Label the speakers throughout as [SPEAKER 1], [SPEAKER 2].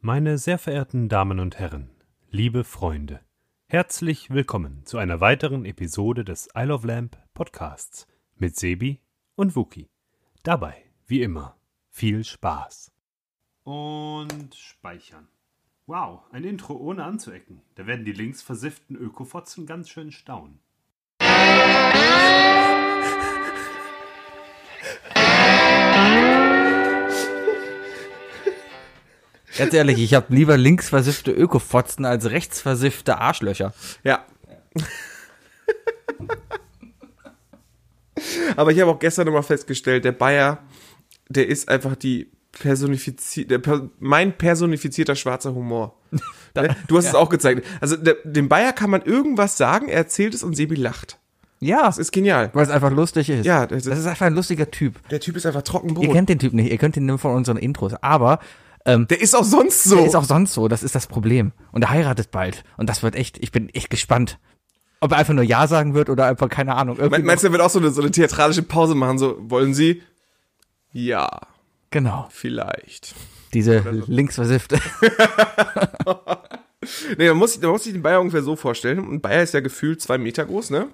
[SPEAKER 1] Meine sehr verehrten Damen und Herren, liebe Freunde, herzlich willkommen zu einer weiteren Episode des Isle of Lamp Podcasts mit Sebi und Wookie. Dabei, wie immer, viel Spaß. Und speichern. Wow, ein Intro ohne anzuecken. Da werden die links versifften Ökofotzen ganz schön staunen.
[SPEAKER 2] Ganz ehrlich, ich habe lieber linksversiffte Ökofotzen als rechtsversiffte Arschlöcher.
[SPEAKER 3] Ja. Aber ich habe auch gestern nochmal festgestellt, der Bayer, der ist einfach die personifizier der, per- mein personifizierter schwarzer Humor. Ne? du hast es auch gezeigt. Also der, dem Bayer kann man irgendwas sagen, er erzählt es und Sebi lacht.
[SPEAKER 2] Ja,
[SPEAKER 3] Das ist genial.
[SPEAKER 2] weil es einfach lustig ist.
[SPEAKER 3] Ja,
[SPEAKER 2] das
[SPEAKER 3] das
[SPEAKER 2] ist,
[SPEAKER 3] ist-
[SPEAKER 2] einfach ein lustiger Typ.
[SPEAKER 3] Der Typ ist einfach
[SPEAKER 2] Ihr
[SPEAKER 3] trockenbrot.
[SPEAKER 2] kennt den Typ nicht, ihr könnt ihn nur von unseren Intros, aber ähm,
[SPEAKER 3] Der ist auch sonst so.
[SPEAKER 2] der ist auch sonst so, das ist das Problem. Und er heiratet bald und das wird echt, ich bin echt gespannt, ob er einfach nur Ja sagen wird oder einfach, keine Ahnung.
[SPEAKER 3] Me-
[SPEAKER 2] Irgendwie
[SPEAKER 3] Meinst du, der wird auch so eine, so eine theatralische Pause machen? So, wollen Sie? Ja,
[SPEAKER 2] genau,
[SPEAKER 3] vielleicht.
[SPEAKER 2] diese linksversiffte.
[SPEAKER 3] Nee, man muss, sich- man muss sich den Bayer ungefähr so vorstellen. Und Bayer ist ja gefühlt zwei Meter groß, ne?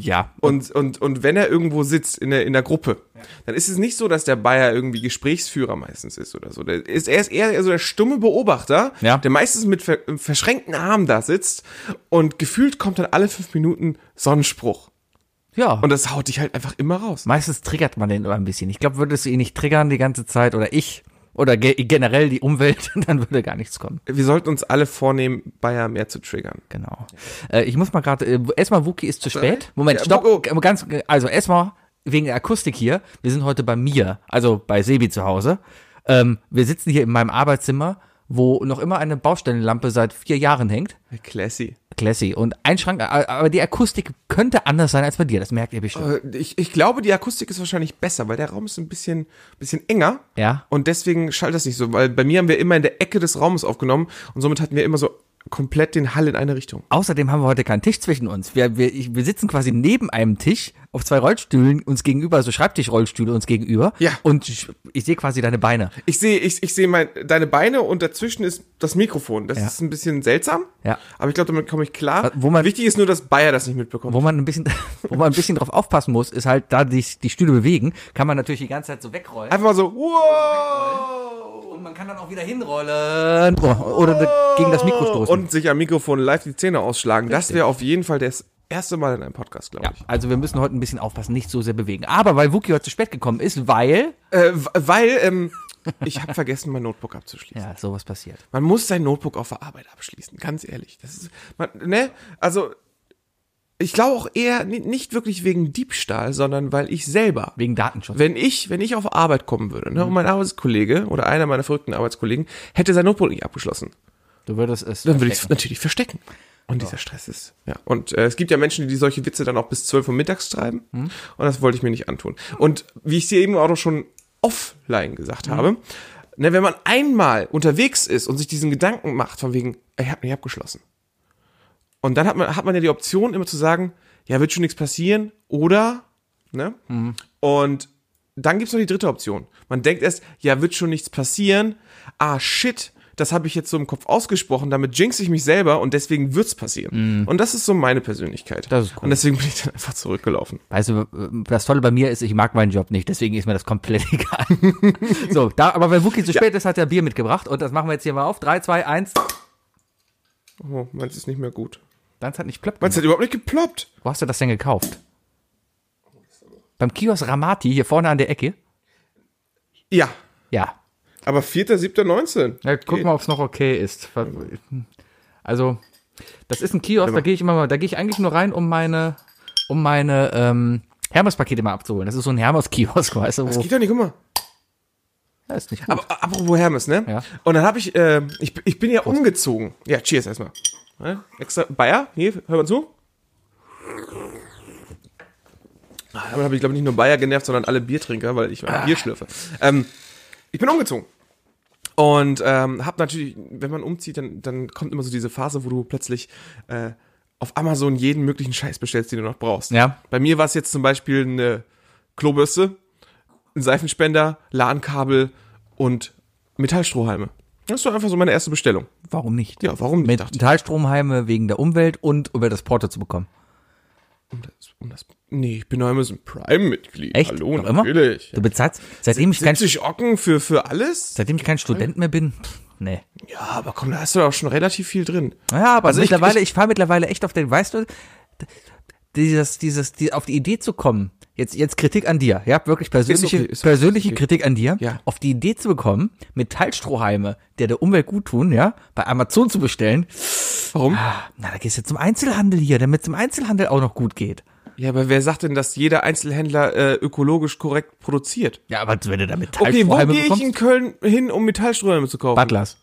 [SPEAKER 2] ja,
[SPEAKER 3] Und, und, und wenn er irgendwo sitzt in der, in der Gruppe, dann ist es nicht so, dass der Bayer irgendwie Gesprächsführer meistens ist oder so. Der ist, er ist eher so der stumme Beobachter,
[SPEAKER 2] Ja.
[SPEAKER 3] der meistens mit ver, verschränkten Armen da sitzt und gefühlt kommt dann alle fünf Minuten Sonnenspruch.
[SPEAKER 2] ja.
[SPEAKER 3] Und das haut dich halt einfach immer raus.
[SPEAKER 2] Meistens triggert man den immer ein bisschen. Ich glaube, würdest du ihn nicht triggern die ganze Zeit oder ich oder ge generell die Umwelt, dann würde gar nichts kommen.
[SPEAKER 3] Wir sollten uns alle vornehmen, Bayer mehr zu triggern.
[SPEAKER 2] Genau. Äh, ich muss mal gerade, äh, erstmal Wookie ist zu spät. Moment,
[SPEAKER 3] Also, Ja,
[SPEAKER 2] stopp.
[SPEAKER 3] Wuki, oh.
[SPEAKER 2] G- Ganz, also erstmal wegen der Akustik hier. Wir sind heute bei mir, also bei Sebi zu Hause. Ähm, wir sitzen hier in meinem Arbeitszimmer, wo noch immer eine Baustellenlampe seit vier Jahren hängt.
[SPEAKER 3] Classy.
[SPEAKER 2] Classy. Und ein Schrank, äh, aber die Akustik könnte anders sein als bei dir. Das merkt ihr bestimmt.
[SPEAKER 3] Äh, Ich, ich glaube, die Akustik ist wahrscheinlich besser, weil der Raum ist ein bisschen, bisschen enger.
[SPEAKER 2] Ja.
[SPEAKER 3] Und deswegen schallt das nicht so, weil bei mir haben wir immer in der Ecke des Raumes aufgenommen und somit hatten wir immer so komplett den Hall in eine Richtung.
[SPEAKER 2] Außerdem haben wir heute keinen Tisch zwischen uns. Wir, wir, ich- wir sitzen quasi neben einem Tisch auf zwei Rollstühlen uns gegenüber, also Schreibtischrollstühle uns gegenüber.
[SPEAKER 3] Ja.
[SPEAKER 2] Und ich, ich sehe quasi deine Beine.
[SPEAKER 3] Ich sehe, ich, ich sehe mein, deine Beine und dazwischen ist das Mikrofon. Das
[SPEAKER 2] Ja.
[SPEAKER 3] ist ein bisschen seltsam.
[SPEAKER 2] Ja.
[SPEAKER 3] Aber ich glaube, damit komme ich klar.
[SPEAKER 2] Wo man-
[SPEAKER 3] Wichtig ist nur, dass Bayer das nicht mitbekommt.
[SPEAKER 2] Wo man ein bisschen, wo man ein bisschen drauf aufpassen muss, ist halt, da die, die Stühle bewegen, kann man natürlich die ganze Zeit so wegrollen.
[SPEAKER 3] Einfach mal so, wow!
[SPEAKER 2] Und man kann dann auch wieder hinrollen. Oh, Oder de- gegen das Mikro stoßen.
[SPEAKER 3] Und sich am Mikrofon live die Zähne ausschlagen. Das wäre auf jeden Fall das erste Mal in einem Podcast, glaube
[SPEAKER 2] ja, also wir müssen heute ein bisschen aufpassen, nicht so sehr bewegen. Aber weil Wookie heute zu spät gekommen ist, weil.
[SPEAKER 3] ich. Äh, w- weil, ähm, ich habe vergessen, mein Notebook abzuschließen.
[SPEAKER 2] Ja, sowas passiert.
[SPEAKER 3] Man muss sein Notebook auf der Arbeit abschließen, ganz ehrlich. Das ist, man, ne? Also, ich glaube auch eher ni- nicht wirklich wegen Diebstahl, sondern weil ich selber,
[SPEAKER 2] Wegen Datenschutz.
[SPEAKER 3] wenn ich, wenn ich auf Arbeit kommen würde, ne, und mein Arbeitskollege oder einer meiner verrückten Arbeitskollegen hätte sein Notebook nicht abgeschlossen,
[SPEAKER 2] Du würdest es.
[SPEAKER 3] dann würde ich es
[SPEAKER 2] verstecken.
[SPEAKER 3] natürlich verstecken. Und dieser Stress ist, ja. Und äh, es gibt ja Menschen, die solche Witze dann auch bis 12 Uhr mittags treiben. Und das wollte ich mir nicht antun. Und wie ich dir eben auch schon offline gesagt habe, ne, wenn man einmal unterwegs ist und sich diesen Gedanken macht, von wegen, ich habe nicht abgeschlossen. Und dann hat man, hat man ja die Option, immer zu sagen, ja, wird schon nichts passieren oder, ne?
[SPEAKER 2] Mhm.
[SPEAKER 3] Und dann gibt's noch die dritte Option. Man denkt erst, ja, wird schon nichts passieren. Ah, shit, das habe ich jetzt so im Kopf ausgesprochen, damit jinx ich mich selber und deswegen wird's passieren. Und das ist so meine Persönlichkeit.
[SPEAKER 2] Mhm. Das ist cool.
[SPEAKER 3] Und deswegen bin ich dann einfach zurückgelaufen.
[SPEAKER 2] Weißt du, das Tolle bei mir ist, ich mag meinen Job nicht, deswegen ist mir das komplett egal. so, da, aber weil Wookie zu spät ist, hat er Bier mitgebracht und das machen wir jetzt hier mal auf. 3, 2, 1.
[SPEAKER 3] Oh, meins ist nicht mehr gut.
[SPEAKER 2] Deins hat nicht plöpp.
[SPEAKER 3] Meins
[SPEAKER 2] gemacht.
[SPEAKER 3] hat überhaupt nicht geploppt.
[SPEAKER 2] Wo hast du das denn gekauft? Beim Kiosk Ramati, hier vorne an der Ecke?
[SPEAKER 3] Ja,
[SPEAKER 2] Ja.
[SPEAKER 3] aber 4.7.19.
[SPEAKER 2] ja guck mal, ob es noch okay ist. Also, das ist ein Kiosk, da gehe ich immer mal, da gehe ich eigentlich nur rein, um meine, um meine, ähm, Hermes-Pakete mal abzuholen. Das ist so ein Hermes-Kiosk, weißt du,
[SPEAKER 3] Das
[SPEAKER 2] wo.
[SPEAKER 3] geht doch nicht, guck mal.
[SPEAKER 2] Ja, ist nicht gut.
[SPEAKER 3] Aber a- apropos Hermes, ne?
[SPEAKER 2] Ja.
[SPEAKER 3] Und dann habe ich, äh, ich, ich bin ja umgezogen. Ja, cheers erstmal. Ne? Extra Bayer, hier, hör mal zu. Ah, Damit habe ich, glaube ich, nicht nur Bayer genervt, sondern alle Biertrinker, weil ich mein
[SPEAKER 2] Ah.
[SPEAKER 3] Bier schlürfe. Ähm, ich bin umgezogen. Und ähm, hab natürlich, wenn man umzieht, dann, dann kommt immer so diese Phase, wo du plötzlich äh, auf Amazon jeden möglichen Scheiß bestellst, den du noch brauchst.
[SPEAKER 2] Ja.
[SPEAKER 3] Bei mir war es jetzt zum Beispiel eine Klobürste, ein Seifenspender, LAN-Kabel und Metallstrohhalme. Das war einfach so meine erste Bestellung.
[SPEAKER 2] Warum nicht?
[SPEAKER 3] Ja, warum nicht? dachte ich.
[SPEAKER 2] Mentalstromheime wegen der Umwelt und über das Porto zu bekommen.
[SPEAKER 3] Um das, um das, nee, ich bin noch Amazon Prime-Mitglied.
[SPEAKER 2] Echt?
[SPEAKER 3] Hallo,
[SPEAKER 2] Noch immer?
[SPEAKER 3] natürlich.
[SPEAKER 2] Du bezahlst, seitdem ich kein,
[SPEAKER 3] 70 Ocken für, für alles?
[SPEAKER 2] seitdem ich kein Student mehr bin, pff, nee.
[SPEAKER 3] Ja, aber komm, da hast du doch schon relativ viel drin.
[SPEAKER 2] Ja, aber
[SPEAKER 3] Also ich-
[SPEAKER 2] mittlerweile, ich, fahre mittlerweile echt auf den, weißt du, dieses, dieses, die, auf die Idee zu kommen, jetzt, jetzt Kritik an dir, ja, wirklich persönliche,
[SPEAKER 3] okay, ist okay,
[SPEAKER 2] persönliche
[SPEAKER 3] ist okay.
[SPEAKER 2] Kritik an dir,
[SPEAKER 3] Ja.
[SPEAKER 2] auf die Idee zu bekommen, Metallstrohhalme, der der Umwelt gut tun, ja, bei Amazon zu bestellen,
[SPEAKER 3] Warum?
[SPEAKER 2] ah, na, da gehst du zum Einzelhandel hier, damit es im Einzelhandel auch noch gut geht.
[SPEAKER 3] Ja, aber wer sagt denn, dass jeder Einzelhändler äh, ökologisch korrekt produziert?
[SPEAKER 2] Ja, aber wenn du da
[SPEAKER 3] Okay, wo
[SPEAKER 2] Metallstrohhalme
[SPEAKER 3] gehe ich in
[SPEAKER 2] bekommst,
[SPEAKER 3] Köln hin, um Metallströme zu kaufen?
[SPEAKER 2] Butlers.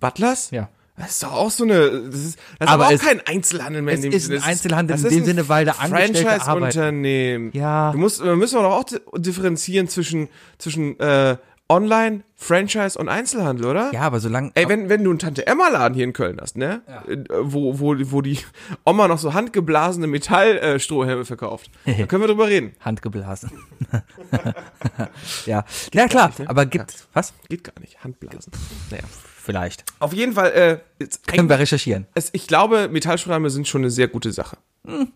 [SPEAKER 3] Butlers?
[SPEAKER 2] Ja.
[SPEAKER 3] Das ist doch auch so eine. Das ist, das
[SPEAKER 2] Aber
[SPEAKER 3] ist auch
[SPEAKER 2] es-
[SPEAKER 3] kein Einzelhandel mehr
[SPEAKER 2] es
[SPEAKER 3] in dem
[SPEAKER 2] ist ein
[SPEAKER 3] Sinne. Das
[SPEAKER 2] Einzelhandel
[SPEAKER 3] das
[SPEAKER 2] in
[SPEAKER 3] ist
[SPEAKER 2] dem
[SPEAKER 3] ein
[SPEAKER 2] Sinne, weil da Angestellte arbeiten.
[SPEAKER 3] Franchise-Unternehmen.
[SPEAKER 2] Ja.
[SPEAKER 3] Du musst, äh, müssen wir doch auch di- differenzieren zwischen, zwischen äh, Online, Franchise und Einzelhandel, oder?
[SPEAKER 2] Ja, aber solange,
[SPEAKER 3] Ey, wenn, wenn du einen Tante-Emma-Laden hier in Köln hast, ne? Äh, Wo, wo, wo die Oma noch so handgeblasene Metallstrohhelme äh, Strohhelme verkauft. da können wir drüber reden.
[SPEAKER 2] handgeblasen. ja, ja klar,
[SPEAKER 3] ne?
[SPEAKER 2] aber gibt, was?
[SPEAKER 3] Geht gar nicht. Handblasen. Naja.
[SPEAKER 2] Vielleicht.
[SPEAKER 3] Auf jeden Fall, äh, jetzt,
[SPEAKER 2] Können wir recherchieren.
[SPEAKER 3] es, ich glaube, Metallstrohhalme sind schon eine sehr gute Sache. Glaube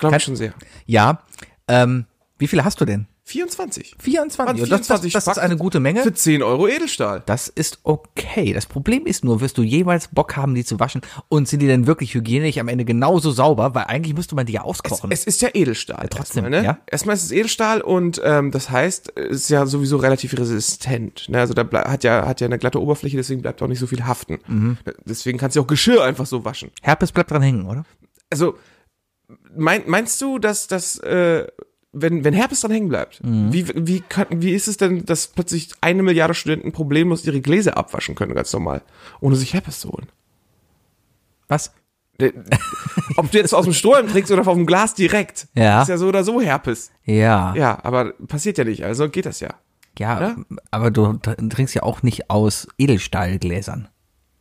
[SPEAKER 2] Kann-
[SPEAKER 3] ich schon sehr.
[SPEAKER 2] Ja. Ähm, wie viele hast du denn?
[SPEAKER 3] 24.
[SPEAKER 2] 24.
[SPEAKER 3] Mann,
[SPEAKER 2] Das, das,
[SPEAKER 3] 24
[SPEAKER 2] das ist
[SPEAKER 3] Packen.
[SPEAKER 2] eine gute Menge.
[SPEAKER 3] Für 10 Euro Edelstahl.
[SPEAKER 2] Das ist okay. Das Problem ist nur, wirst du jeweils Bock haben, die zu waschen und sind die denn wirklich hygienisch am Ende genauso sauber? Weil eigentlich müsste man die ja auskochen.
[SPEAKER 3] Es ist ja Edelstahl.
[SPEAKER 2] trotzdem,
[SPEAKER 3] erstmal, ne?
[SPEAKER 2] ja.
[SPEAKER 3] Erstmal ist es Edelstahl und ähm, das heißt, es ist ja sowieso relativ resistent. Ne? Also da blei- hat ja, hat ja eine glatte Oberfläche, deswegen bleibt auch nicht so viel haften. Deswegen kannst du auch Geschirr einfach so waschen.
[SPEAKER 2] Herpes bleibt dran hängen, oder?
[SPEAKER 3] Also mein, meinst du, dass das, äh, wenn, wenn Herpes dran hängen bleibt,
[SPEAKER 2] Mhm.
[SPEAKER 3] wie, wie, kann, wie ist es denn, dass plötzlich eine Milliarde Studenten problemlos ihre Gläser abwaschen können, ganz normal, ohne sich Herpes zu holen?
[SPEAKER 2] Was?
[SPEAKER 3] Der- Ob du jetzt aus dem Strohhalm trinkst oder vom Glas direkt,
[SPEAKER 2] Ja.
[SPEAKER 3] ist ja so oder so Herpes.
[SPEAKER 2] Ja. Ja,
[SPEAKER 3] Ja, aber passiert ja nicht, also geht das ja. oder?
[SPEAKER 2] aber du tr- trinkst ja auch nicht aus Edelstahlgläsern.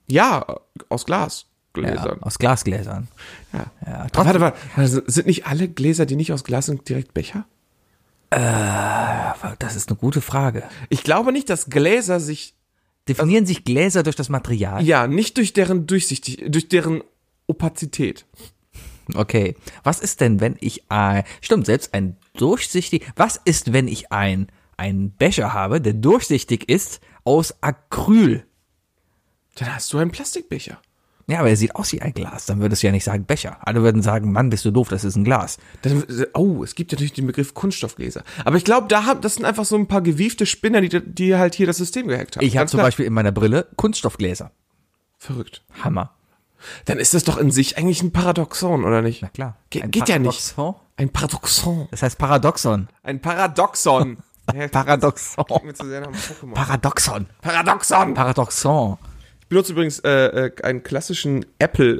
[SPEAKER 3] Ja, aus Glas.
[SPEAKER 2] Ja,
[SPEAKER 3] Gläsern.
[SPEAKER 2] aus Glasgläsern.
[SPEAKER 3] Ja.
[SPEAKER 2] Ja,
[SPEAKER 3] Aber
[SPEAKER 2] trotzdem-
[SPEAKER 3] warte, warte, warte, sind nicht alle Gläser, die nicht aus Glas sind, direkt Becher?
[SPEAKER 2] Aber Ah, das ist eine gute Frage.
[SPEAKER 3] Ich glaube nicht, dass Gläser sich
[SPEAKER 2] Definieren
[SPEAKER 3] Also
[SPEAKER 2] sich Gläser durch das Material?
[SPEAKER 3] Ja, nicht durch deren Durchsichtig, durch deren Opazität.
[SPEAKER 2] Okay. Was ist denn, wenn ich ein, stimmt, selbst ein durchsichtig, was ist, wenn ich ein, einen Becher habe, der durchsichtig ist, aus Acryl?
[SPEAKER 3] Dann hast du einen Plastikbecher.
[SPEAKER 2] Ja, aber er sieht aus wie ein Glas. Dann würdest du ja nicht sagen Becher. Alle würden sagen, Mann, bist du doof, das ist ein Glas.
[SPEAKER 3] Dann, oh, es gibt ja natürlich den Begriff Kunststoffgläser. Aber ich glaube, da haben, das sind einfach so ein paar gewiefte Spinner, die, die halt hier das System gehackt haben.
[SPEAKER 2] Ich habe
[SPEAKER 3] Ganz
[SPEAKER 2] zum
[SPEAKER 3] klar.
[SPEAKER 2] Beispiel in meiner Brille Kunststoffgläser.
[SPEAKER 3] Verrückt.
[SPEAKER 2] Hammer.
[SPEAKER 3] Dann ist das doch in sich eigentlich ein Paradoxon, oder nicht?
[SPEAKER 2] Na klar.
[SPEAKER 3] Ge
[SPEAKER 2] Ein
[SPEAKER 3] geht ja nicht.
[SPEAKER 2] Paradoxon?
[SPEAKER 3] Ein Paradoxon.
[SPEAKER 2] Das heißt Paradoxon.
[SPEAKER 3] Ein Paradoxon. Ja, klingt
[SPEAKER 2] Paradoxon.
[SPEAKER 3] mir zu sehr nach einem Pokémon.
[SPEAKER 2] Paradoxon.
[SPEAKER 3] Paradoxon!
[SPEAKER 2] Paradoxon.
[SPEAKER 3] Ich benutze übrigens äh, äh, einen klassischen Apple,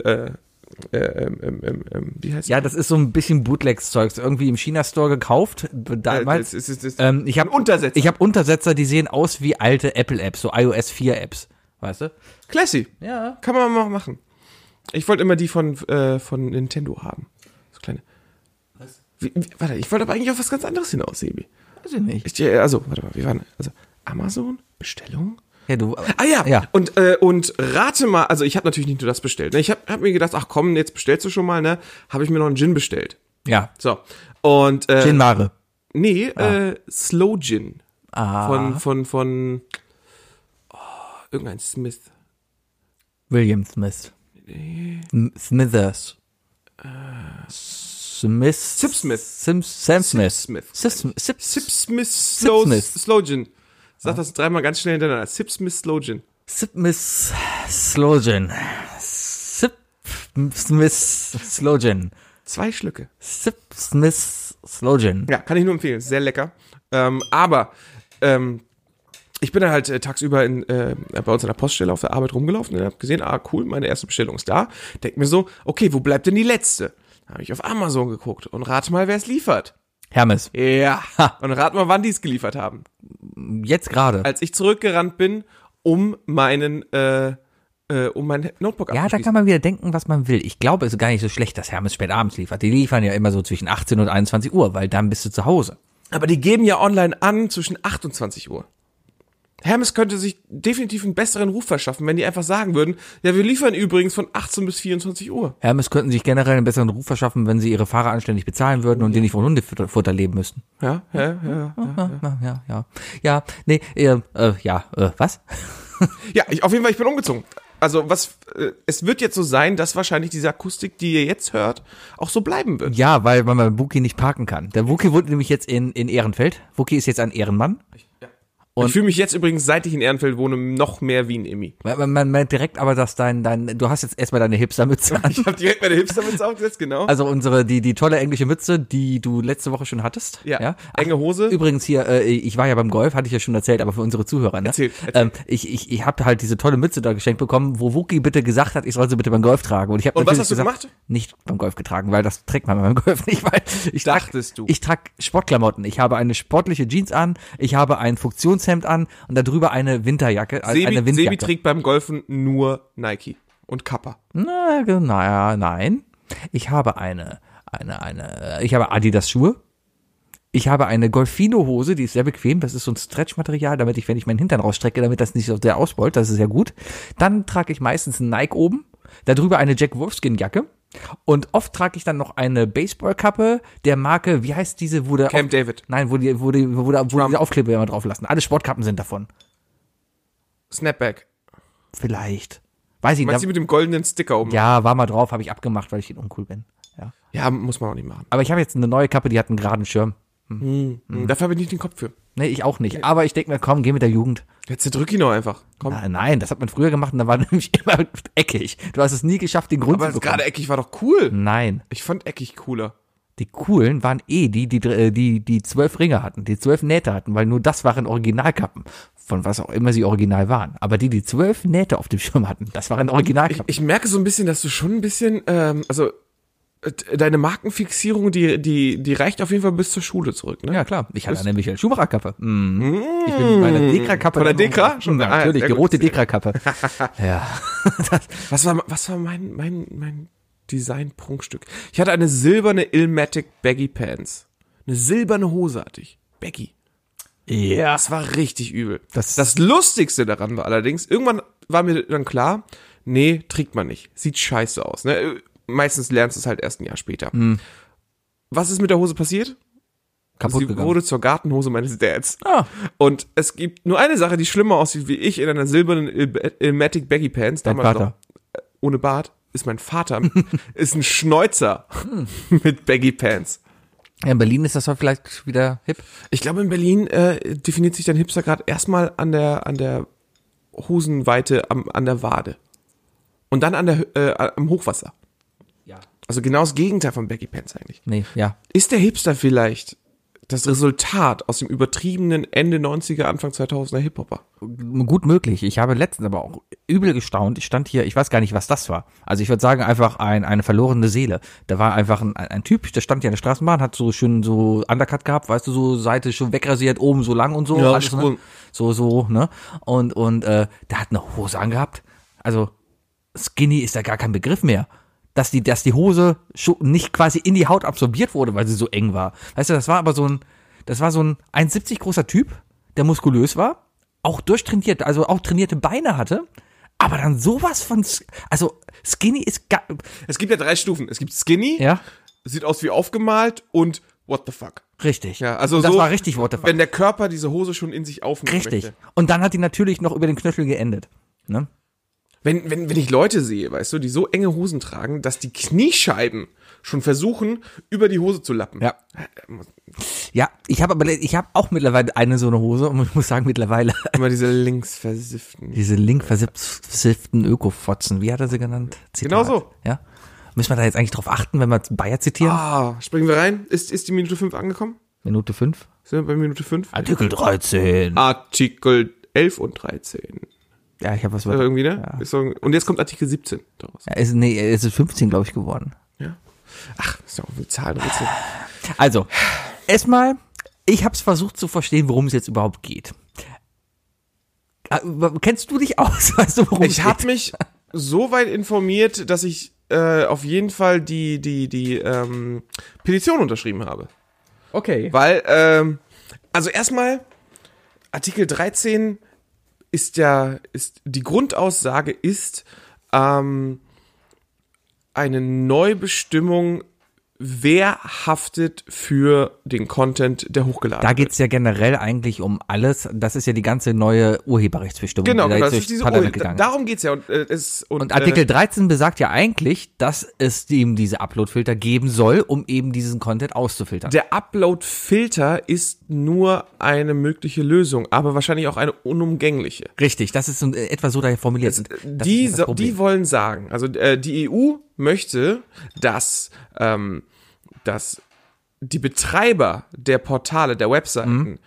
[SPEAKER 3] äh, äh, ähm, ähm, ähm, ähm, wie heißt
[SPEAKER 2] Ja, das ist so ein bisschen Bootlegs-Zeugs. Irgendwie im China-Store gekauft. Damals.
[SPEAKER 3] Äh, es ist- es ist-
[SPEAKER 2] ähm, ich habe
[SPEAKER 3] ein Untersetzer.
[SPEAKER 2] Ich habe Untersetzer, die sehen aus wie alte Apple-Apps, so iOS 4-Apps. Weißt du?
[SPEAKER 3] Classy.
[SPEAKER 2] Ja.
[SPEAKER 3] Kann man mal machen. Ich wollte immer die von, äh, von Nintendo haben. So kleine. Was? Wie, wie, warte, ich wollte aber eigentlich auf was ganz anderes hinaus, Sebi.
[SPEAKER 2] Weiß ich nicht.
[SPEAKER 3] Ich, äh, also, warte mal, wie waren Also, Amazon? Bestellung?
[SPEAKER 2] Ja, du.
[SPEAKER 3] Ah ja,
[SPEAKER 2] Ja.
[SPEAKER 3] Und, äh, und rate mal, also ich habe natürlich nicht nur das bestellt. Ne? Ich habe hab mir gedacht, ach komm, jetzt bestellst du schon mal, ne? Habe ich mir noch einen Gin bestellt.
[SPEAKER 2] Ja.
[SPEAKER 3] So. Und, äh,
[SPEAKER 2] Gin Ah. Mare.
[SPEAKER 3] nee, äh, Slow Gin. Ah. Von, von, von, oh, irgendein Smith.
[SPEAKER 2] William Smith. M- Smithers. Smith.
[SPEAKER 3] Sip Smith.
[SPEAKER 2] Sim, Sam Smith.
[SPEAKER 3] Smith.
[SPEAKER 2] Sip Smith. Sip, Sip,
[SPEAKER 3] Sip Smith Slow,
[SPEAKER 2] Smith.
[SPEAKER 3] Slow Gin. Sag das dreimal ganz schnell hintereinander. Sip Smith Slow Gin.
[SPEAKER 2] Sip Miss Slogan. Sip Smith Slogan.
[SPEAKER 3] Zwei Schlücke.
[SPEAKER 2] Sip Smith Slogan.
[SPEAKER 3] Ja, kann ich nur empfehlen. Sehr lecker. Ähm, aber ähm, ich bin dann halt äh, tagsüber in, äh, bei uns an der Poststelle auf der Arbeit rumgelaufen und hab gesehen, ah cool, meine erste Bestellung ist da. Denk mir so, okay, wo bleibt denn die letzte? Habe ich auf Amazon geguckt und rate mal, wer es liefert.
[SPEAKER 2] Hermes.
[SPEAKER 3] Ja. Und rate mal, wann die es geliefert haben.
[SPEAKER 2] Jetzt gerade.
[SPEAKER 3] Als ich zurückgerannt bin, um meinen, äh, äh, um mein Notebook
[SPEAKER 2] Ja, da
[SPEAKER 3] abzuschließen.
[SPEAKER 2] kann man wieder denken, was man will. Ich glaube, es ist gar nicht so schlecht, dass Hermes spät abends liefert. Die liefern ja immer so zwischen 18 und 21 Uhr, weil dann bist du zu Hause.
[SPEAKER 3] Aber die geben ja online an zwischen 28 Uhr. Hermes könnte sich definitiv einen besseren Ruf verschaffen, wenn die einfach sagen würden, ja, wir liefern übrigens von 18 bis 24 Uhr.
[SPEAKER 2] Hermes könnten sich generell einen besseren Ruf verschaffen, wenn sie ihre Fahrer anständig bezahlen würden und die nicht von Hundefutter leben müssten.
[SPEAKER 3] Ja, ja, ja, ja. ja.
[SPEAKER 2] Ja, ja, ja. Ja, ja nee, äh, äh, ja, äh, was?
[SPEAKER 3] Ja, ich, auf jeden Fall, ich bin umgezogen. Also was, äh, es wird jetzt so sein, dass wahrscheinlich diese Akustik, die ihr jetzt hört, auch so bleiben wird.
[SPEAKER 2] Ja, weil man beim Wookie nicht parken kann. Der Wookie wohnt nämlich jetzt in, in Ehrenfeld. Wookie ist jetzt ein Ehrenmann. Und-
[SPEAKER 3] ich fühle mich jetzt übrigens, seit ich in Ehrenfeld wohne, noch mehr wie ein Emmy.
[SPEAKER 2] Man, man, man merkt direkt aber, dass dein, dein, du hast jetzt erstmal deine Hipster-Mütze an.
[SPEAKER 3] Ich habe direkt meine Hipstermütze aufgesetzt, genau.
[SPEAKER 2] Also unsere, die, die tolle englische Mütze, die du letzte Woche schon hattest.
[SPEAKER 3] ja, enge Hose.
[SPEAKER 2] Übrigens hier, äh, ich war ja beim Golf, hatte ich ja schon erzählt, aber für unsere Zuhörer. Ne?
[SPEAKER 3] Erzähl, erzähl.
[SPEAKER 2] Ähm, ich ich, ich habe halt diese tolle Mütze da geschenkt bekommen, wo Wookie bitte gesagt hat, ich soll sie bitte beim Golf tragen. Und, ich hab
[SPEAKER 3] Und was
[SPEAKER 2] natürlich
[SPEAKER 3] hast du
[SPEAKER 2] gesagt,
[SPEAKER 3] gemacht?
[SPEAKER 2] Nicht beim Golf getragen, weil das trägt man beim Golf nicht. Weil ich trag-
[SPEAKER 3] Dachtest du.
[SPEAKER 2] Ich trage Sportklamotten. Ich habe eine sportliche Jeans an, ich habe ein Funktionshemd an und darüber eine Winterjacke, äh,
[SPEAKER 3] Sebi,
[SPEAKER 2] eine
[SPEAKER 3] Sebi
[SPEAKER 2] Windjacke.
[SPEAKER 3] trägt beim Golfen nur Nike und Kappa.
[SPEAKER 2] Na, ge- naja, nein. Ich habe eine, eine, eine, äh, ich habe Adidas Schuhe. Ich habe eine Golfino-Hose, die ist sehr bequem. Das ist so ein Stretch-Material, damit ich, wenn ich meinen Hintern rausstrecke, damit das nicht so sehr ausbeult. Das ist sehr gut. Dann trage ich meistens einen Nike oben, darüber eine Jack Wolfskin-Jacke. Und oft trage ich dann noch eine Baseballkappe der Marke, wie heißt diese, wo der,
[SPEAKER 3] Camp
[SPEAKER 2] auf-
[SPEAKER 3] David.
[SPEAKER 2] nein, wo die, wo die, wo der, wo die Aufkleber immer drauf lassen. Alle Sportkappen sind davon.
[SPEAKER 3] Snapback.
[SPEAKER 2] Vielleicht. Weiß ich
[SPEAKER 3] Meinst
[SPEAKER 2] nicht.
[SPEAKER 3] du mit dem goldenen Sticker oben?
[SPEAKER 2] Ja, war mal drauf, habe ich abgemacht, weil ich ihn uncool bin. Ja.
[SPEAKER 3] Ja, muss man auch nicht machen.
[SPEAKER 2] Aber ich habe jetzt eine neue Kappe, die hat einen geraden Schirm.
[SPEAKER 3] Mhm. Dafür habe ich nicht den Kopf für.
[SPEAKER 2] Nee, ich auch nicht. Aber ich denke mir, komm, geh mit der Jugend.
[SPEAKER 3] Jetzt zerdrück ihn doch einfach. Komm.
[SPEAKER 2] Nein, nein, das hat man früher gemacht und da war nämlich immer eckig. Du hast es nie geschafft, den Grund
[SPEAKER 3] Aber
[SPEAKER 2] zu
[SPEAKER 3] das
[SPEAKER 2] bekommen. Mhm.
[SPEAKER 3] gerade eckig war doch cool.
[SPEAKER 2] Nein,
[SPEAKER 3] Ich fand eckig cooler.
[SPEAKER 2] die coolen waren eh die, die äh, die die zwölf Ringe hatten, die zwölf Nähte hatten, weil nur das waren Originalkappen, von was auch immer sie original waren. Aber die, die zwölf Nähte auf dem Schirm hatten, das waren
[SPEAKER 3] Ich,
[SPEAKER 2] Originalkappen.
[SPEAKER 3] ich merke so ein bisschen, dass du schon ein bisschen, ähm, also äh, deine Markenfixierung, die, die, die reicht auf jeden Fall bis zur Schule zurück, ne?
[SPEAKER 2] ja klar, ich hatte eine Michael Schumacher Kappe. Mhm. Ich bin mit meiner Dekra Kappe.
[SPEAKER 3] Mm. Von der Dekra?
[SPEAKER 2] Schon
[SPEAKER 3] Schon- ah,
[SPEAKER 2] natürlich,
[SPEAKER 3] sehr
[SPEAKER 2] die
[SPEAKER 3] gut.
[SPEAKER 2] rote Dekra Kappe. ja. Das,
[SPEAKER 3] Was war, was war mein, mein, mein Design-Prunkstück? Ich hatte eine silberne Ilmatic Baggy Pants. Eine silberne Hose hatte ich. Baggy.
[SPEAKER 2] ja.
[SPEAKER 3] Das war richtig übel.
[SPEAKER 2] Das-
[SPEAKER 3] das Lustigste daran war allerdings, irgendwann war mir dann klar, nee, trägt man nicht. Sieht scheiße aus. Ne? Äh, Meistens lernst du es halt erst ein Jahr später.
[SPEAKER 2] Hm.
[SPEAKER 3] Was ist mit der Hose passiert?
[SPEAKER 2] Kaputt
[SPEAKER 3] Sie
[SPEAKER 2] gegangen.
[SPEAKER 3] wurde zur Gartenhose meines Dads.
[SPEAKER 2] Ah.
[SPEAKER 3] Und es gibt nur eine Sache, die schlimmer aussieht wie ich in einer silbernen Il- Ilmatic Baggy Pants.
[SPEAKER 2] Dein
[SPEAKER 3] damals
[SPEAKER 2] Vater.
[SPEAKER 3] noch äh, ohne Bart ist mein Vater, ist ein Schneuzer mit Baggy Pants.
[SPEAKER 2] Ja, in Berlin ist das doch vielleicht wieder hip.
[SPEAKER 3] Ich glaube, in Berlin äh, definiert sich dein Hipster gerade erstmal an der, an der Hosenweite am, an der Wade. Und dann an der, äh, am Hochwasser.
[SPEAKER 2] Ja.
[SPEAKER 3] Also genau das Gegenteil von Baggy Pants eigentlich.
[SPEAKER 2] Nee, ja.
[SPEAKER 3] Ist der Hipster vielleicht das Resultat aus dem übertriebenen Ende 90er, Anfang 2000er Hip-Hopper?
[SPEAKER 2] Gut möglich. Ich habe letztens aber auch übel gestaunt. Ich stand hier, ich weiß gar nicht, was das war. Also ich würde sagen, einfach ein, eine verlorene Seele. Da war einfach ein, ein ein Typ, der stand hier an der Straßenbahn, hat so schön so Undercut gehabt, weißt du, so Seite schon wegrasiert, oben so lang und so.
[SPEAKER 3] Ja,
[SPEAKER 2] alles, ne?
[SPEAKER 3] schon.
[SPEAKER 2] So, so, ne? Und, und äh, der hat eine Hose angehabt. Also Skinny ist da gar kein Begriff mehr. Dass die, dass die Hose scho- nicht quasi in die Haut absorbiert wurde, weil sie so eng war. Weißt du, das war aber so ein, das war so ein 1,70 großer Typ, der muskulös war, auch durchtrainiert, also auch trainierte Beine hatte, aber dann sowas von, s- also Skinny ist gar,
[SPEAKER 3] Es gibt ja drei Stufen. Es gibt Skinny,
[SPEAKER 2] ja,
[SPEAKER 3] sieht aus wie aufgemalt und what the fuck.
[SPEAKER 2] richtig.
[SPEAKER 3] Ja, also
[SPEAKER 2] das
[SPEAKER 3] so,
[SPEAKER 2] war richtig, what the fuck.
[SPEAKER 3] Wenn der Körper diese Hose schon in sich aufnimmt.
[SPEAKER 2] Richtig. Und dann hat die natürlich noch über den Knöchel geendet. Ne?
[SPEAKER 3] Wenn, wenn, wenn ich Leute sehe, weißt du, die so enge Hosen tragen, dass die Kniescheiben schon versuchen, über die Hose zu lappen.
[SPEAKER 2] Ja.
[SPEAKER 3] Äh,
[SPEAKER 2] Ja, ich habe aber, le- ich habe auch mittlerweile eine so eine Hose und ich muss sagen, mittlerweile
[SPEAKER 3] Immer diese linksversifften.
[SPEAKER 2] Diese link versifften Ökofotzen, wie hat er sie genannt? Zitat.
[SPEAKER 3] Genau so.
[SPEAKER 2] Ja. Müssen wir da jetzt eigentlich drauf achten, wenn wir Bayer zitieren?
[SPEAKER 3] Ah, springen wir rein. Ist, ist die Minute 5 angekommen?
[SPEAKER 2] Minute 5.
[SPEAKER 3] Sind wir bei Minute 5?
[SPEAKER 2] Artikel 13.
[SPEAKER 3] Artikel 11 und 13.
[SPEAKER 2] Ja, ich habe was.
[SPEAKER 3] Also
[SPEAKER 2] Ja,
[SPEAKER 3] irgendwie, ne? Ist so- Und jetzt kommt Artikel 17 daraus.
[SPEAKER 2] ist, nee, es ist 15, glaube ich, geworden.
[SPEAKER 3] Ja. Ach, ist ja auch eine Zahlenrätsel.
[SPEAKER 2] Also, erstmal, ich habe es versucht zu verstehen, worum es jetzt überhaupt geht. Ah, über- Kennst du dich aus? Weißt du, worum
[SPEAKER 3] Ich
[SPEAKER 2] es
[SPEAKER 3] habe
[SPEAKER 2] geht?
[SPEAKER 3] mich so weit informiert, dass ich äh, auf jeden Fall die, die, die ähm, Petition unterschrieben habe.
[SPEAKER 2] Okay.
[SPEAKER 3] Weil, ähm, also erstmal, Artikel 13 ist ja, ist, die Grundaussage ist, ähm, eine Neubestimmung, wer haftet für den Content, der hochgeladen
[SPEAKER 2] Da
[SPEAKER 3] wird.
[SPEAKER 2] geht's ja generell eigentlich um alles. Das ist ja die ganze neue Urheberrechtsbestimmung,
[SPEAKER 3] Genau,
[SPEAKER 2] die da jetzt
[SPEAKER 3] genau, das
[SPEAKER 2] durchs
[SPEAKER 3] ist diese,
[SPEAKER 2] Parlament
[SPEAKER 3] Ur-
[SPEAKER 2] gegangen ist.
[SPEAKER 3] darum geht's ja. Und, äh, es, und,
[SPEAKER 2] Und Artikel
[SPEAKER 3] äh,
[SPEAKER 2] 13 besagt ja eigentlich, dass es eben diese Upload-Filter geben soll, um eben diesen Content auszufiltern.
[SPEAKER 3] der Upload-Filter ist nur eine mögliche Lösung, aber wahrscheinlich auch eine unumgängliche.
[SPEAKER 2] Richtig, das ist in etwa so da formuliert. Und das
[SPEAKER 3] äh,
[SPEAKER 2] ist
[SPEAKER 3] die,
[SPEAKER 2] ja das
[SPEAKER 3] so-
[SPEAKER 2] Problem.
[SPEAKER 3] die wollen sagen, also äh, die EU möchte, dass, ähm, dass die Betreiber der Portale, der
[SPEAKER 2] Mhm.
[SPEAKER 3] Webseiten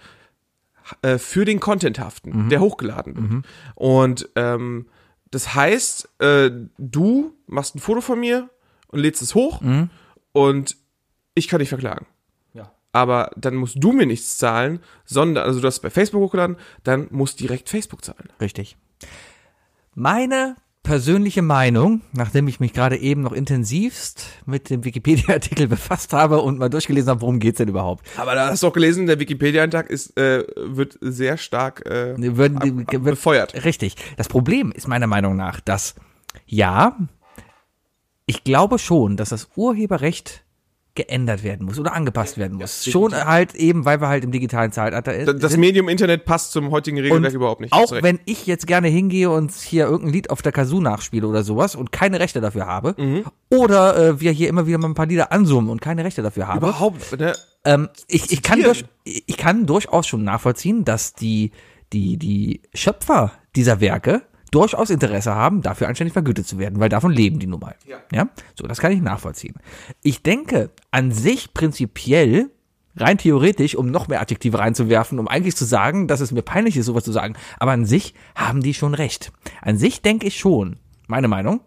[SPEAKER 3] äh, für den Content haften, der hochgeladen wird.
[SPEAKER 2] Mhm.
[SPEAKER 3] Und ähm, das heißt, äh, du machst ein Foto von mir und lädst es hoch
[SPEAKER 2] Mhm.
[SPEAKER 3] und ich kann dich verklagen aber dann musst du mir nichts zahlen, sondern, also du hast es bei Facebook hochgeladen, dann muss direkt Facebook zahlen.
[SPEAKER 2] Richtig. Meine persönliche Meinung, nachdem ich mich gerade eben noch intensivst mit dem Wikipedia-Artikel befasst habe und mal durchgelesen habe, worum geht's denn überhaupt?
[SPEAKER 3] Aber da hast du auch gelesen, der Wikipedia-Eintrag ist, äh, wird sehr stark äh,
[SPEAKER 2] Würden,
[SPEAKER 3] ab- ab- befeuert.
[SPEAKER 2] Richtig. Das Problem ist meiner Meinung nach, dass ja, ich glaube schon, dass das Urheberrecht geändert werden muss oder angepasst werden muss. schon halt eben, weil wir halt im digitalen Zeitalter
[SPEAKER 3] Das, das Medium Internet passt zum heutigen Regelwerk
[SPEAKER 2] Und
[SPEAKER 3] überhaupt nicht.
[SPEAKER 2] Auch
[SPEAKER 3] Hast recht.
[SPEAKER 2] wenn ich jetzt gerne hingehe und hier irgendein Lied auf der Kazoo nachspiele oder sowas und keine Rechte dafür habe,
[SPEAKER 3] Mhm.
[SPEAKER 2] oder äh, wir hier immer wieder mal ein paar Lieder ansummen und keine Rechte dafür haben,
[SPEAKER 3] überhaupt, ne?
[SPEAKER 2] ähm, ich, ich, kann durch,
[SPEAKER 3] Zitieren.
[SPEAKER 2] ich kann durchaus schon nachvollziehen, dass die, die, die Schöpfer dieser Werke durchaus Interesse haben, dafür anständig vergütet zu werden, weil davon leben die nun mal. Ja. So, das kann ich nachvollziehen. Ich denke, an sich prinzipiell, rein theoretisch, um noch mehr Adjektive reinzuwerfen, um eigentlich zu sagen, dass es mir peinlich ist, sowas zu sagen, aber an sich haben die schon recht. An sich denke ich schon, meine Meinung,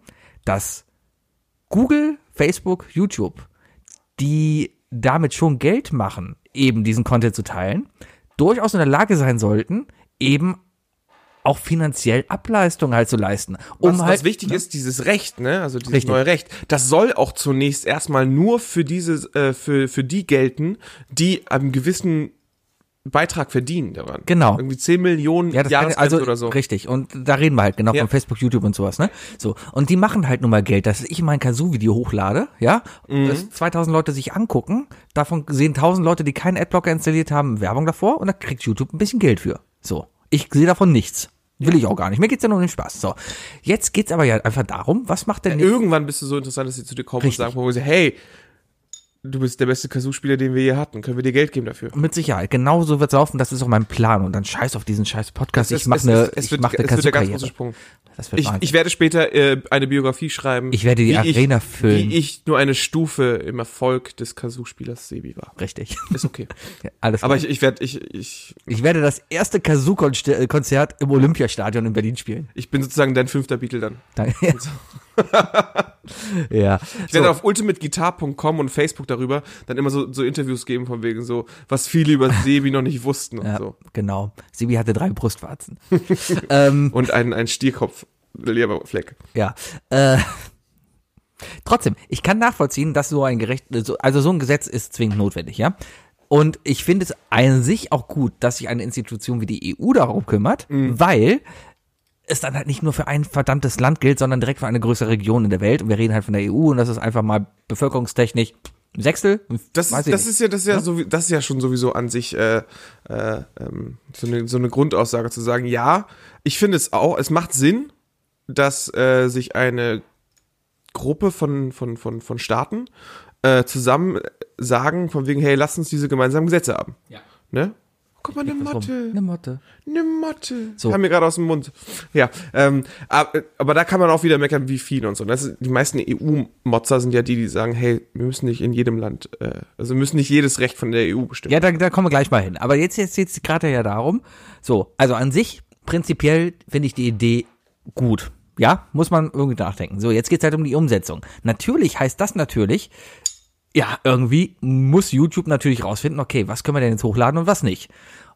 [SPEAKER 2] dass Google, Facebook, YouTube die damit schon Geld machen, eben diesen Content zu teilen, durchaus in der Lage sein sollten, eben auch finanziell Ableistung halt zu leisten. Um
[SPEAKER 3] Was,
[SPEAKER 2] halt,
[SPEAKER 3] was wichtig ist, dieses Recht, ne, also dieses
[SPEAKER 2] Richtig.
[SPEAKER 3] neue Recht, das soll auch zunächst erstmal nur für diese, äh, für, für die gelten, die einen gewissen Beitrag verdienen daran.
[SPEAKER 2] Genau.
[SPEAKER 3] Irgendwie 10 Millionen
[SPEAKER 2] Ja, das kann,
[SPEAKER 3] Jahresgrenze
[SPEAKER 2] also
[SPEAKER 3] oder so.
[SPEAKER 2] richtig. Und da reden wir halt genau
[SPEAKER 3] Ja.
[SPEAKER 2] von Facebook, YouTube und sowas, ne? So. Und die machen halt nun mal Geld, dass ich mein Kazoo-Video hochlade, ja?
[SPEAKER 3] Mhm.
[SPEAKER 2] Dass 2000 Leute sich angucken, davon sehen 1000 Leute, die keinen Adblocker installiert haben, Werbung davor und da kriegt YouTube ein bisschen Geld für. So. Ich sehe davon nichts. Will ich auch gar nicht. Mir geht's ja nur um den Spaß. So. Jetzt geht's aber ja einfach darum, was macht denn jetzt-
[SPEAKER 3] irgendwann bist du so interessant, dass sie zu dir kommen
[SPEAKER 2] Richtig.
[SPEAKER 3] und sagen, wo sie, hey, du bist der beste Kazoo-Spieler, den wir je hatten. Können wir dir Geld geben dafür?
[SPEAKER 2] mit Sicherheit. Genau so wird's laufen, das ist auch mein Plan und dann scheiß auf diesen scheiß
[SPEAKER 3] Also
[SPEAKER 2] Podcast. ich mache eine ich mach ne eine
[SPEAKER 3] wird der ganz große
[SPEAKER 2] Kazoo-Karriere.
[SPEAKER 3] Sprung.
[SPEAKER 2] Das wird
[SPEAKER 3] Ich,
[SPEAKER 2] Wahnsinn.
[SPEAKER 3] ich werde später äh, eine Biografie schreiben.
[SPEAKER 2] Ich werde die
[SPEAKER 3] wie
[SPEAKER 2] Arena
[SPEAKER 3] ich,
[SPEAKER 2] füllen.
[SPEAKER 3] Wie ich nur eine Stufe im Erfolg des Kazoo-Spielers Sebi war.
[SPEAKER 2] richtig.
[SPEAKER 3] Ist okay.
[SPEAKER 2] Ja, Alles
[SPEAKER 3] Aber ich, ich werde, ich, ich,
[SPEAKER 2] Ich werde das erste Kazoo-Konzert im Olympiastadion in Berlin spielen.
[SPEAKER 3] ich bin sozusagen dein fünfter Beatle dann.
[SPEAKER 2] Dann- ja.
[SPEAKER 3] Ich werde
[SPEAKER 2] So.
[SPEAKER 3] auf ultimateguitar.com und Facebook darüber dann immer so, so Interviews geben von wegen so, was viele über Sebi noch nicht wussten und
[SPEAKER 2] ja,
[SPEAKER 3] so.
[SPEAKER 2] Genau. Sibi hatte drei Brustwarzen. ähm,
[SPEAKER 3] Und einen, einen Stierkopf, Leberfleck.
[SPEAKER 2] ja. Äh, trotzdem, ich kann nachvollziehen, dass so ein gerecht, so- also so ein Gesetz ist zwingend notwendig, ja. Und ich finde es an sich auch gut, dass sich eine Institution wie die EU darum kümmert,
[SPEAKER 3] Mhm.
[SPEAKER 2] weil es dann halt nicht nur für ein verdammtes Land gilt, sondern direkt für eine größere Region in der Welt. Und wir reden halt von der EU und das ist einfach mal bevölkerungstechnisch ein Sechstel.
[SPEAKER 3] Das,
[SPEAKER 2] Weiß
[SPEAKER 3] ist,
[SPEAKER 2] ich
[SPEAKER 3] das
[SPEAKER 2] nicht.
[SPEAKER 3] ist ja, das ist ja, So, das ist ja schon sowieso an sich äh, äh, ähm, so, eine, so eine Grundaussage zu sagen, ja, ich finde es auch, es macht Sinn, dass äh, sich eine Gruppe von, von, von, von Staaten äh, zusammen sagen, von wegen, hey, lasst uns diese gemeinsamen Gesetze haben. Ja. Ne? Oh, guck mal, eine Motte.
[SPEAKER 2] Eine Motte.
[SPEAKER 3] Eine Motte.
[SPEAKER 2] So.
[SPEAKER 3] Kam mir gerade aus dem Mund. Ja, ähm, aber, aber da kann man auch wieder meckern, wie viel und so. Das ist, die meisten EU-Motzer sind ja die, die sagen, hey, wir müssen nicht in jedem Land, äh, also wir müssen nicht jedes Recht von der EU bestimmen.
[SPEAKER 2] Ja, da, da kommen wir gleich mal hin. Aber jetzt jetzt jetzt gerade ja darum. So, also an sich prinzipiell finde ich die Idee gut. Ja, muss man irgendwie nachdenken. So, jetzt geht's halt um die Umsetzung. Natürlich heißt das natürlich, ja, irgendwie muss YouTube natürlich rausfinden, okay, was können wir denn jetzt hochladen und was nicht.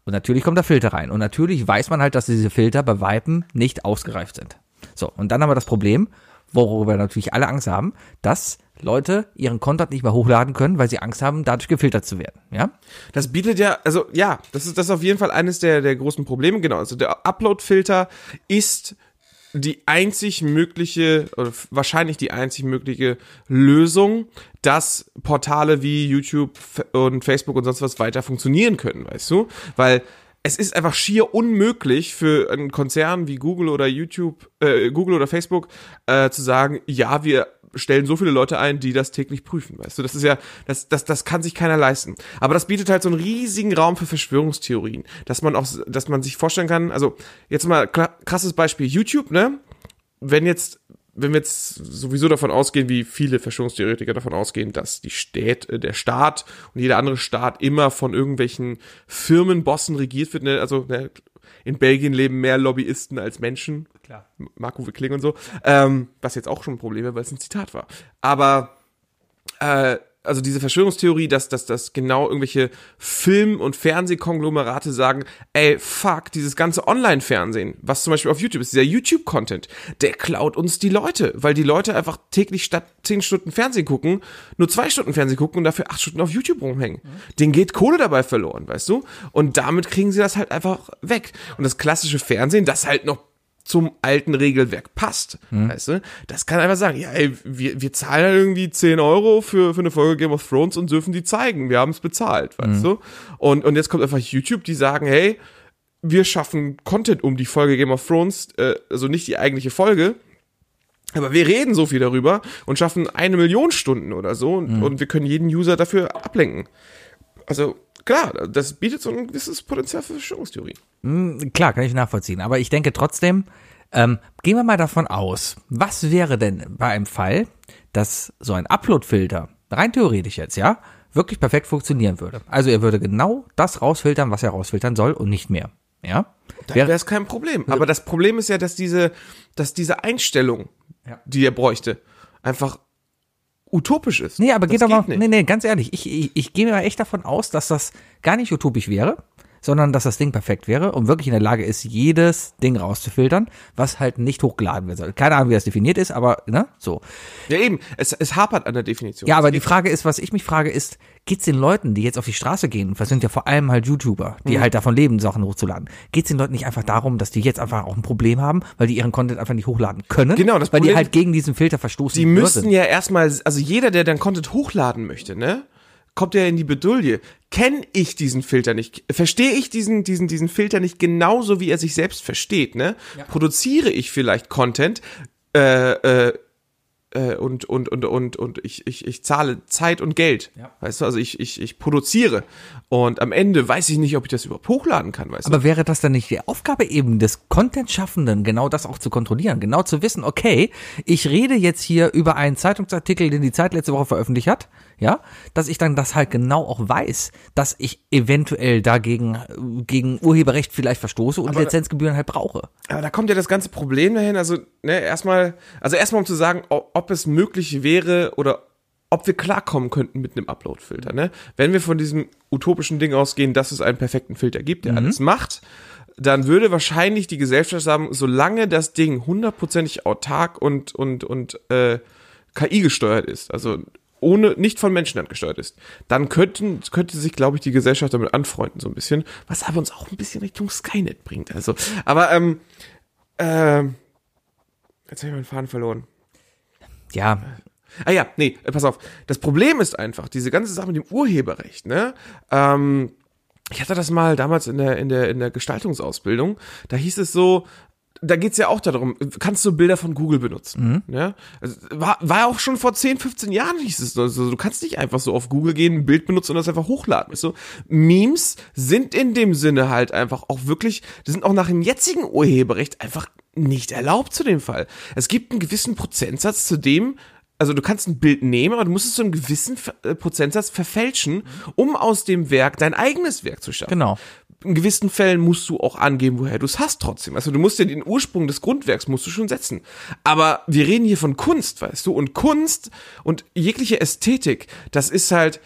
[SPEAKER 2] Und natürlich kommt da Filter rein. Und natürlich weiß man halt, dass diese Filter bei Weipen nicht ausgereift sind. So, und dann haben wir das Problem, worüber natürlich alle Angst haben, dass Leute ihren Content nicht mehr hochladen können, weil sie Angst haben, dadurch gefiltert zu werden. Ja?
[SPEAKER 3] Das bietet ja, also ja, das ist das ist auf jeden Fall eines der, der großen Probleme. Genau, also der Upload-Filter ist die einzig mögliche, oder f- wahrscheinlich die einzig mögliche Lösung, dass Portale wie YouTube F- und Facebook und sonst was weiter funktionieren können, weißt du? Weil es ist einfach schier unmöglich für einen Konzern wie Google oder YouTube, äh, Google oder Facebook äh, zu sagen, ja, wir stellen so viele Leute ein, die das täglich prüfen, weißt du? Das ist ja, das, das, das kann sich keiner leisten. Aber das bietet halt so einen riesigen Raum für Verschwörungstheorien, dass man auch, dass man sich vorstellen kann, also jetzt mal kla- krasses Beispiel YouTube, ne? Wenn jetzt, wenn wir jetzt sowieso davon ausgehen, wie viele Verschwörungstheoretiker davon ausgehen, dass die Städt, äh, der Staat und jeder andere Staat immer von irgendwelchen Firmenbossen regiert wird, ne? Also, ne? In Belgien leben mehr Lobbyisten als Menschen.
[SPEAKER 1] Klar.
[SPEAKER 3] Marco Wickling und so. Ähm, was jetzt auch schon ein Problem wäre, weil es ein Zitat war. Aber äh, also diese Verschwörungstheorie, dass, dass, dass genau irgendwelche Film- und Fernsehkonglomerate sagen, ey, fuck, dieses ganze Online-Fernsehen, was zum Beispiel auf YouTube ist, dieser YouTube-Content, der klaut uns die Leute, weil die Leute einfach täglich statt 10 Stunden Fernsehen gucken, nur 2 Stunden Fernsehen gucken und dafür 8 Stunden auf YouTube rumhängen. Denen geht Kohle dabei verloren, weißt du? Und damit kriegen sie das halt einfach weg. Und das klassische Fernsehen, das halt noch zum alten Regelwerk passt, weißt du? Das kann einfach sagen, ja, ey, wir, wir zahlen halt irgendwie 10 Euro für, für eine Folge Game of Thrones und dürfen die zeigen. Wir haben es bezahlt, weißt du? Und, und jetzt kommt einfach YouTube, die sagen, hey, wir schaffen Content um die Folge Game of Thrones, äh, also nicht die eigentliche Folge, aber wir reden so viel darüber und schaffen eine Million Stunden oder so und, und wir können jeden User dafür ablenken. Also klar, das bietet so ein gewisses Potenzial für Verschwörungstheorien.
[SPEAKER 2] Klar, kann ich nachvollziehen. Aber ich denke trotzdem, ähm, gehen wir mal davon aus, was wäre denn bei einem Fall, dass so ein Upload-Filter, rein theoretisch jetzt, ja, wirklich perfekt funktionieren würde. Also er würde genau das rausfiltern, was er rausfiltern soll und nicht mehr. Ja?
[SPEAKER 3] Dann wäre es kein Problem. Aber das Problem ist ja, dass diese, dass diese Einstellung,
[SPEAKER 2] Ja.
[SPEAKER 3] die er bräuchte, einfach utopisch ist.
[SPEAKER 2] Nee, aber
[SPEAKER 3] das
[SPEAKER 2] geht doch mal.
[SPEAKER 3] nicht.
[SPEAKER 2] Nee, nee, ganz ehrlich, ich, ich, ich gehe mal echt davon aus, dass das gar nicht utopisch wäre, sondern dass das Ding perfekt wäre und wirklich in der Lage ist, jedes Ding rauszufiltern, was halt nicht hochgeladen werden soll. Keine Ahnung, wie das definiert ist, aber ne, so.
[SPEAKER 3] Ja, eben. Es, es hapert an der Definition.
[SPEAKER 2] Ja, aber
[SPEAKER 3] Es
[SPEAKER 2] die
[SPEAKER 3] geht-
[SPEAKER 2] Frage ist, was ich mich frage, ist, geht's den Leuten, die jetzt auf die Straße gehen, was sind ja vor allem halt YouTuber,
[SPEAKER 3] Mhm.
[SPEAKER 2] die halt davon leben, Sachen hochzuladen, geht's den Leuten nicht einfach darum, dass die jetzt einfach auch ein Problem haben, weil die ihren Content einfach nicht hochladen können?
[SPEAKER 3] Genau, das
[SPEAKER 2] Weil die
[SPEAKER 3] Problem-
[SPEAKER 2] halt gegen diesen Filter verstoßen
[SPEAKER 3] Die müssen
[SPEAKER 2] würden.
[SPEAKER 3] ja erstmal, also jeder, der dann Content hochladen möchte, ne? Kommt ja in die Bedulde. Kenne ich diesen Filter nicht? Verstehe ich diesen, diesen, diesen Filter nicht genauso, wie er sich selbst versteht, ne? Produziere ich vielleicht Content, äh, äh, äh, und, und, und, und, und ich, ich, ich zahle Zeit und Geld. Weißt du, also ich, ich, ich produziere. Und am Ende weiß ich nicht, ob ich das überhaupt hochladen kann, weißt du?
[SPEAKER 2] Aber wäre das dann nicht die Aufgabe eben des Content-Schaffenden, genau das auch zu kontrollieren, genau zu wissen, okay, ich rede jetzt hier über einen Zeitungsartikel, den die Zeit letzte Woche veröffentlicht hat, ja, dass ich dann das halt genau auch weiß, dass ich eventuell dagegen äh, gegen Urheberrecht vielleicht verstoße und Lizenzgebühren halt brauche.
[SPEAKER 3] Aber da kommt ja das ganze Problem dahin. Also, ne, erstmal, also erstmal um zu sagen, o- ob es möglich wäre oder ob wir klarkommen könnten mit einem Upload-Filter, ne? Wenn wir von diesem utopischen Ding ausgehen, dass es einen perfekten Filter gibt, der alles macht, dann würde wahrscheinlich die Gesellschaft sagen, solange das Ding hundertprozentig autark und, und, und äh, KI gesteuert ist, also ohne nicht von Menschenhand gesteuert ist, dann könnten, könnte sich, glaube ich, die Gesellschaft damit anfreunden, so ein bisschen, was aber uns auch ein bisschen Richtung Skynet bringt. Also, aber ähm, ähm, jetzt habe ich meinen Faden verloren.
[SPEAKER 2] Ja,
[SPEAKER 3] Ah ja, nee, äh, pass auf. Das Problem ist einfach, diese ganze Sache mit dem Urheberrecht, ne? Ähm, ich hatte das mal damals in der, in der, in der Gestaltungsausbildung. Da hieß es so, da geht's ja auch darum, kannst du Bilder von Google benutzen? Ne? Also, war, war auch schon vor 10, 15 Jahren hieß es so. Also, du kannst nicht einfach so auf Google gehen, ein Bild benutzen und das einfach hochladen. So, Memes sind in dem Sinne halt einfach auch wirklich, die sind auch nach dem jetzigen Urheberrecht einfach nicht erlaubt zu dem Fall. Es gibt einen gewissen Prozentsatz zu dem, also du kannst ein Bild nehmen, aber du musst es zu einem gewissen Ver- äh, Prozentsatz verfälschen, um aus dem Werk dein eigenes Werk zu schaffen.
[SPEAKER 2] Genau.
[SPEAKER 3] In gewissen Fällen musst du auch angeben, woher du es hast trotzdem. Also du musst ja den Ursprung des Grundwerks musst du schon setzen. Aber wir reden hier von Kunst, weißt du? Und Kunst und jegliche Ästhetik, das ist halt,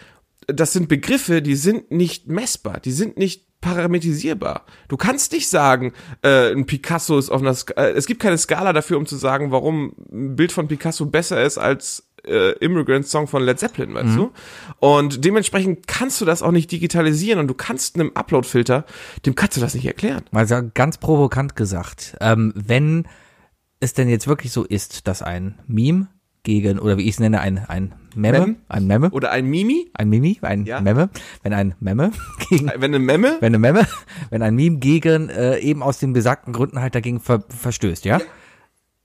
[SPEAKER 3] das sind Begriffe, die sind nicht messbar, die sind nicht parametrisierbar. Du kannst nicht sagen, äh, ein Picasso ist auf einer Sk äh, es gibt keine Skala dafür, um zu sagen, warum ein Bild von Picasso besser ist als äh, Immigrant Song von Led Zeppelin, weißt
[SPEAKER 2] Mhm.
[SPEAKER 3] du? Und dementsprechend kannst du das auch nicht digitalisieren und du kannst einem Upload-Filter, dem kannst du das nicht erklären.
[SPEAKER 2] Mal sa- ganz provokant gesagt, ähm, wenn es denn jetzt wirklich so ist, dass ein Meme gegen, oder wie ich es nenne, ein, ein Memme,
[SPEAKER 3] Mem?
[SPEAKER 2] ein Memme,
[SPEAKER 3] Oder ein Mimi,
[SPEAKER 2] ein Mimi, ein
[SPEAKER 3] Ja.
[SPEAKER 2] Memme, wenn ein Memme gegen,
[SPEAKER 3] wenn eine Memme,
[SPEAKER 2] wenn eine Memme, wenn ein Meme gegen, äh, eben aus den besagten Gründen halt dagegen ver verstößt, ja?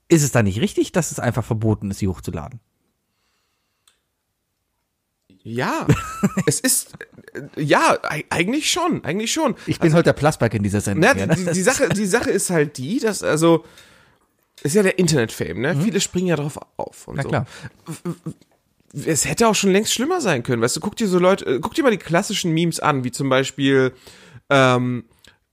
[SPEAKER 2] Ist es dann nicht richtig, dass es einfach verboten ist, sie hochzuladen?
[SPEAKER 3] ja, es ist, äh, ja, eig- eigentlich schon, eigentlich schon.
[SPEAKER 2] Ich bin heute der Plasberg in dieser Sendung.
[SPEAKER 3] Na,
[SPEAKER 2] ja,
[SPEAKER 3] die,
[SPEAKER 2] ne?
[SPEAKER 3] die, Sache, die Sache ist halt die, dass also ist ja der Internet-Fame, ne? Viele springen ja drauf auf und
[SPEAKER 2] Mhm. Na
[SPEAKER 3] so.
[SPEAKER 2] klar.
[SPEAKER 3] Es hätte auch schon längst schlimmer sein können, weißt du? Guck dir so Leute, äh, guck dir mal die klassischen Memes an, wie zum Beispiel ähm,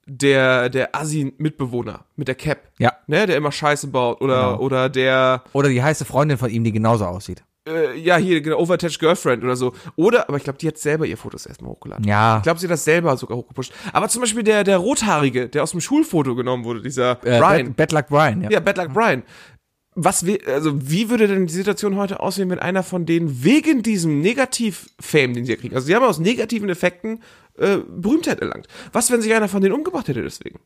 [SPEAKER 3] der der Assi-Mitbewohner mit der Cap,
[SPEAKER 2] Ja. Genau.
[SPEAKER 3] ne? Der immer Scheiße baut oder oder der
[SPEAKER 2] Oder die heiße Freundin von ihm, die genauso aussieht.
[SPEAKER 3] äh, ja hier genau, Overtouch Girlfriend oder so. Oder, aber ich glaube, die hat selber ihr Fotos erstmal hochgeladen.
[SPEAKER 2] Ja.
[SPEAKER 3] Ich glaube, sie hat das selber sogar hochgepusht. Aber zum Beispiel der der rothaarige, der aus dem Schulfoto genommen wurde, dieser
[SPEAKER 2] Äh,
[SPEAKER 3] Brian.
[SPEAKER 2] Bad, Bad Luck Brian, ja.
[SPEAKER 3] Ja, Bad Luck Brian. Was wir, also wie würde denn die Situation heute aussehen, wenn einer von denen wegen diesem Negativ-Fame, den sie ja kriegen, also sie haben aus negativen Effekten äh, Berühmtheit erlangt. Was, wenn sich einer von denen umgebracht hätte deswegen?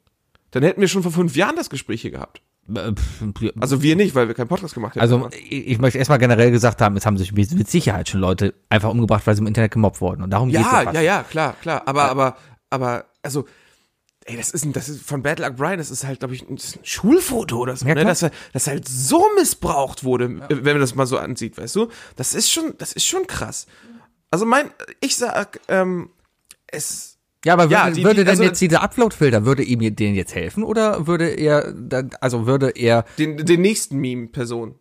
[SPEAKER 3] Dann hätten wir schon vor fünf Jahren das Gespräch hier gehabt.
[SPEAKER 2] Äh, pf-
[SPEAKER 3] Also wir nicht, weil wir keinen Podcast gemacht hätten.
[SPEAKER 2] Also ich, ich möchte erstmal generell gesagt haben, es haben sich mit mit Sicherheit schon Leute einfach umgebracht, weil sie im Internet gemobbt wurden. Und darum geht es
[SPEAKER 3] ja,
[SPEAKER 2] ja,
[SPEAKER 3] ja, ja, klar, klar. Aber, aber, aber, also, ey, das ist ein, das ist von Bad Luck Brian, das ist halt, glaube ich, ein, das ist ein Schulfoto oder so,
[SPEAKER 2] Ja,
[SPEAKER 3] ne?
[SPEAKER 2] klar.
[SPEAKER 3] Dass er, dass er halt so missbraucht wurde, äh, wenn man das mal so ansieht, weißt du? Das ist schon, das ist schon krass. Also mein, ich sag, ähm, es,
[SPEAKER 2] ja, aber würde,
[SPEAKER 3] Ja, die-
[SPEAKER 2] würde
[SPEAKER 3] die-
[SPEAKER 2] denn
[SPEAKER 3] also-
[SPEAKER 2] jetzt dieser Upload-Filter, würde ihm je- denen jetzt helfen oder würde er, dann- also würde er,
[SPEAKER 3] den, den nächsten Meme-Person.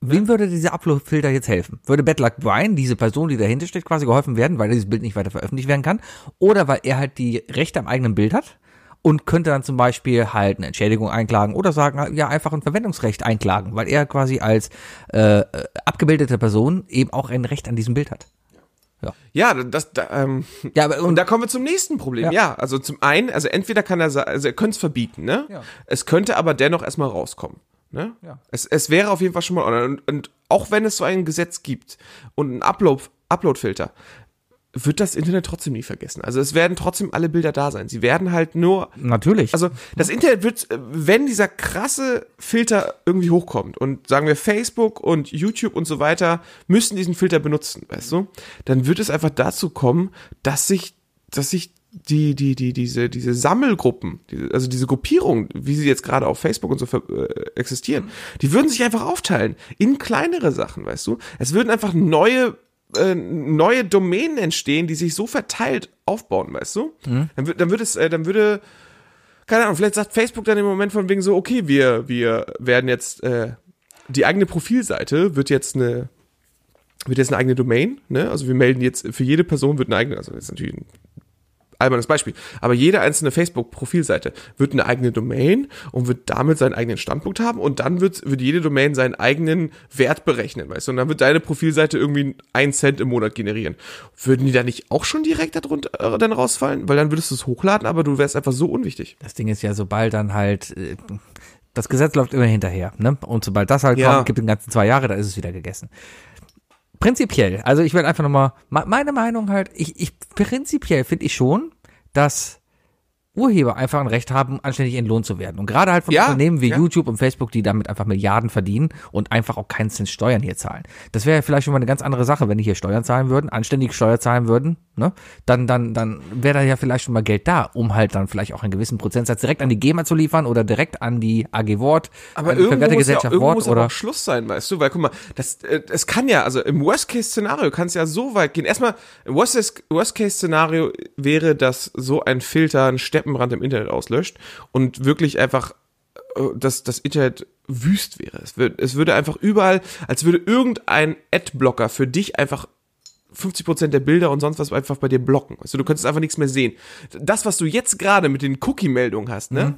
[SPEAKER 2] wem würde dieser Upload-Filter jetzt helfen? Würde Bad Luck Brian, diese Person, die dahinter steht, quasi geholfen werden, weil dieses Bild nicht weiter veröffentlicht werden kann? Oder weil er halt die Rechte am eigenen Bild hat? Und könnte dann zum Beispiel halt eine Entschädigung einklagen oder sagen, ja, einfach ein Verwendungsrecht einklagen, weil er quasi als äh, äh, abgebildete Person eben auch ein Recht an diesem Bild hat.
[SPEAKER 3] Ja, das, da, ähm,
[SPEAKER 2] Ja, aber
[SPEAKER 3] Und da kommen wir zum nächsten Problem. Ja,
[SPEAKER 2] Ja.
[SPEAKER 3] also zum einen, also entweder kann er, sa- also er könnte es verbieten, ne?
[SPEAKER 2] Ja.
[SPEAKER 3] Es könnte aber dennoch erstmal rauskommen. Ne?
[SPEAKER 2] Ja.
[SPEAKER 3] Es, es wäre auf jeden Fall schon mal online. Und, und auch wenn es so ein Gesetz gibt und einen Upload, Upload-Filter, wird das Internet trotzdem nie vergessen. Also es werden trotzdem alle Bilder da sein. Sie werden halt nur
[SPEAKER 2] natürlich.
[SPEAKER 3] also das Internet wird, äh, wenn dieser krasse Filter irgendwie hochkommt und sagen wir Facebook und YouTube und so weiter müssen diesen Filter benutzen, weißt du, dann wird es einfach dazu kommen, dass sich, dass sich die, die, die, diese, diese Sammelgruppen, diese, also diese Gruppierungen, wie sie jetzt gerade auf Facebook und so ver- äh, existieren, die würden sich einfach aufteilen in kleinere Sachen, weißt du. Es würden einfach neue äh, neue Domänen entstehen, die sich so verteilt aufbauen, weißt du? Dann, wür- dann würde es, äh, dann würde keine Ahnung, vielleicht sagt Facebook dann im Moment von wegen so, okay, wir, wir werden jetzt, äh, die eigene Profilseite wird jetzt eine, wird jetzt eine eigene Domain, ne? Also wir melden jetzt, für jede Person wird eine eigene, also das ist natürlich ein albernes Beispiel, aber jede einzelne Facebook-Profilseite wird eine eigene Domain und wird damit seinen eigenen Standpunkt haben und dann wird, wird jede Domain seinen eigenen Wert berechnen, weißt du, und dann wird deine Profilseite irgendwie einen Cent im Monat generieren. Würden die da nicht auch schon direkt darunter äh, dann rausfallen? Weil dann würdest du es hochladen, aber du wärst einfach so unwichtig.
[SPEAKER 2] Das Ding ist ja, sobald dann halt, äh, das Gesetz läuft immer hinterher, ne? Und sobald das halt
[SPEAKER 3] Ja.
[SPEAKER 2] kommt, gibt den ganzen zwei Jahre, da ist es wieder gegessen. Prinzipiell, also ich will einfach nochmal, meine Meinung halt, ich, ich prinzipiell finde ich schon, dass Urheber einfach ein Recht haben, anständig entlohnt zu werden. Und gerade halt von
[SPEAKER 3] Ja,
[SPEAKER 2] Unternehmen wie
[SPEAKER 3] ja.
[SPEAKER 2] YouTube und Facebook, die damit einfach Milliarden verdienen und einfach auch keinen Cent Steuern hier zahlen. Das wäre ja vielleicht schon mal eine ganz andere Sache, wenn die hier Steuern zahlen würden, anständig Steuer zahlen würden, ne? Dann, dann, dann wäre da ja vielleicht schon mal Geld da, um halt dann vielleicht auch einen gewissen Prozentsatz direkt an die GEMA zu liefern oder direkt an die AG Wort,
[SPEAKER 3] Aber
[SPEAKER 2] an die
[SPEAKER 3] irgendwo muss, ja,
[SPEAKER 2] Verwertergesellschaft
[SPEAKER 3] irgendwo
[SPEAKER 2] Wort
[SPEAKER 3] muss aber
[SPEAKER 2] oder
[SPEAKER 3] auch Schluss sein, weißt du? Weil guck mal, das, äh, es kann ja, also im Worst-Case-Szenario kann es ja so weit gehen. Erstmal, im Worst- Worst-Case-Szenario wäre, dass so ein Filter einen Steppenbrand im Internet auslöscht und wirklich einfach äh, dass das Internet wüst wäre. Es, würd, es würde einfach überall, als würde irgendein Adblocker für dich einfach 50% der Bilder und sonst was einfach bei dir blocken. Also du könntest einfach nichts mehr sehen. Das, was du jetzt gerade mit den Cookie-Meldungen hast, ne?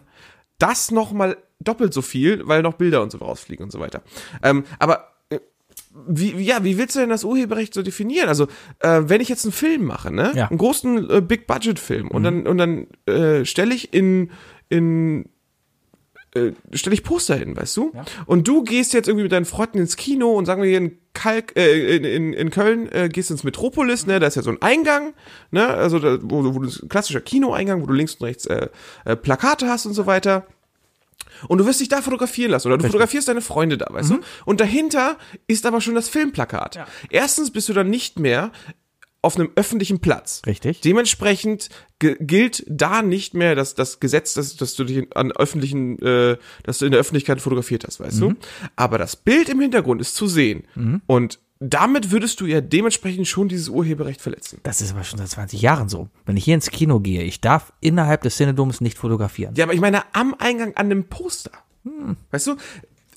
[SPEAKER 3] das nochmal doppelt so viel, weil noch Bilder und so rausfliegen und so weiter. Ähm, aber äh, wie, wie- ja, wie willst du denn das Urheberrecht so definieren? Also, äh, wenn ich jetzt einen Film mache, ne?
[SPEAKER 2] Ja.
[SPEAKER 3] Einen großen äh, Big-Budget-Film und dann, und dann äh, stelle ich in, in äh, stelle ich Poster hin, weißt du? Und du gehst jetzt irgendwie mit deinen Freunden ins Kino und sagen wir hier in Kalk, äh, in, in, in Köln, äh, gehst ins Metropolis, ne, da ist ja so ein Eingang, ne, also da, wo, wo du ein klassischer Kinoeingang, wo du links und rechts äh, äh, Plakate hast und so weiter. Und du wirst dich da fotografieren lassen oder du fotografierst deine Freunde da, weißt du? Und dahinter ist aber schon das Filmplakat. Erstens bist du dann nicht mehr auf einem öffentlichen Platz.
[SPEAKER 2] Richtig.
[SPEAKER 3] Dementsprechend ge- gilt da nicht mehr das, das Gesetz, dass, dass du dich in- an öffentlichen, äh, dass du in der Öffentlichkeit fotografiert hast, weißt du? Aber das Bild im Hintergrund ist zu sehen. Und damit würdest du ja dementsprechend schon dieses Urheberrecht verletzen.
[SPEAKER 2] Das ist aber schon seit 20 Jahren so. Wenn ich hier ins Kino gehe, ich darf innerhalb des Cinedoms nicht fotografieren.
[SPEAKER 3] Ja, aber ich meine, am Eingang an einem Poster. Weißt du?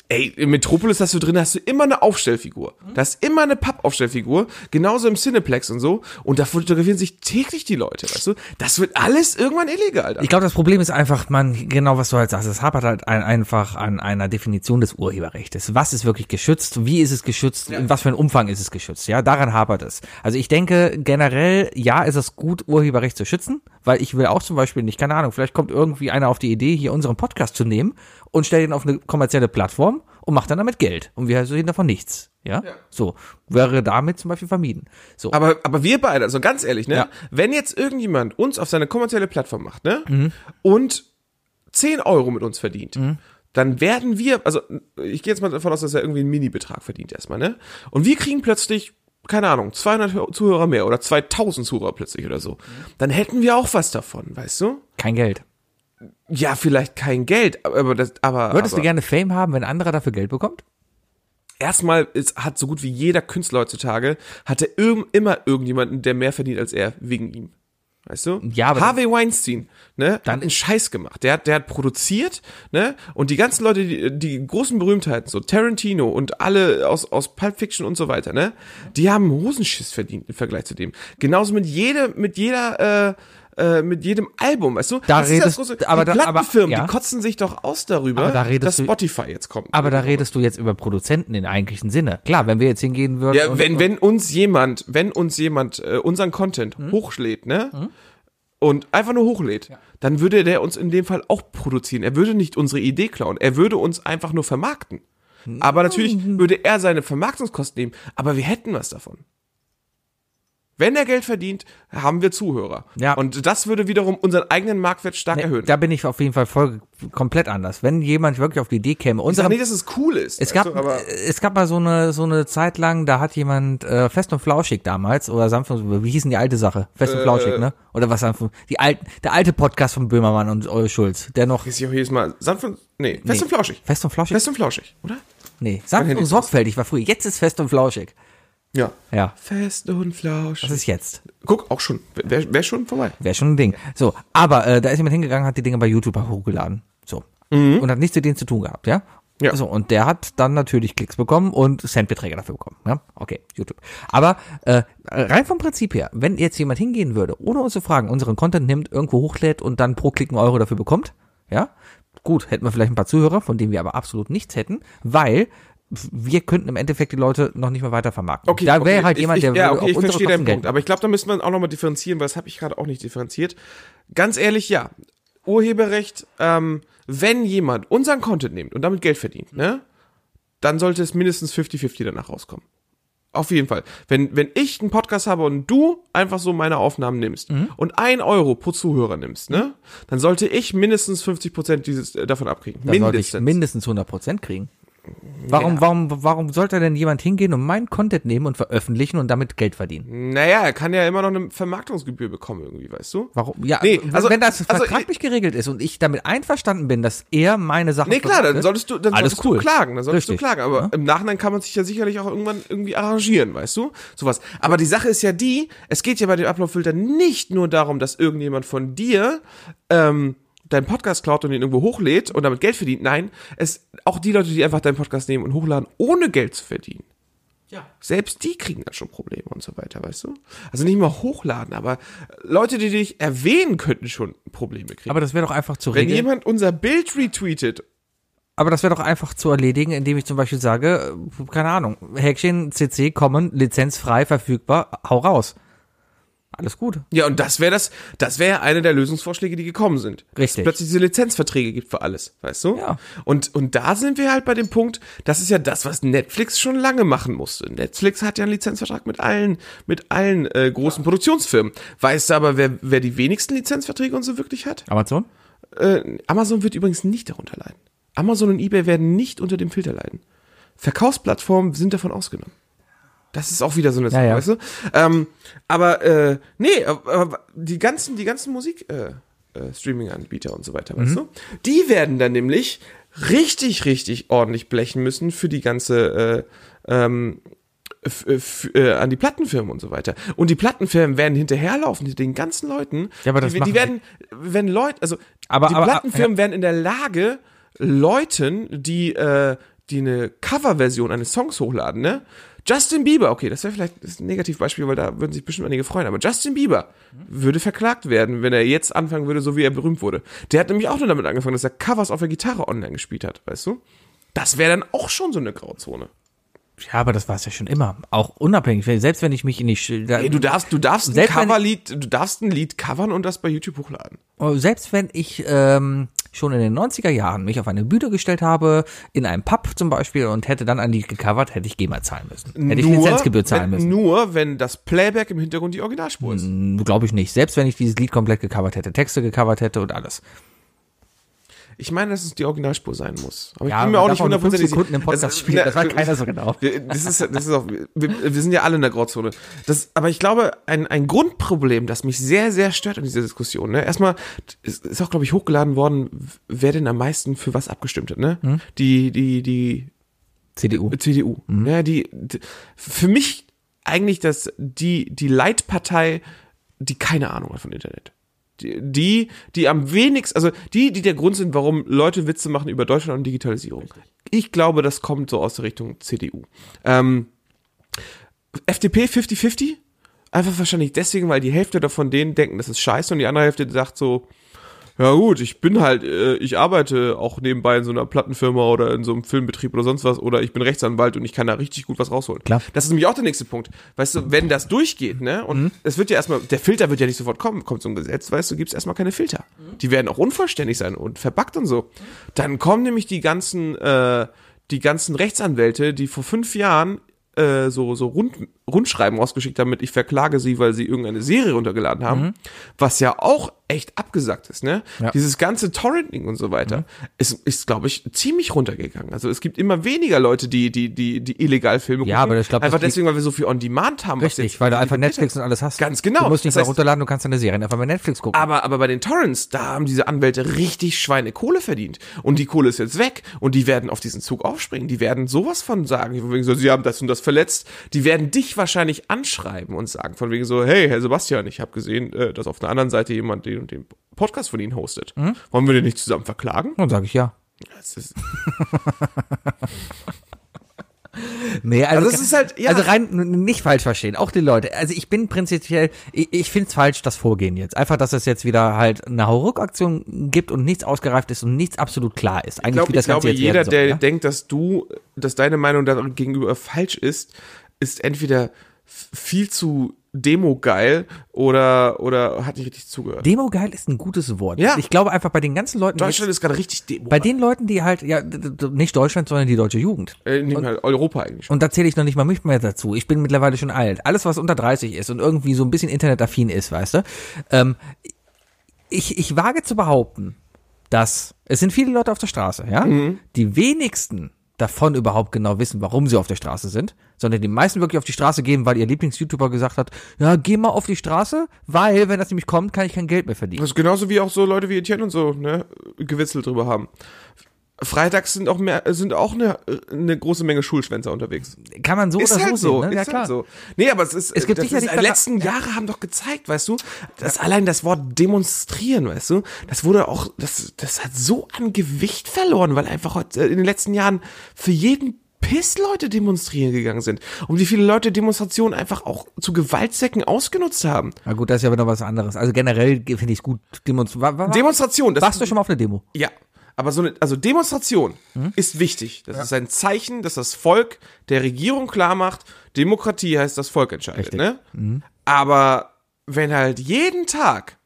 [SPEAKER 3] Ey, in Metropolis hast du drin, hast du immer eine Aufstellfigur. Da ist immer eine Pappaufstellfigur, genauso im Cineplex und so. Und da fotografieren sich täglich die Leute, weißt du? Das wird alles irgendwann illegal. Dann.
[SPEAKER 2] Ich glaube, das Problem ist einfach, man, genau was du halt sagst, es hapert halt ein, einfach an einer Definition des Urheberrechts. Was ist wirklich geschützt? Wie ist es geschützt? In was für einem Umfang ist es geschützt? Ja, daran hapert es. Also ich denke generell, ja, ist es gut, Urheberrecht zu schützen, weil ich will auch zum Beispiel nicht, keine Ahnung, vielleicht kommt irgendwie einer auf die Idee, hier unseren Podcast zu nehmen und stellt ihn auf eine kommerzielle Plattform und macht dann damit Geld. Und wir sehen davon nichts. Ja? So. Wäre damit zum Beispiel vermieden. So.
[SPEAKER 3] Aber, aber wir beide, also ganz ehrlich, ne?
[SPEAKER 2] Ja.
[SPEAKER 3] Wenn jetzt irgendjemand uns auf seine kommerzielle Plattform macht, ne?
[SPEAKER 2] Mhm.
[SPEAKER 3] Und 10 Euro mit uns verdient, dann werden wir, also ich gehe jetzt mal davon aus, dass er irgendwie einen Mini-Betrag verdient erstmal, ne? Und wir kriegen plötzlich, keine Ahnung, 200 Hör- Zuhörer mehr oder 2000 Zuhörer plötzlich oder
[SPEAKER 2] Mhm.
[SPEAKER 3] so. Dann hätten wir auch was davon, weißt du?
[SPEAKER 2] Kein Geld.
[SPEAKER 3] Ja, vielleicht kein Geld, aber- aber das, aber.
[SPEAKER 2] Würdest
[SPEAKER 3] aber
[SPEAKER 2] du gerne Fame haben, wenn ein anderer dafür Geld bekommt?
[SPEAKER 3] erstmal ist, hat so gut wie jeder Künstler heutzutage, hatte irg immer irgendjemanden, der mehr verdient als er, wegen ihm. Weißt du?
[SPEAKER 2] Ja, aber-
[SPEAKER 3] Harvey Weinstein, ne,
[SPEAKER 2] Dann-
[SPEAKER 3] hat einen Scheiß gemacht. Der hat, der hat produziert, ne, und die ganzen Leute, die, die großen Berühmtheiten, so Tarantino und alle aus, aus Pulp Fiction und so weiter, ne, die haben Hosenschiss verdient im Vergleich zu dem. Genauso mit jedem, mit jeder, äh, äh, mit jedem Album, weißt du?
[SPEAKER 2] Da
[SPEAKER 3] ist das
[SPEAKER 2] redest-
[SPEAKER 3] große,
[SPEAKER 2] aber
[SPEAKER 3] die
[SPEAKER 2] da- aber-
[SPEAKER 3] Plattenfirmen,
[SPEAKER 2] ja.
[SPEAKER 3] die kotzen sich doch aus darüber,
[SPEAKER 2] Aber da redest
[SPEAKER 3] dass
[SPEAKER 2] du-
[SPEAKER 3] Spotify jetzt kommt.
[SPEAKER 2] Aber da redest du jetzt über Produzenten in eigentlichen Sinne. Klar, wenn wir jetzt hingehen würden.
[SPEAKER 3] Ja,
[SPEAKER 2] und-
[SPEAKER 3] wenn,
[SPEAKER 2] und-
[SPEAKER 3] wenn uns jemand, wenn uns jemand äh, unseren Content
[SPEAKER 2] Hm?
[SPEAKER 3] hochlädt, ne? Und einfach nur hochlädt, dann würde der uns in dem Fall auch produzieren. Er würde nicht unsere Idee klauen. Er würde uns einfach nur vermarkten.
[SPEAKER 2] Hm.
[SPEAKER 3] Aber natürlich würde er seine Vermarktungskosten nehmen, aber wir hätten was davon. Wenn er Geld verdient, haben wir Zuhörer.
[SPEAKER 2] Ja.
[SPEAKER 3] Und das würde wiederum unseren eigenen Marktwert stark
[SPEAKER 2] Nee,
[SPEAKER 3] erhöhen.
[SPEAKER 2] da bin ich auf jeden Fall voll, komplett anders. Wenn jemand wirklich auf die Idee käme,
[SPEAKER 3] Sag
[SPEAKER 2] unserem,
[SPEAKER 3] nicht, dass es cool ist.
[SPEAKER 2] es
[SPEAKER 3] weißt
[SPEAKER 2] gab, äh,
[SPEAKER 3] du, aber
[SPEAKER 2] es gab mal so eine, so eine Zeit lang, da hat jemand, äh, Fest und Flauschig damals, oder sanft und, wie hieß denn die alte Sache? Fest und
[SPEAKER 3] Äh,
[SPEAKER 2] Flauschig, ne? Oder was sanft, und- die alten, der alte Podcast von Böhmermann und Ole Schulz, der noch,
[SPEAKER 3] ist hier jedes Mal sanft und, nee, fest und flauschig.
[SPEAKER 2] Fest und Flauschig?
[SPEAKER 3] Fest und flauschig, oder?
[SPEAKER 2] nee, sanft
[SPEAKER 3] Handy
[SPEAKER 2] und
[SPEAKER 3] ist
[SPEAKER 2] sorgfältig war früher, jetzt ist Fest und Flauschig.
[SPEAKER 3] Ja.
[SPEAKER 2] Ja.
[SPEAKER 3] Fest und flauschig.
[SPEAKER 2] Das ist jetzt.
[SPEAKER 3] Guck, auch schon. Wäre wär schon vorbei.
[SPEAKER 2] Wäre schon ein Ding. So, aber äh, da ist jemand hingegangen, hat die Dinge bei YouTube hochgeladen. So. Und hat nichts mit denen zu tun gehabt, ja?
[SPEAKER 3] Mhm. Ja.
[SPEAKER 2] So, und der hat dann natürlich Klicks bekommen und Centbeträge dafür bekommen. Ja? Okay, YouTube. Aber äh, rein vom Prinzip her, wenn jetzt jemand hingehen würde, ohne uns zu fragen, unseren Content nimmt, irgendwo hochlädt und dann pro Klick einen Euro dafür bekommt, ja, gut, hätten wir vielleicht ein paar Zuhörer, von denen wir aber absolut nichts hätten, weil wir könnten im Endeffekt die Leute noch nicht mehr weiter vermarkten.
[SPEAKER 3] Okay,
[SPEAKER 2] da wäre
[SPEAKER 3] okay.
[SPEAKER 2] halt jemand,
[SPEAKER 3] ich,
[SPEAKER 2] der
[SPEAKER 3] ich, ja,
[SPEAKER 2] würde auf
[SPEAKER 3] okay, ich
[SPEAKER 2] unsere
[SPEAKER 3] verstehe deinen
[SPEAKER 2] Kosten Geld
[SPEAKER 3] Punkt. Aber ich glaube, da müssen wir auch nochmal differenzieren, weil das habe ich gerade auch nicht differenziert. Ganz ehrlich, ja. Urheberrecht, ähm, wenn jemand unseren Content nimmt und damit Geld verdient, ne, dann sollte es mindestens 50-50 danach rauskommen. Auf jeden Fall. Wenn, wenn ich einen Podcast habe und du einfach so meine Aufnahmen nimmst und ein Euro pro Zuhörer nimmst, ne, dann sollte ich mindestens 50% dieses, äh, davon abkriegen.
[SPEAKER 2] Da sollte ich mindestens 100 Prozent kriegen. Warum, warum, warum sollte denn jemand hingehen und meinen Content nehmen und veröffentlichen und damit Geld verdienen?
[SPEAKER 3] Naja, er kann ja immer noch eine Vermarktungsgebühr bekommen, irgendwie, weißt du?
[SPEAKER 2] Warum? Ja,
[SPEAKER 3] Nee,
[SPEAKER 2] wenn-
[SPEAKER 3] also-
[SPEAKER 2] wenn das
[SPEAKER 3] also
[SPEAKER 2] vertraglich geregelt ist und ich damit einverstanden bin, dass er meine Sachen.
[SPEAKER 3] Nee, klar, dann
[SPEAKER 2] veröffentlicht,
[SPEAKER 3] solltest du, dann
[SPEAKER 2] Alles
[SPEAKER 3] solltest
[SPEAKER 2] cool.
[SPEAKER 3] du klagen, dann solltest
[SPEAKER 2] Richtig.
[SPEAKER 3] du klagen. Aber
[SPEAKER 2] Ja.
[SPEAKER 3] im Nachhinein kann man sich ja sicherlich auch irgendwann irgendwie arrangieren, weißt du? Sowas. Aber die Sache ist ja die, es geht ja bei dem Uploadfilter nicht nur darum, dass irgendjemand von dir ähm, deinen Podcast klaut und ihn irgendwo hochlädt und damit Geld verdient. Nein, es auch die Leute, die einfach deinen Podcast nehmen und hochladen, ohne Geld zu verdienen. Ja. Selbst die kriegen dann schon Probleme und so weiter, weißt du? Also nicht mal hochladen, aber Leute, die dich erwähnen, könnten schon Probleme kriegen.
[SPEAKER 2] Aber das wäre doch einfach zu
[SPEAKER 3] Wenn
[SPEAKER 2] regeln.
[SPEAKER 3] jemand unser Bild retweetet
[SPEAKER 2] Aber das wäre doch einfach zu erledigen, indem ich zum Beispiel sage, äh, keine Ahnung, Häkchen CC kommen, lizenzfrei verfügbar, hau raus. Alles gut.
[SPEAKER 3] Ja, und das wäre das, das wäre eine der Lösungsvorschläge, die gekommen sind. Dass es
[SPEAKER 2] Richtig.
[SPEAKER 3] plötzlich diese Lizenzverträge gibt für alles, weißt du?
[SPEAKER 2] Ja.
[SPEAKER 3] Und, und da sind wir halt bei dem Punkt, das ist ja das, was Netflix schon lange machen musste. Netflix hat ja einen Lizenzvertrag mit allen, mit allen äh, großen Produktionsfirmen. Weißt du aber, wer, wer die wenigsten Lizenzverträge und so wirklich hat?
[SPEAKER 2] Amazon?
[SPEAKER 3] Äh, Amazon wird übrigens nicht darunter leiden. Amazon und eBay werden nicht unter dem Filter leiden. Verkaufsplattformen sind davon ausgenommen. Das ist auch wieder so eine Sache,
[SPEAKER 2] ja.
[SPEAKER 3] weißt du? Ähm, aber äh, nee, aber die ganzen, die ganzen Musik äh, äh, Streaming-Anbieter und so weiter,
[SPEAKER 2] Mhm.
[SPEAKER 3] weißt du? Die werden dann nämlich richtig, richtig ordentlich blechen müssen für die ganze äh, ähm, f- f- äh, an die Plattenfirmen und so weiter. Und die Plattenfirmen werden hinterherlaufen, hinter den ganzen Leuten.
[SPEAKER 2] Ja, aber das
[SPEAKER 3] die, die
[SPEAKER 2] machen-
[SPEAKER 3] werden, wenn Leute, also
[SPEAKER 2] Aber-
[SPEAKER 3] die
[SPEAKER 2] aber- ah,
[SPEAKER 3] Plattenfirmen werden in der Lage, Leuten, die, äh, die eine Coverversion eines Songs hochladen, ne? Justin Bieber, okay, das wäre vielleicht das ist ein Negativbeispiel, weil da würden sich bestimmt einige freuen, aber Justin Bieber würde verklagt werden, wenn er jetzt anfangen würde, so wie er berühmt wurde. Der hat nämlich auch nur damit angefangen, dass er Covers auf der Gitarre online gespielt hat, weißt du? Das wäre dann auch schon so eine Grauzone.
[SPEAKER 2] Ja, aber das war es ja schon immer. Auch unabhängig. Selbst wenn ich mich in die Sch- da-
[SPEAKER 3] Ey, du darfst, du darfst ein
[SPEAKER 2] Selbst wenn-
[SPEAKER 3] Coverlied, du darfst ein Lied covern und das bei YouTube hochladen.
[SPEAKER 2] Oh, Selbst wenn ich ähm, schon in den 90er Jahren mich auf eine Bühne gestellt habe, in einem Pub zum Beispiel, und hätte dann ein Lied gecovert, hätte ich GEMA zahlen müssen. Hätte ich Lizenzgebühr zahlen
[SPEAKER 3] wenn,
[SPEAKER 2] müssen.
[SPEAKER 3] Nur, wenn das Playback im Hintergrund die Originalspur ist.
[SPEAKER 2] Glaube ich nicht. Selbst wenn ich dieses Lied komplett gecovert hätte, Texte gecovert hätte und alles.
[SPEAKER 3] Ich meine, dass es die Originalspur sein muss. Aber
[SPEAKER 2] Ja,
[SPEAKER 3] ich bin mir
[SPEAKER 2] man
[SPEAKER 3] auch
[SPEAKER 2] darf
[SPEAKER 3] nicht
[SPEAKER 2] auch nur fünf
[SPEAKER 3] hundertprozentig
[SPEAKER 2] Sekunden im
[SPEAKER 3] sicher.
[SPEAKER 2] Podcast spielen, das war keiner so genau.
[SPEAKER 3] Wir- Das ist, das ist auch, wir, wir sind ja alle in der Grauzone. Das, aber ich glaube, ein, ein Grundproblem, das mich sehr, sehr stört in dieser Diskussion, ne? Erstmal, es ist auch, glaube ich, hochgeladen worden, wer denn am meisten für was abgestimmt hat, ne?
[SPEAKER 2] Hm?
[SPEAKER 3] Die, die, die
[SPEAKER 2] CDU.
[SPEAKER 3] CDU. Ja, die, d- für mich eigentlich das, die, die Leitpartei, die keine Ahnung hat von Internet. Die- Die, die am wenigsten, also die, die der Grund sind, warum Leute Witze machen über Deutschland und Digitalisierung. Ich glaube, das kommt so aus der Richtung CDU. Ähm, FDP 50-50? Einfach wahrscheinlich deswegen, weil die Hälfte davon denen denken, das ist scheiße und die andere Hälfte sagt so, ja gut, ich bin halt, äh, ich arbeite auch nebenbei in so einer Plattenfirma oder in so einem Filmbetrieb oder sonst was oder ich bin Rechtsanwalt und ich kann da richtig gut was rausholen.
[SPEAKER 2] Klar.
[SPEAKER 3] Das ist nämlich auch der nächste Punkt. Weißt du, wenn das durchgeht, ne, und es wird ja erstmal, der Filter wird ja nicht sofort kommen, kommt so ein Gesetz, weißt du, gibt's erstmal keine Filter. Die werden auch unvollständig sein und verbackt und so. Dann kommen nämlich die ganzen, äh, die ganzen Rechtsanwälte, die vor fünf Jahren äh, so, so Rund, Rundschreiben rausgeschickt haben mit, ich verklage sie, weil sie irgendeine Serie runtergeladen haben, was ja auch echt abgesagt ist, ne?
[SPEAKER 2] Ja.
[SPEAKER 3] Dieses ganze Torrenting und so weiter ist, ist glaube ich, ziemlich runtergegangen. Also es gibt immer weniger Leute, die, die, die, die illegal Filme
[SPEAKER 2] Ja, aber ich glaub, das
[SPEAKER 3] Mhm. Einfach
[SPEAKER 2] liegt-
[SPEAKER 3] deswegen, weil wir so viel on demand haben. was
[SPEAKER 2] Richtig,
[SPEAKER 3] jetzt-
[SPEAKER 2] weil du einfach Netflix und alles hast.
[SPEAKER 3] Ganz genau.
[SPEAKER 2] Du musst nicht
[SPEAKER 3] Das
[SPEAKER 2] mehr
[SPEAKER 3] heißt-
[SPEAKER 2] runterladen, du kannst deine Serien einfach bei Netflix gucken.
[SPEAKER 3] aber, aber bei den Torrents, da haben diese Anwälte richtig Schweinekohle verdient. Und die Kohle ist jetzt weg. Und die werden auf diesen Zug aufspringen. Die werden sowas von sagen, von wegen so, sie haben das und das verletzt. Die werden dich wahrscheinlich anschreiben und sagen, von wegen so, hey, Herr Sebastian, ich habe gesehen, äh, dass auf der anderen Seite jemand den und den Podcast von Ihnen hostet.
[SPEAKER 2] Mhm.
[SPEAKER 3] Wollen wir den nicht zusammen verklagen?
[SPEAKER 2] Dann sage ich ja.
[SPEAKER 3] Das ist,
[SPEAKER 2] Nee, also,
[SPEAKER 3] Also es ist halt- ja.
[SPEAKER 2] also rein n- nicht falsch verstehen, auch die Leute. Also ich bin prinzipiell, ich, ich finde es falsch, das Vorgehen jetzt. Einfach, dass es jetzt wieder halt eine Hauruck-Aktion gibt und nichts ausgereift ist und nichts absolut klar ist. Eigentlich
[SPEAKER 3] Ich glaub,
[SPEAKER 2] wie das
[SPEAKER 3] ich
[SPEAKER 2] Ganze
[SPEAKER 3] glaube,
[SPEAKER 2] jetzt ne?
[SPEAKER 3] jeder,
[SPEAKER 2] werden soll,
[SPEAKER 3] der
[SPEAKER 2] ja?
[SPEAKER 3] denkt, dass du, dass deine Meinung daran gegenüber falsch ist, ist entweder f- viel zu Demo geil oder oder hat nicht richtig zugehört.
[SPEAKER 2] Demo geil ist ein gutes Wort.
[SPEAKER 3] Ja.
[SPEAKER 2] Ich glaube einfach bei den ganzen Leuten,
[SPEAKER 3] Deutschland ist gerade richtig Demo.
[SPEAKER 2] bei den Leuten, die halt ja d- d- nicht Deutschland, sondern die deutsche Jugend.
[SPEAKER 3] äh, nee, mal Europa eigentlich. schon.
[SPEAKER 2] Und da zähle ich noch nicht mal mich mehr dazu. Ich bin mittlerweile schon alt. Alles, was unter 30 ist und irgendwie so ein bisschen internetaffin ist, weißt du. Ähm, ich, ich wage zu behaupten, dass es sind viele Leute auf der Straße, ja?
[SPEAKER 3] Mhm.
[SPEAKER 2] Die wenigsten davon überhaupt genau wissen, warum sie auf der Straße sind, sondern die meisten wirklich auf die Straße gehen, weil ihr Lieblings-YouTuber gesagt hat, ja, geh mal auf die Straße, weil, wenn das nämlich kommt, kann ich kein Geld mehr verdienen.
[SPEAKER 3] Das ist genauso wie auch so Leute wie Etienne und so, ne, gewitzelt drüber haben. Freitags sind auch mehr sind auch eine, eine große Menge Schulschwänzer unterwegs.
[SPEAKER 2] Kann man so
[SPEAKER 3] Ist
[SPEAKER 2] oder
[SPEAKER 3] halt
[SPEAKER 2] so
[SPEAKER 3] so,
[SPEAKER 2] sehen, ne?
[SPEAKER 3] ist
[SPEAKER 2] Ja,
[SPEAKER 3] halt
[SPEAKER 2] klar.
[SPEAKER 3] so. Nee, aber es ist,
[SPEAKER 2] Es gibt
[SPEAKER 3] das
[SPEAKER 2] sicherlich
[SPEAKER 3] ist die
[SPEAKER 2] dann-
[SPEAKER 3] letzten Jahre haben doch gezeigt, weißt du, dass allein das Wort demonstrieren, weißt du, das wurde auch, das, das hat so an Gewicht verloren, weil einfach heute, äh, in den letzten Jahren für jeden Piss Leute demonstrieren gegangen sind. Und wie viele Leute Demonstrationen einfach auch zu Gewaltsäcken ausgenutzt haben.
[SPEAKER 2] Na gut, das ist ja wieder was anderes. Also generell finde ich es gut. Demonst wa- wa- wa-
[SPEAKER 3] Demonstration, das halt
[SPEAKER 2] Warst du schon mal auf einer Demo?
[SPEAKER 3] ja. Aber so eine, also Demonstration
[SPEAKER 2] Hm?
[SPEAKER 3] ist wichtig. Das ist ein Zeichen, dass das Volk der Regierung klar macht, Demokratie heißt, das Volk entscheidet,
[SPEAKER 2] Richtig. Hm.
[SPEAKER 3] ne? Aber wenn halt jeden Tag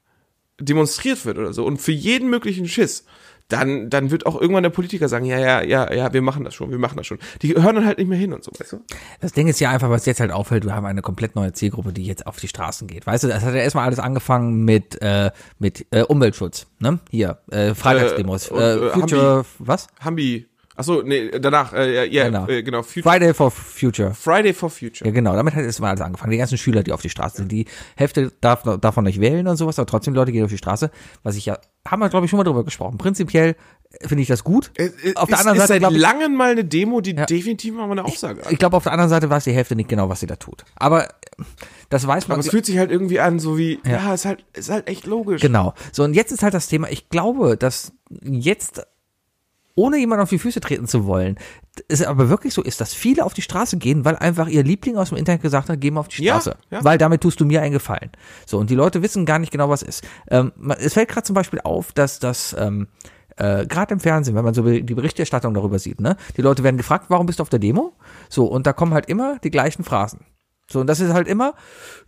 [SPEAKER 3] demonstriert wird oder so und für jeden möglichen Schiss, dann, dann wird auch irgendwann der Politiker sagen, ja, ja, ja, ja, wir machen das schon, wir machen das schon. Die hören dann halt nicht mehr hin und so, weißt du?
[SPEAKER 2] Das Ding ist ja einfach, was jetzt halt auffällt, wir haben eine komplett neue Zielgruppe, die jetzt auf die Straßen geht. Weißt du, das hat ja erstmal alles angefangen mit, äh, mit äh, Umweltschutz, ne? Hier, äh, Freitagsdemos. Äh,
[SPEAKER 3] Äh, und, äh,
[SPEAKER 2] Future, was?
[SPEAKER 3] Hambi, achso, nee, danach, äh, ja, ja,
[SPEAKER 2] Danach.
[SPEAKER 3] Äh, genau, Future,
[SPEAKER 2] Friday for Future.
[SPEAKER 3] Friday for Future.
[SPEAKER 2] Ja, genau, damit hat erstmal alles angefangen. Die ganzen Schüler, die auf die Straße sind, die Hälfte darf, davon nicht wählen und sowas, aber trotzdem Leute gehen auf die Straße, was ich ja, haben wir glaube ich schon mal drüber gesprochen. Prinzipiell äh, finde ich das gut. auf der
[SPEAKER 3] Äh, ist,
[SPEAKER 2] anderen Seite
[SPEAKER 3] ist seit
[SPEAKER 2] glaube ich,
[SPEAKER 3] langem mal eine Demo, die definitiv mal eine Aussage hat.
[SPEAKER 2] ich glaube auf der anderen Seite weiß die Hälfte nicht genau, was sie da tut. Aber das weiß man.
[SPEAKER 3] Aber es fühlt sich halt irgendwie an, so wie, ja, ist, halt, ist halt echt logisch.
[SPEAKER 2] Genau. So, und jetzt ist halt das Thema, ich glaube, dass jetzt, ohne jemanden auf die Füße treten zu wollen, es aber wirklich so ist, dass viele auf die Straße gehen, weil einfach ihr Liebling aus dem Internet gesagt hat, geh mal auf die
[SPEAKER 3] Ja,
[SPEAKER 2] Straße.
[SPEAKER 3] ja.
[SPEAKER 2] Weil damit tust du mir einen Gefallen. So, und die Leute wissen gar nicht genau, was ist. Ähm, man- es fällt gerade zum Beispiel auf, dass das, ähm, äh, gerade im Fernsehen, wenn man so be- die Berichterstattung darüber sieht, ne? Die Leute werden gefragt, warum bist du auf der Demo? So, und da kommen halt immer die gleichen Phrasen. So, und das ist halt immer,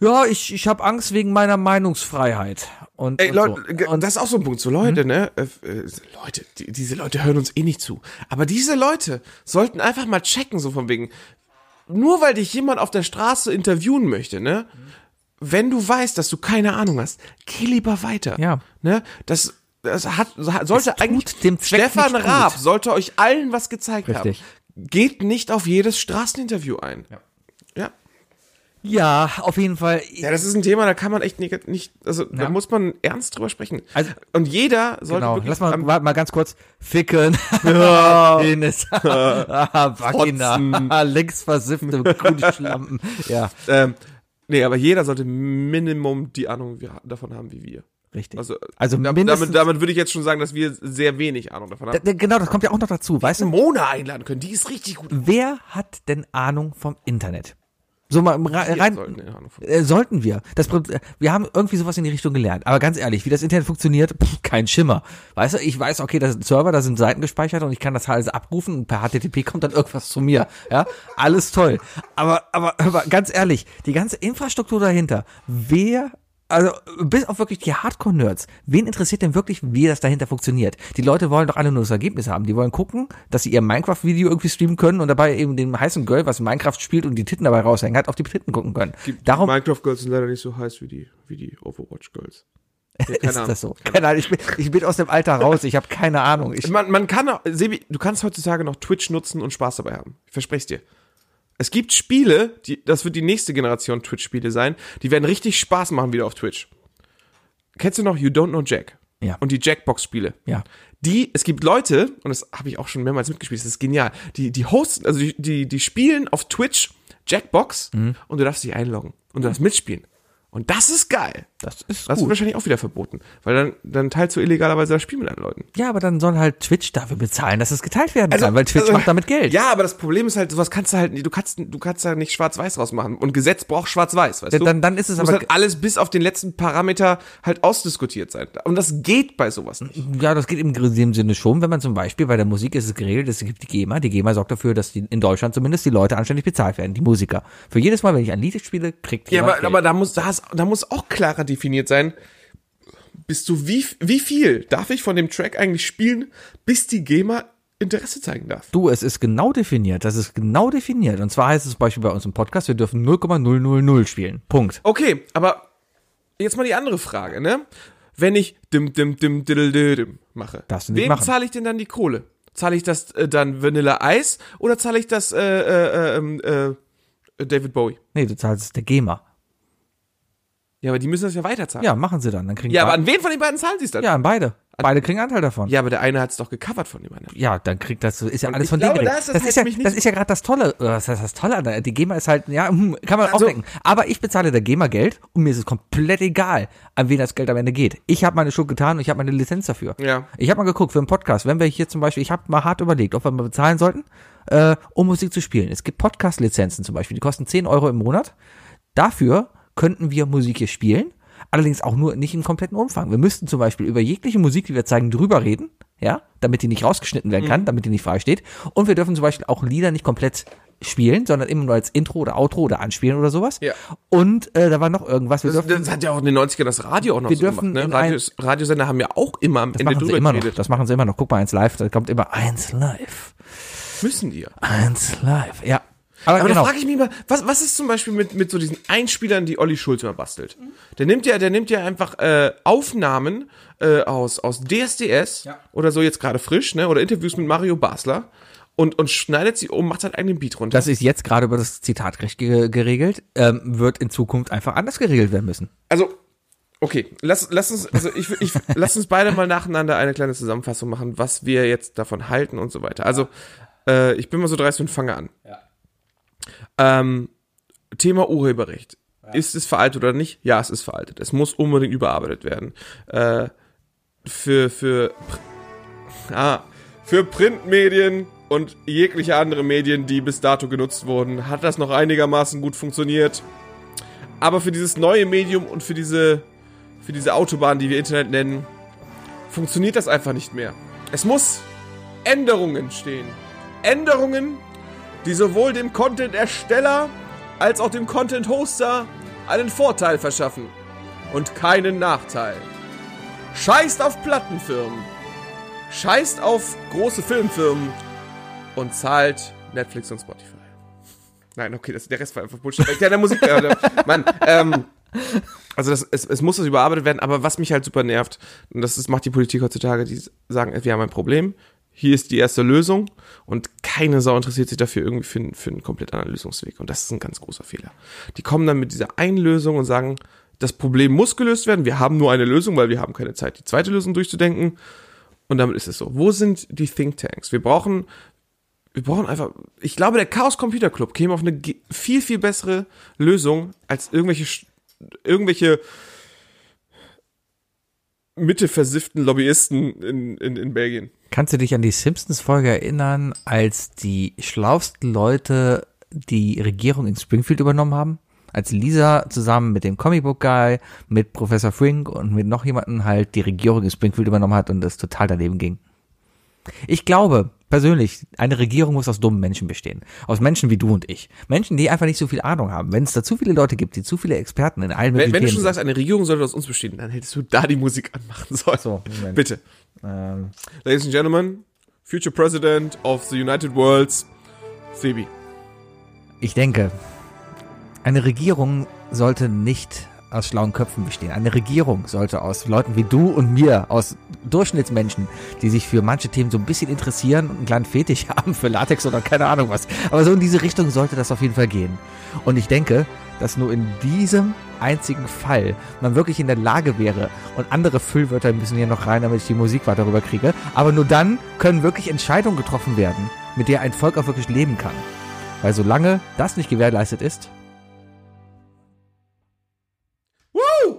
[SPEAKER 2] ja, ich, ich habe Angst wegen meiner Meinungsfreiheit. Und,
[SPEAKER 3] Ey,
[SPEAKER 2] und
[SPEAKER 3] Leute,
[SPEAKER 2] so. Mhm.
[SPEAKER 3] ge- das ist auch so ein Punkt. So Leute, ne? Äh, äh, Leute, die, diese Leute hören uns eh nicht zu. Aber diese Leute sollten einfach mal checken, so von wegen. Nur weil dich jemand auf der Straße interviewen möchte, ne? Wenn du weißt, dass du keine Ahnung hast, geh lieber weiter.
[SPEAKER 2] Ja.
[SPEAKER 3] Ne? Das, das hat, hat- sollte
[SPEAKER 2] Es tut
[SPEAKER 3] eigentlich.
[SPEAKER 2] dem Zweck
[SPEAKER 3] Stefan
[SPEAKER 2] nicht gut.
[SPEAKER 3] Raab sollte euch allen was gezeigt
[SPEAKER 2] Richtig.
[SPEAKER 3] haben. Geht nicht auf jedes Straßeninterview ein. Ja. ja.
[SPEAKER 2] Ja, auf jeden Fall.
[SPEAKER 3] Ja, das ist ein Thema, da kann man echt nicht, nicht also da
[SPEAKER 2] Ja.
[SPEAKER 3] muss man ernst drüber sprechen.
[SPEAKER 2] Also-
[SPEAKER 3] und jeder sollte
[SPEAKER 2] Genau,
[SPEAKER 3] wirklich
[SPEAKER 2] lass mal,
[SPEAKER 3] am
[SPEAKER 2] warte mal ganz kurz. Ficken. Penis. Ah, Vagina. Links versiffte Kuhschlampen. Ja,
[SPEAKER 3] ähm, nee, aber jeder sollte Minimum die Ahnung wir, davon haben wie wir.
[SPEAKER 2] richtig.
[SPEAKER 3] Also,
[SPEAKER 2] Also
[SPEAKER 3] da-
[SPEAKER 2] mindestens-
[SPEAKER 3] damit, damit würde ich jetzt schon sagen, dass wir sehr wenig Ahnung davon
[SPEAKER 2] Da-
[SPEAKER 3] haben.
[SPEAKER 2] da- genau, das kommt ja auch noch dazu, weißt du?
[SPEAKER 3] Mona einladen können, die ist richtig gut.
[SPEAKER 2] Wer hat denn Ahnung vom Internet? So mal im Ra-
[SPEAKER 3] Wir
[SPEAKER 2] rein,
[SPEAKER 3] sollten eine Ahnung von-
[SPEAKER 2] Äh, sollten wir. Das, Prin- äh, wir haben irgendwie sowas in die Richtung gelernt. Aber ganz ehrlich, wie das Internet funktioniert, pff, kein Schimmer. Weißt du, ich weiß, okay, das sind Server, da sind Seiten gespeichert und ich kann das alles abrufen und per HTTP kommt dann irgendwas zu mir. Ja, alles toll. Aber, aber, aber ganz ehrlich, die ganze Infrastruktur dahinter, wer also, bis auf wirklich die Hardcore-Nerds. Wen interessiert denn wirklich, wie das dahinter funktioniert? Die Leute wollen doch alle nur das Ergebnis haben. Die wollen gucken, dass sie ihr Minecraft-Video irgendwie streamen können und dabei eben dem heißen Girl, was Minecraft spielt und die Titten dabei raushängen hat, auf die Titten gucken können. Darum
[SPEAKER 3] Minecraft Girls sind leider nicht so heiß wie die, wie die Overwatch Girls. Ja, keine
[SPEAKER 2] ist
[SPEAKER 3] Ahnung.
[SPEAKER 2] das so? Keine Ahnung, ich bin, ich bin aus dem Alter raus, ich habe keine Ahnung. Ich,
[SPEAKER 3] Man, man kann, auch- Sebi, du kannst heutzutage noch Twitch nutzen und Spaß dabei haben. Ich verspreche es dir. Es gibt Spiele, die, das wird die nächste Generation Twitch-Spiele sein, die werden richtig Spaß machen wieder auf Twitch. Kennst du noch You Don't Know Jack?
[SPEAKER 2] Ja.
[SPEAKER 3] Und die Jackbox-Spiele.
[SPEAKER 2] ja.
[SPEAKER 3] Die, es gibt Leute, und das habe ich auch schon mehrmals mitgespielt, das ist genial, die, die hosten, also die, die, die spielen auf Twitch Jackbox
[SPEAKER 2] Mhm.
[SPEAKER 3] und du darfst dich einloggen und du darfst mitspielen. Und das ist geil.
[SPEAKER 2] Das ist
[SPEAKER 3] Das wird
[SPEAKER 2] gut.
[SPEAKER 3] wahrscheinlich auch wieder verboten, weil dann, dann teilst du illegalerweise das Spiel mit anderen Leuten.
[SPEAKER 2] Ja, aber dann soll halt Twitch dafür bezahlen, dass es geteilt werden kann, weil Twitch
[SPEAKER 3] also-
[SPEAKER 2] macht damit Geld.
[SPEAKER 3] Ja, aber das Problem ist halt, sowas kannst du halt, nicht- du kannst, du kannst da nicht schwarz-weiß rausmachen. Und Gesetz braucht schwarz-weiß, weißt
[SPEAKER 2] Ja,
[SPEAKER 3] du?
[SPEAKER 2] dann- dann ist es
[SPEAKER 3] Muss
[SPEAKER 2] aber-
[SPEAKER 3] halt alles bis auf den letzten Parameter halt ausdiskutiert sein. Und das geht bei sowas nicht.
[SPEAKER 2] Ja, das geht im dem Sinne schon, wenn man zum Beispiel bei der Musik ist es geregelt, es gibt die GEMA. Die GEMA sorgt dafür, dass die, in Deutschland zumindest die Leute anständig bezahlt werden, die Musiker. Für jedes Mal, wenn ich ein Lied spiele, kriegt
[SPEAKER 3] Ja,
[SPEAKER 2] jemand
[SPEAKER 3] aber,
[SPEAKER 2] Geld.
[SPEAKER 3] aber da muss, da, ist, da muss auch klarer definiert sein, bist du wie, wie viel darf ich von dem Track eigentlich spielen, bis die GEMA Interesse zeigen darf?
[SPEAKER 2] Du, es ist genau definiert. Das ist genau definiert. Und zwar heißt es zum Beispiel bei uns im Podcast, wir dürfen 0,000 spielen. Punkt.
[SPEAKER 3] Okay, aber jetzt mal die andere Frage, ne? Wenn ich dim dim dim diddle diddle mache,
[SPEAKER 2] Darfst du nicht
[SPEAKER 3] wem
[SPEAKER 2] machen.
[SPEAKER 3] zahle ich denn dann die Kohle? Zahle ich das äh, dann Vanilla Eis oder zahle ich das äh, äh, ähm, äh, äh, David Bowie?
[SPEAKER 2] Nee, du zahlst es der GEMA.
[SPEAKER 3] Ja, aber die müssen das ja weiterzahlen.
[SPEAKER 2] Ja, machen sie dann. Dann kriegen
[SPEAKER 3] ja aber
[SPEAKER 2] beide-
[SPEAKER 3] an wen von den beiden zahlen sie es dann?
[SPEAKER 2] ja, an beide. Beide kriegen Anteil davon.
[SPEAKER 3] ja, aber der eine hat es doch gecovert von dem anderen.
[SPEAKER 2] ja, dann kriegt das, ist ja
[SPEAKER 3] Und
[SPEAKER 2] alles
[SPEAKER 3] ich
[SPEAKER 2] von denen
[SPEAKER 3] glaube,
[SPEAKER 2] geregelt.
[SPEAKER 3] das- das
[SPEAKER 2] ist
[SPEAKER 3] hätte
[SPEAKER 2] ja,
[SPEAKER 3] mich nicht-
[SPEAKER 2] das ist ja gerade das Tolle, oder was heißt das Tolle an der, die GEMA ist halt, ja, hm, kann man
[SPEAKER 3] Also-
[SPEAKER 2] aufdenken. Aber ich bezahle der GEMA Geld und mir ist es komplett egal, an wen das Geld am Ende geht. Ich habe meine Schuld getan und ich habe meine Lizenz dafür.
[SPEAKER 3] Ja.
[SPEAKER 2] Ich habe mal geguckt, für einen Podcast, wenn wir hier zum Beispiel, ich habe mal hart überlegt, ob wir mal bezahlen sollten, äh, um Musik zu spielen. Es gibt Podcast-Lizenzen zum Beispiel, die kosten 10 Euro im Monat. Dafür könnten wir Musik hier spielen, allerdings auch nur nicht im kompletten Umfang. Wir müssten zum Beispiel über jegliche Musik, die wir zeigen, drüber reden, ja, damit die nicht rausgeschnitten werden
[SPEAKER 3] Mhm.
[SPEAKER 2] kann, damit die nicht frei steht. Und wir dürfen zum Beispiel auch Lieder nicht komplett spielen, sondern immer nur als Intro oder Outro oder anspielen oder sowas.
[SPEAKER 3] Ja.
[SPEAKER 2] Und äh, da war noch irgendwas. Wir
[SPEAKER 3] Das,
[SPEAKER 2] dürfen,
[SPEAKER 3] das hat ja auch in den 90ern das Radio auch noch
[SPEAKER 2] Wir
[SPEAKER 3] so
[SPEAKER 2] dürfen
[SPEAKER 3] gemacht.
[SPEAKER 2] in
[SPEAKER 3] Ne? Radios, Radiosender haben ja auch immer am Ende
[SPEAKER 2] machen sie
[SPEAKER 3] drüber
[SPEAKER 2] immer noch.
[SPEAKER 3] geredet.
[SPEAKER 2] Das machen sie immer noch. Guck mal, eins live, da kommt immer eins live.
[SPEAKER 3] Müssen die ja.
[SPEAKER 2] Eins live. Ja. Aber,
[SPEAKER 3] Aber
[SPEAKER 2] genau.
[SPEAKER 3] da frage ich mich mal, was, was ist zum Beispiel mit, mit so diesen Einspielern, die Olli Schulz mal bastelt? Der nimmt ja, der nimmt ja einfach äh, Aufnahmen äh, aus, aus DSDS oder so jetzt gerade frisch, ne? Oder Interviews mit Mario Basler und, und schneidet sie um, macht seinen eigenen Beat runter.
[SPEAKER 2] Das ist jetzt gerade über das Zitatrecht ge geregelt, ähm, wird in Zukunft einfach anders geregelt werden müssen.
[SPEAKER 3] also, okay, lass, lass uns, also ich, ich lass uns beide mal nacheinander eine kleine Zusammenfassung machen, was wir jetzt davon halten und so weiter. Also, äh, ich bin mal so dreist und fange an. Ähm, Thema Urheberrecht. Ist es veraltet oder nicht? Ja, es ist veraltet. Es muss unbedingt überarbeitet werden. Äh, für, für, pr- ah, für Printmedien und jegliche andere Medien, die bis dato genutzt wurden, hat das noch einigermaßen gut funktioniert. Aber für dieses neue Medium und für diese, für diese Autobahn, die wir Internet nennen, funktioniert das einfach nicht mehr. Es muss Änderungen stehen. Änderungen, die sowohl dem Content-Ersteller als auch dem Content-Hoster einen Vorteil verschaffen und keinen Nachteil. Scheißt auf Plattenfirmen, scheißt auf große Filmfirmen und zahlt Netflix und Spotify. Nein, okay, das, der Rest war einfach Bullshit. Ja, der Musik. Äh, Mann, ähm, also das, es, es muss das überarbeitet werden, aber was mich halt super nervt, und das ist, macht die Politik heutzutage, die sagen, wir haben ein Problem, hier ist die erste Lösung und keine Sau interessiert sich dafür irgendwie für, einen- für einen komplett anderen Lösungsweg. Und das ist ein ganz großer Fehler. Die kommen dann mit dieser einen Lösung und sagen, das Problem muss gelöst werden, wir haben nur eine Lösung, weil wir haben keine Zeit, die zweite Lösung durchzudenken. Und damit ist es so. Wo sind die Thinktanks? Wir brauchen wir brauchen einfach, ich glaube, der Chaos Computer Club käme auf eine ge- viel, viel bessere Lösung als irgendwelche, Sch- irgendwelche mitteversifften Lobbyisten in, in, in Belgien.
[SPEAKER 2] Kannst du dich an die Simpsons-Folge erinnern, als die schlausten Leute die Regierung in Springfield übernommen haben? Als Lisa zusammen mit dem Comicbook-Guy, mit Professor Frink und mit noch jemanden halt die Regierung in Springfield übernommen hat und das total daneben ging. Ich glaube, persönlich, eine Regierung muss aus dummen Menschen bestehen. Aus Menschen wie du und ich. Menschen, die einfach nicht so viel Ahnung haben. Wenn es da zu viele Leute gibt, die zu viele Experten in allen
[SPEAKER 3] Wenn,
[SPEAKER 2] möglichen
[SPEAKER 3] wenn du schon
[SPEAKER 2] Themen
[SPEAKER 3] sagst, eine Regierung sollte aus uns bestehen, dann hättest du da die Musik anmachen sollen.
[SPEAKER 2] So, Moment.
[SPEAKER 3] Bitte.
[SPEAKER 2] Ähm,
[SPEAKER 3] Ladies and Gentlemen, Future President of the United Worlds, Sebi.
[SPEAKER 2] Ich denke, eine Regierung sollte nicht aus schlauen Köpfen bestehen. Eine Regierung sollte aus Leuten wie du und mir, aus Durchschnittsmenschen, die sich für manche Themen so ein bisschen interessieren und einen kleinen Fetisch haben für Latex oder keine Ahnung was. Aber so in diese Richtung sollte das auf jeden Fall gehen. Und ich denke, dass nur in diesem einzigen Fall man wirklich in der Lage wäre und andere Füllwörter müssen hier noch rein, damit ich die Musik weiter rüber kriege. Aber nur dann können wirklich Entscheidungen getroffen werden, mit der ein Volk auch wirklich leben kann. Weil solange das nicht gewährleistet ist.
[SPEAKER 3] Woo!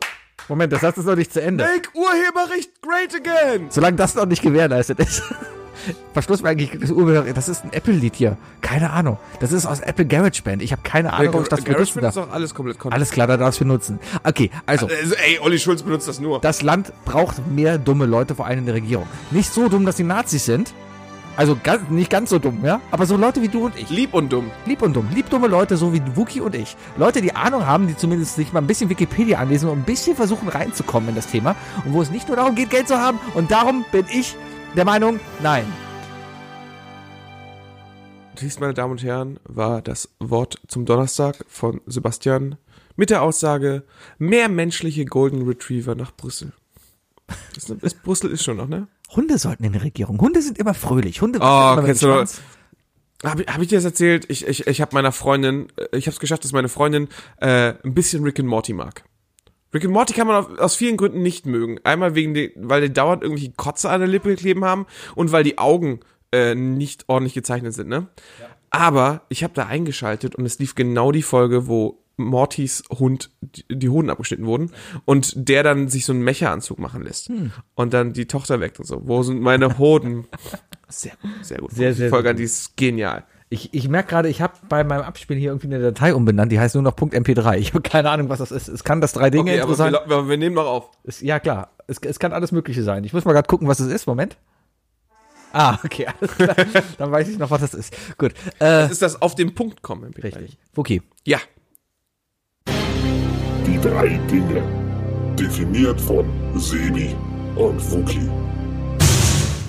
[SPEAKER 2] Moment, das Satz ist noch nicht zu Ende.
[SPEAKER 3] Make Urheberrecht great again!
[SPEAKER 2] Solange das noch nicht gewährleistet ist. Verschluss mir eigentlich das Urheberrecht. Das ist ein Apple-Lied hier. Keine Ahnung. Das ist aus Apple GarageBand. Ich habe keine Ahnung, ob ich das benutzen
[SPEAKER 3] GarageBand ist
[SPEAKER 2] darf.
[SPEAKER 3] doch alles komplett kontra.
[SPEAKER 2] Alles klar, da darfst du benutzen. Okay, also.
[SPEAKER 3] Also, ey, Olli Schulz benutzt das nur.
[SPEAKER 2] Das Land braucht mehr dumme Leute, vor allem in der Regierung. Nicht so dumm, dass sie Nazis sind. Also ganz, nicht ganz so dumm, ja? Aber so Leute wie du und ich.
[SPEAKER 3] Lieb und dumm.
[SPEAKER 2] Lieb und dumm. Lieb dumme Leute, so wie Wookie und ich. Leute, die Ahnung haben, die zumindest sich mal ein bisschen Wikipedia anlesen und ein bisschen versuchen reinzukommen in das Thema. Und wo es nicht nur darum geht, Geld zu haben. Und darum bin ich der Meinung, nein.
[SPEAKER 3] Dies, meine Damen und Herren, war das Wort zum Donnerstag von Sebastian mit der Aussage, mehr menschliche Golden Retriever nach Brüssel. Das ist, ist, Brüssel ist schon noch, ne?
[SPEAKER 2] Hunde sollten in die Regierung. Hunde sind immer fröhlich. Hunde
[SPEAKER 3] Oh,
[SPEAKER 2] immer
[SPEAKER 3] kennst
[SPEAKER 2] mit
[SPEAKER 3] du
[SPEAKER 2] Schwanz.
[SPEAKER 3] Habe hab ich dir das erzählt? Ich, ich, ich habe meiner Freundin, äh, ich habe es geschafft, dass meine Freundin äh, ein bisschen Rick and Morty mag. Rick and Morty kann man auf, aus vielen Gründen nicht mögen. Einmal wegen, den, weil die dauernd irgendwie Kotze an der Lippe kleben haben und weil die Augen äh, nicht ordentlich gezeichnet sind, ne? Aber ich habe da eingeschaltet und es lief genau die Folge, wo Mortys Hund die, die Hoden abgeschnitten wurden und der dann sich so einen Mecheranzug machen lässt
[SPEAKER 2] Hm.
[SPEAKER 3] und dann die Tochter weckt und so. Wo sind meine Hoden? Sehr gut, sehr gut.
[SPEAKER 2] Sehr, sehr
[SPEAKER 3] Folge, an die ist genial.
[SPEAKER 2] Ich, ich merke gerade, ich habe bei meinem Abspiel hier irgendwie eine Datei umbenannt, die heißt nur noch .mp3. Ich habe keine Ahnung, was das ist. Es kann das drei Dinge
[SPEAKER 3] Okay, aber
[SPEAKER 2] interessant.
[SPEAKER 3] wir, aber wir nehmen noch auf.
[SPEAKER 2] Es, ja, klar. Es, es kann alles Mögliche sein. Ich muss mal gerade gucken, was es ist. Moment. Ah, okay, alles klar. Dann weiß ich noch, was das ist. Gut. Äh,
[SPEAKER 3] Ist das auf den Punkt kommen? MP3?
[SPEAKER 2] richtig. Wookie.
[SPEAKER 3] Ja.
[SPEAKER 4] Die drei Dinge. Definiert von Sebi und Fuki.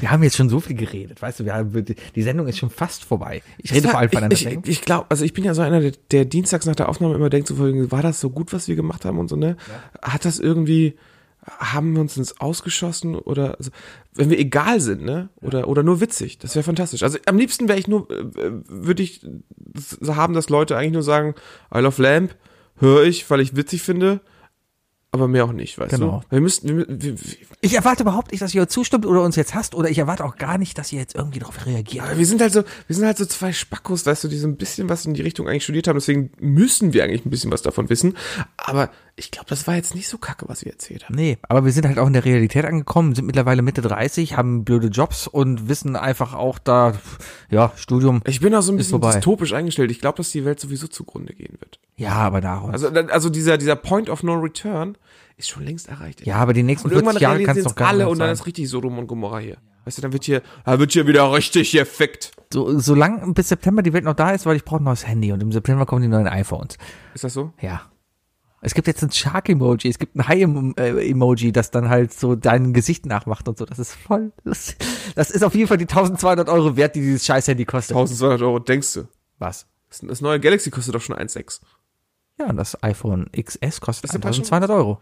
[SPEAKER 2] Wir haben jetzt schon so viel geredet, weißt du, wir haben, die die Sendung ist schon fast vorbei. Ich rede vor allem von einer
[SPEAKER 3] halt Ich,
[SPEAKER 2] Sendung.
[SPEAKER 3] ich, ich glaube, also ich bin ja so einer, der, der dienstags nach der Aufnahme immer denkt, so, von, war das so gut, was wir gemacht haben und so, ne? Hat das irgendwie, haben wir uns ins Ausgeschossen oder, also, wenn wir egal sind, ne? Oder, oder nur witzig, das wäre fantastisch. Also am liebsten wäre ich nur, äh, würde ich s- haben, dass Leute eigentlich nur sagen, I love Lamp, höre ich, weil ich witzig finde, aber mehr auch nicht, weißt
[SPEAKER 2] Genau.
[SPEAKER 3] du? Wir müssten, wir, mü- wir, wir-
[SPEAKER 2] Ich erwarte überhaupt nicht, dass ihr zustimmt oder uns jetzt hasst oder ich erwarte auch gar nicht, dass ihr jetzt irgendwie darauf reagiert.
[SPEAKER 3] wir sind halt so, wir sind halt so zwei Spackos, weißt du, die so ein bisschen was in die Richtung eigentlich studiert haben, deswegen müssen wir eigentlich ein bisschen was davon wissen. Aber ich glaube, das war jetzt nicht so kacke, was wir erzählt haben.
[SPEAKER 2] Nee, aber wir sind halt auch in der Realität angekommen, sind mittlerweile Mitte 30, haben blöde Jobs und wissen einfach auch da, ja, Studium.
[SPEAKER 3] Ich bin auch so ein bisschen
[SPEAKER 2] vorbei.
[SPEAKER 3] dystopisch eingestellt. Ich glaube, dass die Welt sowieso zugrunde gehen wird.
[SPEAKER 2] Ja, aber darum.
[SPEAKER 3] Also, dann- also dieser, dieser Point of No Return ist schon längst erreicht. ey.
[SPEAKER 2] ja, aber die nächsten
[SPEAKER 3] Und irgendwann
[SPEAKER 2] 40 Jahre kannst
[SPEAKER 3] realisieren
[SPEAKER 2] du
[SPEAKER 3] es
[SPEAKER 2] doch gar
[SPEAKER 3] alle
[SPEAKER 2] nicht
[SPEAKER 3] und dann
[SPEAKER 2] sein.
[SPEAKER 3] ist richtig Sodom und Gomorra hier. Weißt du, dann wird hier, da wird hier wieder richtig gefickt.
[SPEAKER 2] So, solange bis September die Welt noch da ist, weil ich brauche ein neues Handy und im September kommen die neuen iPhones.
[SPEAKER 3] Ist das so?
[SPEAKER 2] Ja. Es gibt jetzt ein Shark-Emoji, es gibt ein Hai-Emoji, das dann halt so dein Gesicht nachmacht und so. Das ist voll. Das, das ist auf jeden Fall die 1200 Euro wert, die dieses Scheiß-Handy kostet.
[SPEAKER 3] 1200 Euro, denkst du?
[SPEAKER 2] Was?
[SPEAKER 3] Das- Das neue Galaxy kostet doch schon 1,6.
[SPEAKER 2] Ja, und das iPhone XS kostet
[SPEAKER 3] Ist der Preis schon-
[SPEAKER 2] 1200 Euro.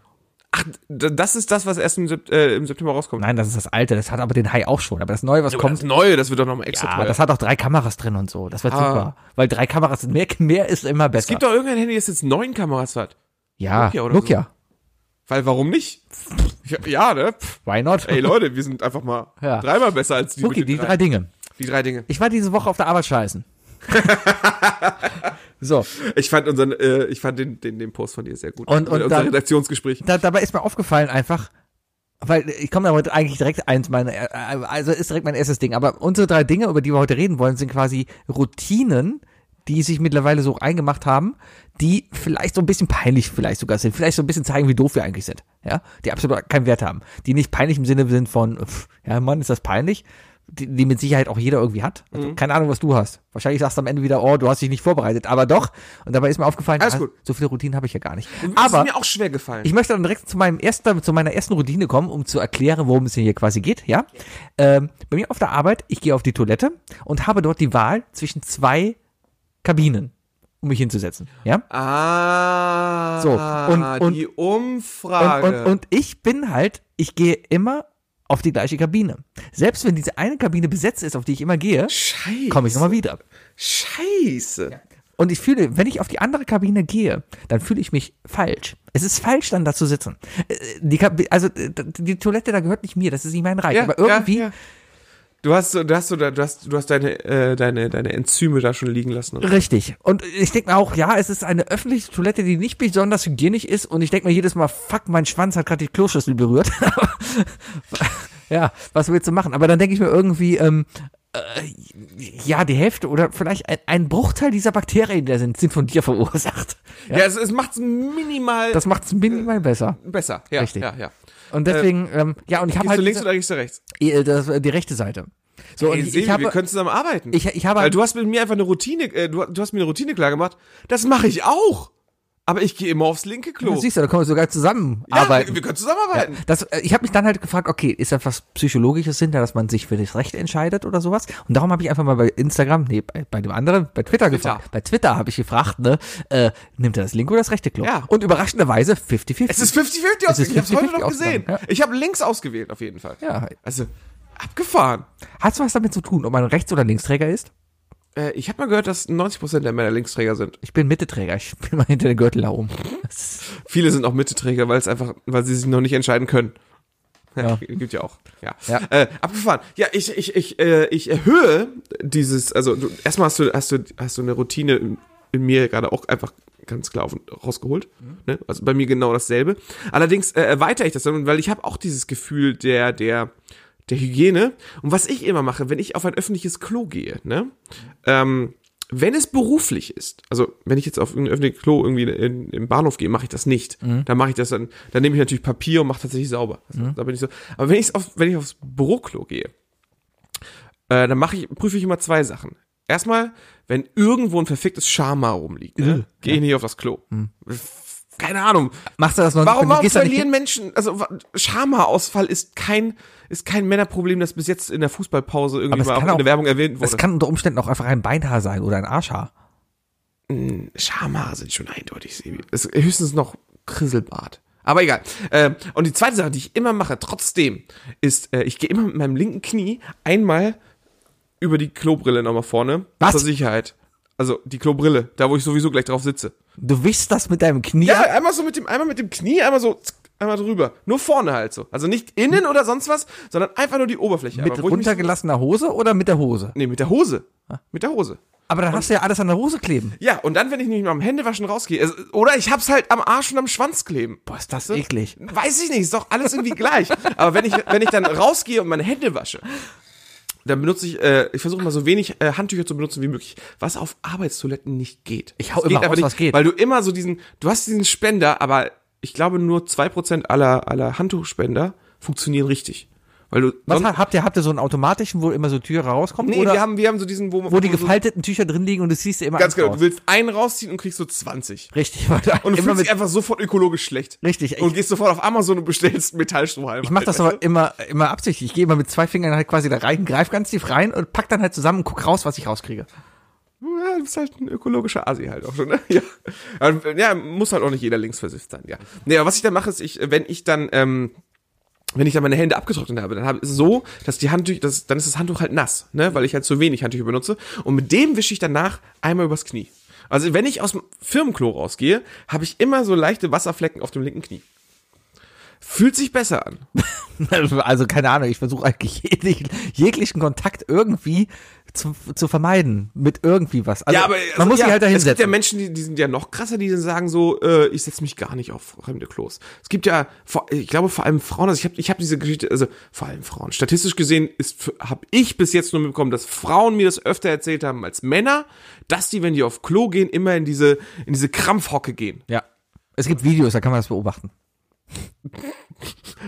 [SPEAKER 3] Ach, d- das ist das, was erst im, Sep äh, im September rauskommt.
[SPEAKER 2] Nein, das ist das alte, das hat aber den Hai auch schon. Aber das neue, was
[SPEAKER 3] Aber
[SPEAKER 2] kommt,
[SPEAKER 3] Das neue, das wird doch nochmal extra
[SPEAKER 2] ja,
[SPEAKER 3] teuer.
[SPEAKER 2] das hat auch drei Kameras drin und so. Das wird
[SPEAKER 3] Ah.
[SPEAKER 2] super. Weil drei Kameras, mehr, mehr ist immer besser.
[SPEAKER 3] es gibt doch irgendein Handy, das jetzt neun Kameras hat.
[SPEAKER 2] ja,
[SPEAKER 3] Nokia
[SPEAKER 2] Nokia.
[SPEAKER 3] oder Weil, warum nicht? Ja, ja ne? Pff,
[SPEAKER 2] Why not?
[SPEAKER 3] Ey, Leute, wir sind einfach mal
[SPEAKER 2] Ja.
[SPEAKER 3] dreimal besser als die, mit
[SPEAKER 2] okay,
[SPEAKER 3] den
[SPEAKER 2] die drei Dinge.
[SPEAKER 3] die drei Dinge.
[SPEAKER 2] Ich war diese Woche auf der Arbeit scheißen. so.
[SPEAKER 3] Ich fand unseren, äh, ich fand den, den, den Post von dir sehr gut.
[SPEAKER 2] Und- und
[SPEAKER 3] unser
[SPEAKER 2] dann-
[SPEAKER 3] Redaktionsgespräch.
[SPEAKER 2] Äh, da, dabei ist mir aufgefallen einfach, weil ich komme da heute eigentlich direkt eins meiner, äh, also ist direkt mein erstes Ding, aber unsere drei Dinge, über die wir heute reden wollen, sind quasi Routinen, die sich mittlerweile so eingemacht haben, die vielleicht so ein bisschen peinlich vielleicht sogar sind, vielleicht so ein bisschen zeigen, wie doof wir eigentlich sind, ja, die absolut keinen Wert haben, die nicht peinlich im Sinne sind von, pff, ja Mann, ist das peinlich, die, die mit Sicherheit auch jeder irgendwie hat. Also,
[SPEAKER 3] Mhm.
[SPEAKER 2] Keine Ahnung, was du hast. Wahrscheinlich sagst du am Ende wieder, oh, du hast dich nicht vorbereitet, aber doch. Und dabei ist mir aufgefallen,
[SPEAKER 3] Alles
[SPEAKER 2] ah,
[SPEAKER 3] gut.
[SPEAKER 2] so viele Routinen habe ich ja gar nicht.
[SPEAKER 3] das
[SPEAKER 2] Aber
[SPEAKER 3] ist mir auch schwer gefallen.
[SPEAKER 2] ich möchte dann direkt zu meinem ersten, zu meiner ersten Routine kommen, um zu erklären, worum es hier quasi geht, ja. Ähm, bei mir auf der Arbeit, ich gehe auf die Toilette und habe dort die Wahl zwischen zwei Kabinen, um mich hinzusetzen, ja.
[SPEAKER 3] ah,
[SPEAKER 2] So, und- und-
[SPEAKER 3] die
[SPEAKER 2] Und,
[SPEAKER 3] Umfrage.
[SPEAKER 2] und, und ich bin halt, ich gehe immer auf die gleiche Kabine. Selbst wenn diese eine Kabine besetzt ist, auf die ich immer gehe,
[SPEAKER 3] Scheiße.
[SPEAKER 2] komme ich nochmal wieder.
[SPEAKER 3] Scheiße.
[SPEAKER 2] Und ich fühle, wenn ich auf die andere Kabine gehe, dann fühle ich mich falsch. Es ist falsch, dann da zu sitzen. Äh, Die Kabi also äh, die Toilette, da gehört nicht mir, das ist nicht mein Reich.
[SPEAKER 3] Ja,
[SPEAKER 2] aber irgendwie,
[SPEAKER 3] ja, ja. Du hast, so- du hast, so da- du hast, du hast deine, äh, deine, deine Enzyme da schon liegen lassen. oder?
[SPEAKER 2] Richtig. Und ich denke mir auch, ja, es ist eine öffentliche Toilette, die nicht besonders hygienisch ist. Und ich denke mir jedes Mal, fuck, mein Schwanz hat gerade die Kloschüssel berührt. ja, was willst du machen? Aber dann denke ich mir irgendwie, ähm, äh, ja, die Hälfte oder vielleicht ein, ein Bruchteil dieser Bakterien, die da sind, sind von dir verursacht.
[SPEAKER 3] Ja, es, es macht's minimal
[SPEAKER 2] Das macht es minimal besser.
[SPEAKER 3] besser. Ja,
[SPEAKER 2] Richtig.
[SPEAKER 3] ja, ja.
[SPEAKER 2] Und deswegen, ähm, ja, und ich habe
[SPEAKER 3] Äh, Gehst
[SPEAKER 2] halt
[SPEAKER 3] du links
[SPEAKER 2] diese-
[SPEAKER 3] oder gehst du rechts?
[SPEAKER 2] äh, das, äh, die rechte Seite. So,
[SPEAKER 3] Ey,
[SPEAKER 2] und ich,
[SPEAKER 3] Sebi,
[SPEAKER 2] ich habe,
[SPEAKER 3] wir können zusammen arbeiten.
[SPEAKER 2] ich, halt ich habe
[SPEAKER 3] Weil du hast mit mir einfach eine Routine, äh, du, du hast mir eine Routine klar gemacht. Das mache ich auch. Aber ich gehe immer aufs linke Klo.
[SPEAKER 2] siehst du, da können wir sogar
[SPEAKER 3] ja,
[SPEAKER 2] zusammenarbeiten.
[SPEAKER 3] wir, wir können zusammenarbeiten.
[SPEAKER 2] Das, äh, ich habe mich dann halt gefragt, okay, ist da was Psychologisches hinter, dass man sich für das Recht entscheidet oder sowas? Und darum habe ich einfach mal bei Instagram, nee, bei, bei dem anderen, bei Twitter, gefragt. Bei Twitter habe ich gefragt, ne, äh, nimmt er das linke oder das rechte Klo?
[SPEAKER 3] Ja.
[SPEAKER 2] Und überraschenderweise 50-50.
[SPEAKER 3] Es ist 50-50 ausgegangen. Ich hab's
[SPEAKER 2] 50-50
[SPEAKER 3] heute noch gesehen.
[SPEAKER 2] ausgegangen, ja.
[SPEAKER 3] Ich habe links ausgewählt, auf jeden Fall.
[SPEAKER 2] Ja.
[SPEAKER 3] Also, abgefahren.
[SPEAKER 2] Hat's was damit zu tun, ob man Rechts- oder Linksträger ist?
[SPEAKER 3] Äh, ich habe mal gehört, dass 90% der Männer Linksträger sind.
[SPEAKER 2] Ich bin Mitteträger, ich bin mal hinter den Gürtel da oben.
[SPEAKER 3] Viele sind auch Mitteträger, weil es einfach, weil sie sich noch nicht entscheiden können.
[SPEAKER 2] Ja.
[SPEAKER 3] Gibt ja auch. Ja.
[SPEAKER 2] Ja.
[SPEAKER 3] Äh, abgefahren. Ja, ich, ich, ich, äh, ich erhöhe dieses, also du, erstmal hast du, hast du, hast du eine Routine in, in mir gerade auch einfach ganz klar auf, rausgeholt.
[SPEAKER 2] Mhm.
[SPEAKER 3] Ne? Also bei mir genau dasselbe. Allerdings äh, erweitere ich das dann, weil ich habe auch dieses Gefühl der, der, der Hygiene. Und was ich immer mache, wenn ich auf ein öffentliches Klo gehe, ne? Ähm, wenn es beruflich ist, also wenn ich jetzt auf ein öffentliches Klo irgendwie in, im Bahnhof gehe, mache ich das nicht.
[SPEAKER 2] Mhm.
[SPEAKER 3] Dann mache ich das dann, dann nehme ich natürlich Papier und mache tatsächlich sauber. Also, Da bin ich so. Aber wenn ich auf, wenn ich aufs Büroklo gehe, äh, dann mache ich, prüfe ich immer zwei Sachen. Erstmal, wenn irgendwo ein verficktes Schama rumliegt,
[SPEAKER 2] Äh,
[SPEAKER 3] ne, gehe ich nicht auf das Klo.
[SPEAKER 2] Mhm.
[SPEAKER 3] Keine Ahnung.
[SPEAKER 2] Machst du das noch
[SPEAKER 3] Warum,
[SPEAKER 2] nicht?
[SPEAKER 3] warum
[SPEAKER 2] Gehst du nicht
[SPEAKER 3] verlieren Menschen? Also wa- Schamhaarausfall ist kein ist kein Männerproblem, das bis jetzt in der Fußballpause
[SPEAKER 2] Aber
[SPEAKER 3] irgendwie
[SPEAKER 2] es
[SPEAKER 3] mal
[SPEAKER 2] kann
[SPEAKER 3] in
[SPEAKER 2] auch-
[SPEAKER 3] der Werbung erwähnt
[SPEAKER 2] hin? Es
[SPEAKER 3] wurde.
[SPEAKER 2] kann unter Umständen auch einfach ein Beinhaar sein oder ein Arschhaar.
[SPEAKER 3] Schamhaare sind schon eindeutig, Sebi. Es, höchstens noch Krisselbart. Aber egal. Ähm, und die zweite Sache, die ich immer mache, trotzdem, ist, äh, ich gehe immer mit meinem linken Knie einmal über die Klobrille nochmal vorne.
[SPEAKER 2] Was?
[SPEAKER 3] Zur Sicherheit. Also die Klobrille, da wo ich sowieso gleich drauf sitze.
[SPEAKER 2] Du wischst das mit deinem Knie
[SPEAKER 3] Ja,
[SPEAKER 2] ab?
[SPEAKER 3] einmal so mit dem, einmal mit dem Knie, einmal so, zck, einmal drüber. Nur vorne halt so. Also nicht innen oder sonst was, sondern einfach nur die Oberfläche.
[SPEAKER 2] mit Ah.
[SPEAKER 3] Aber wo ich mich-
[SPEAKER 2] runtergelassener Hose oder mit der Hose?
[SPEAKER 3] Nee, mit der Hose. Mit der Hose.
[SPEAKER 2] Aber dann hast du ja alles an der Hose kleben.
[SPEAKER 3] Ja, und dann, wenn ich nicht mal am Händewaschen rausgehe, also, oder ich hab's halt am Arsch und am Schwanz kleben.
[SPEAKER 2] Boah, ist das eklig.
[SPEAKER 3] Weiß ich nicht, ist doch alles irgendwie gleich. Aber wenn ich, wenn ich dann rausgehe und meine Hände wasche, dann benutze ich, äh, ich versuche mal so wenig äh, Handtücher zu benutzen wie möglich, was auf Arbeitstoiletten nicht geht.
[SPEAKER 2] Ich hau
[SPEAKER 3] Es
[SPEAKER 2] immer
[SPEAKER 3] einfach
[SPEAKER 2] raus, was geht.
[SPEAKER 3] Weil du immer so diesen, du hast diesen Spender, aber ich glaube nur 2% aller, aller Handtuchspender funktionieren richtig. Weil du,
[SPEAKER 2] Was
[SPEAKER 3] sonst-
[SPEAKER 2] ha- habt ihr, habt ihr so einen automatischen, wo immer so Türe rauskommt?
[SPEAKER 3] nee,
[SPEAKER 2] oder
[SPEAKER 3] wir haben, wir haben so diesen, wo,
[SPEAKER 2] wo die
[SPEAKER 3] so,
[SPEAKER 2] gefalteten Tücher drin liegen und du ziehst dir immer
[SPEAKER 3] ganz
[SPEAKER 2] eins
[SPEAKER 3] genau, du
[SPEAKER 2] raus.
[SPEAKER 3] willst einen rausziehen und kriegst so 20.
[SPEAKER 2] Richtig, weil du
[SPEAKER 3] Und du
[SPEAKER 2] immer
[SPEAKER 3] fühlst
[SPEAKER 2] mit,
[SPEAKER 3] dich einfach sofort ökologisch schlecht.
[SPEAKER 2] Richtig, ich-
[SPEAKER 3] Und gehst sofort auf Amazon und bestellst Metallstrohhalme.
[SPEAKER 2] ich mach das
[SPEAKER 3] Weißt
[SPEAKER 2] aber immer, immer absichtlich. Ich gehe immer mit zwei Fingern halt quasi da rein, greif ganz tief rein und pack dann halt zusammen und guck raus, was ich rauskriege.
[SPEAKER 3] du? Ja, du bist halt ein ökologischer Asi halt auch schon, ne? Ja. Aber, ja, muss halt auch nicht jeder linksversifft sein, ja. Nee, aber was ich dann mache, ist, ich, wenn ich dann, ähm, wenn ich dann meine Hände abgetrocknet habe, dann habe, ist es so, dass die Handtücher, das, dann ist das Handtuch halt nass, ne? Weil ich halt zu wenig Handtücher benutze. Und mit dem wische ich danach einmal übers Knie. Also wenn ich aus dem Firmenklo rausgehe, habe ich immer so leichte Wasserflecken auf dem linken Knie. Fühlt sich besser an.
[SPEAKER 2] Also keine Ahnung, ich versuche eigentlich jeglichen, jeglichen Kontakt irgendwie zu, zu vermeiden mit irgendwie was. Also,
[SPEAKER 3] ja, aber
[SPEAKER 2] man
[SPEAKER 3] also,
[SPEAKER 2] muss
[SPEAKER 3] ja,
[SPEAKER 2] sich halt dahin
[SPEAKER 3] Es gibt ja
[SPEAKER 2] setzen.
[SPEAKER 3] Menschen, die, die sind ja noch krasser, die dann sagen so, äh, ich setze mich gar nicht auf fremde Klos. Es gibt ja, vor, ich glaube vor allem Frauen, also ich habe ich hab diese Geschichte, also vor allem Frauen. Statistisch gesehen ist habe ich bis jetzt nur mitbekommen, dass Frauen mir das öfter erzählt haben als Männer, dass die, wenn die auf Klo gehen, immer in diese in diese Krampfhocke gehen,
[SPEAKER 2] Ja. Es gibt Videos, da kann man das beobachten.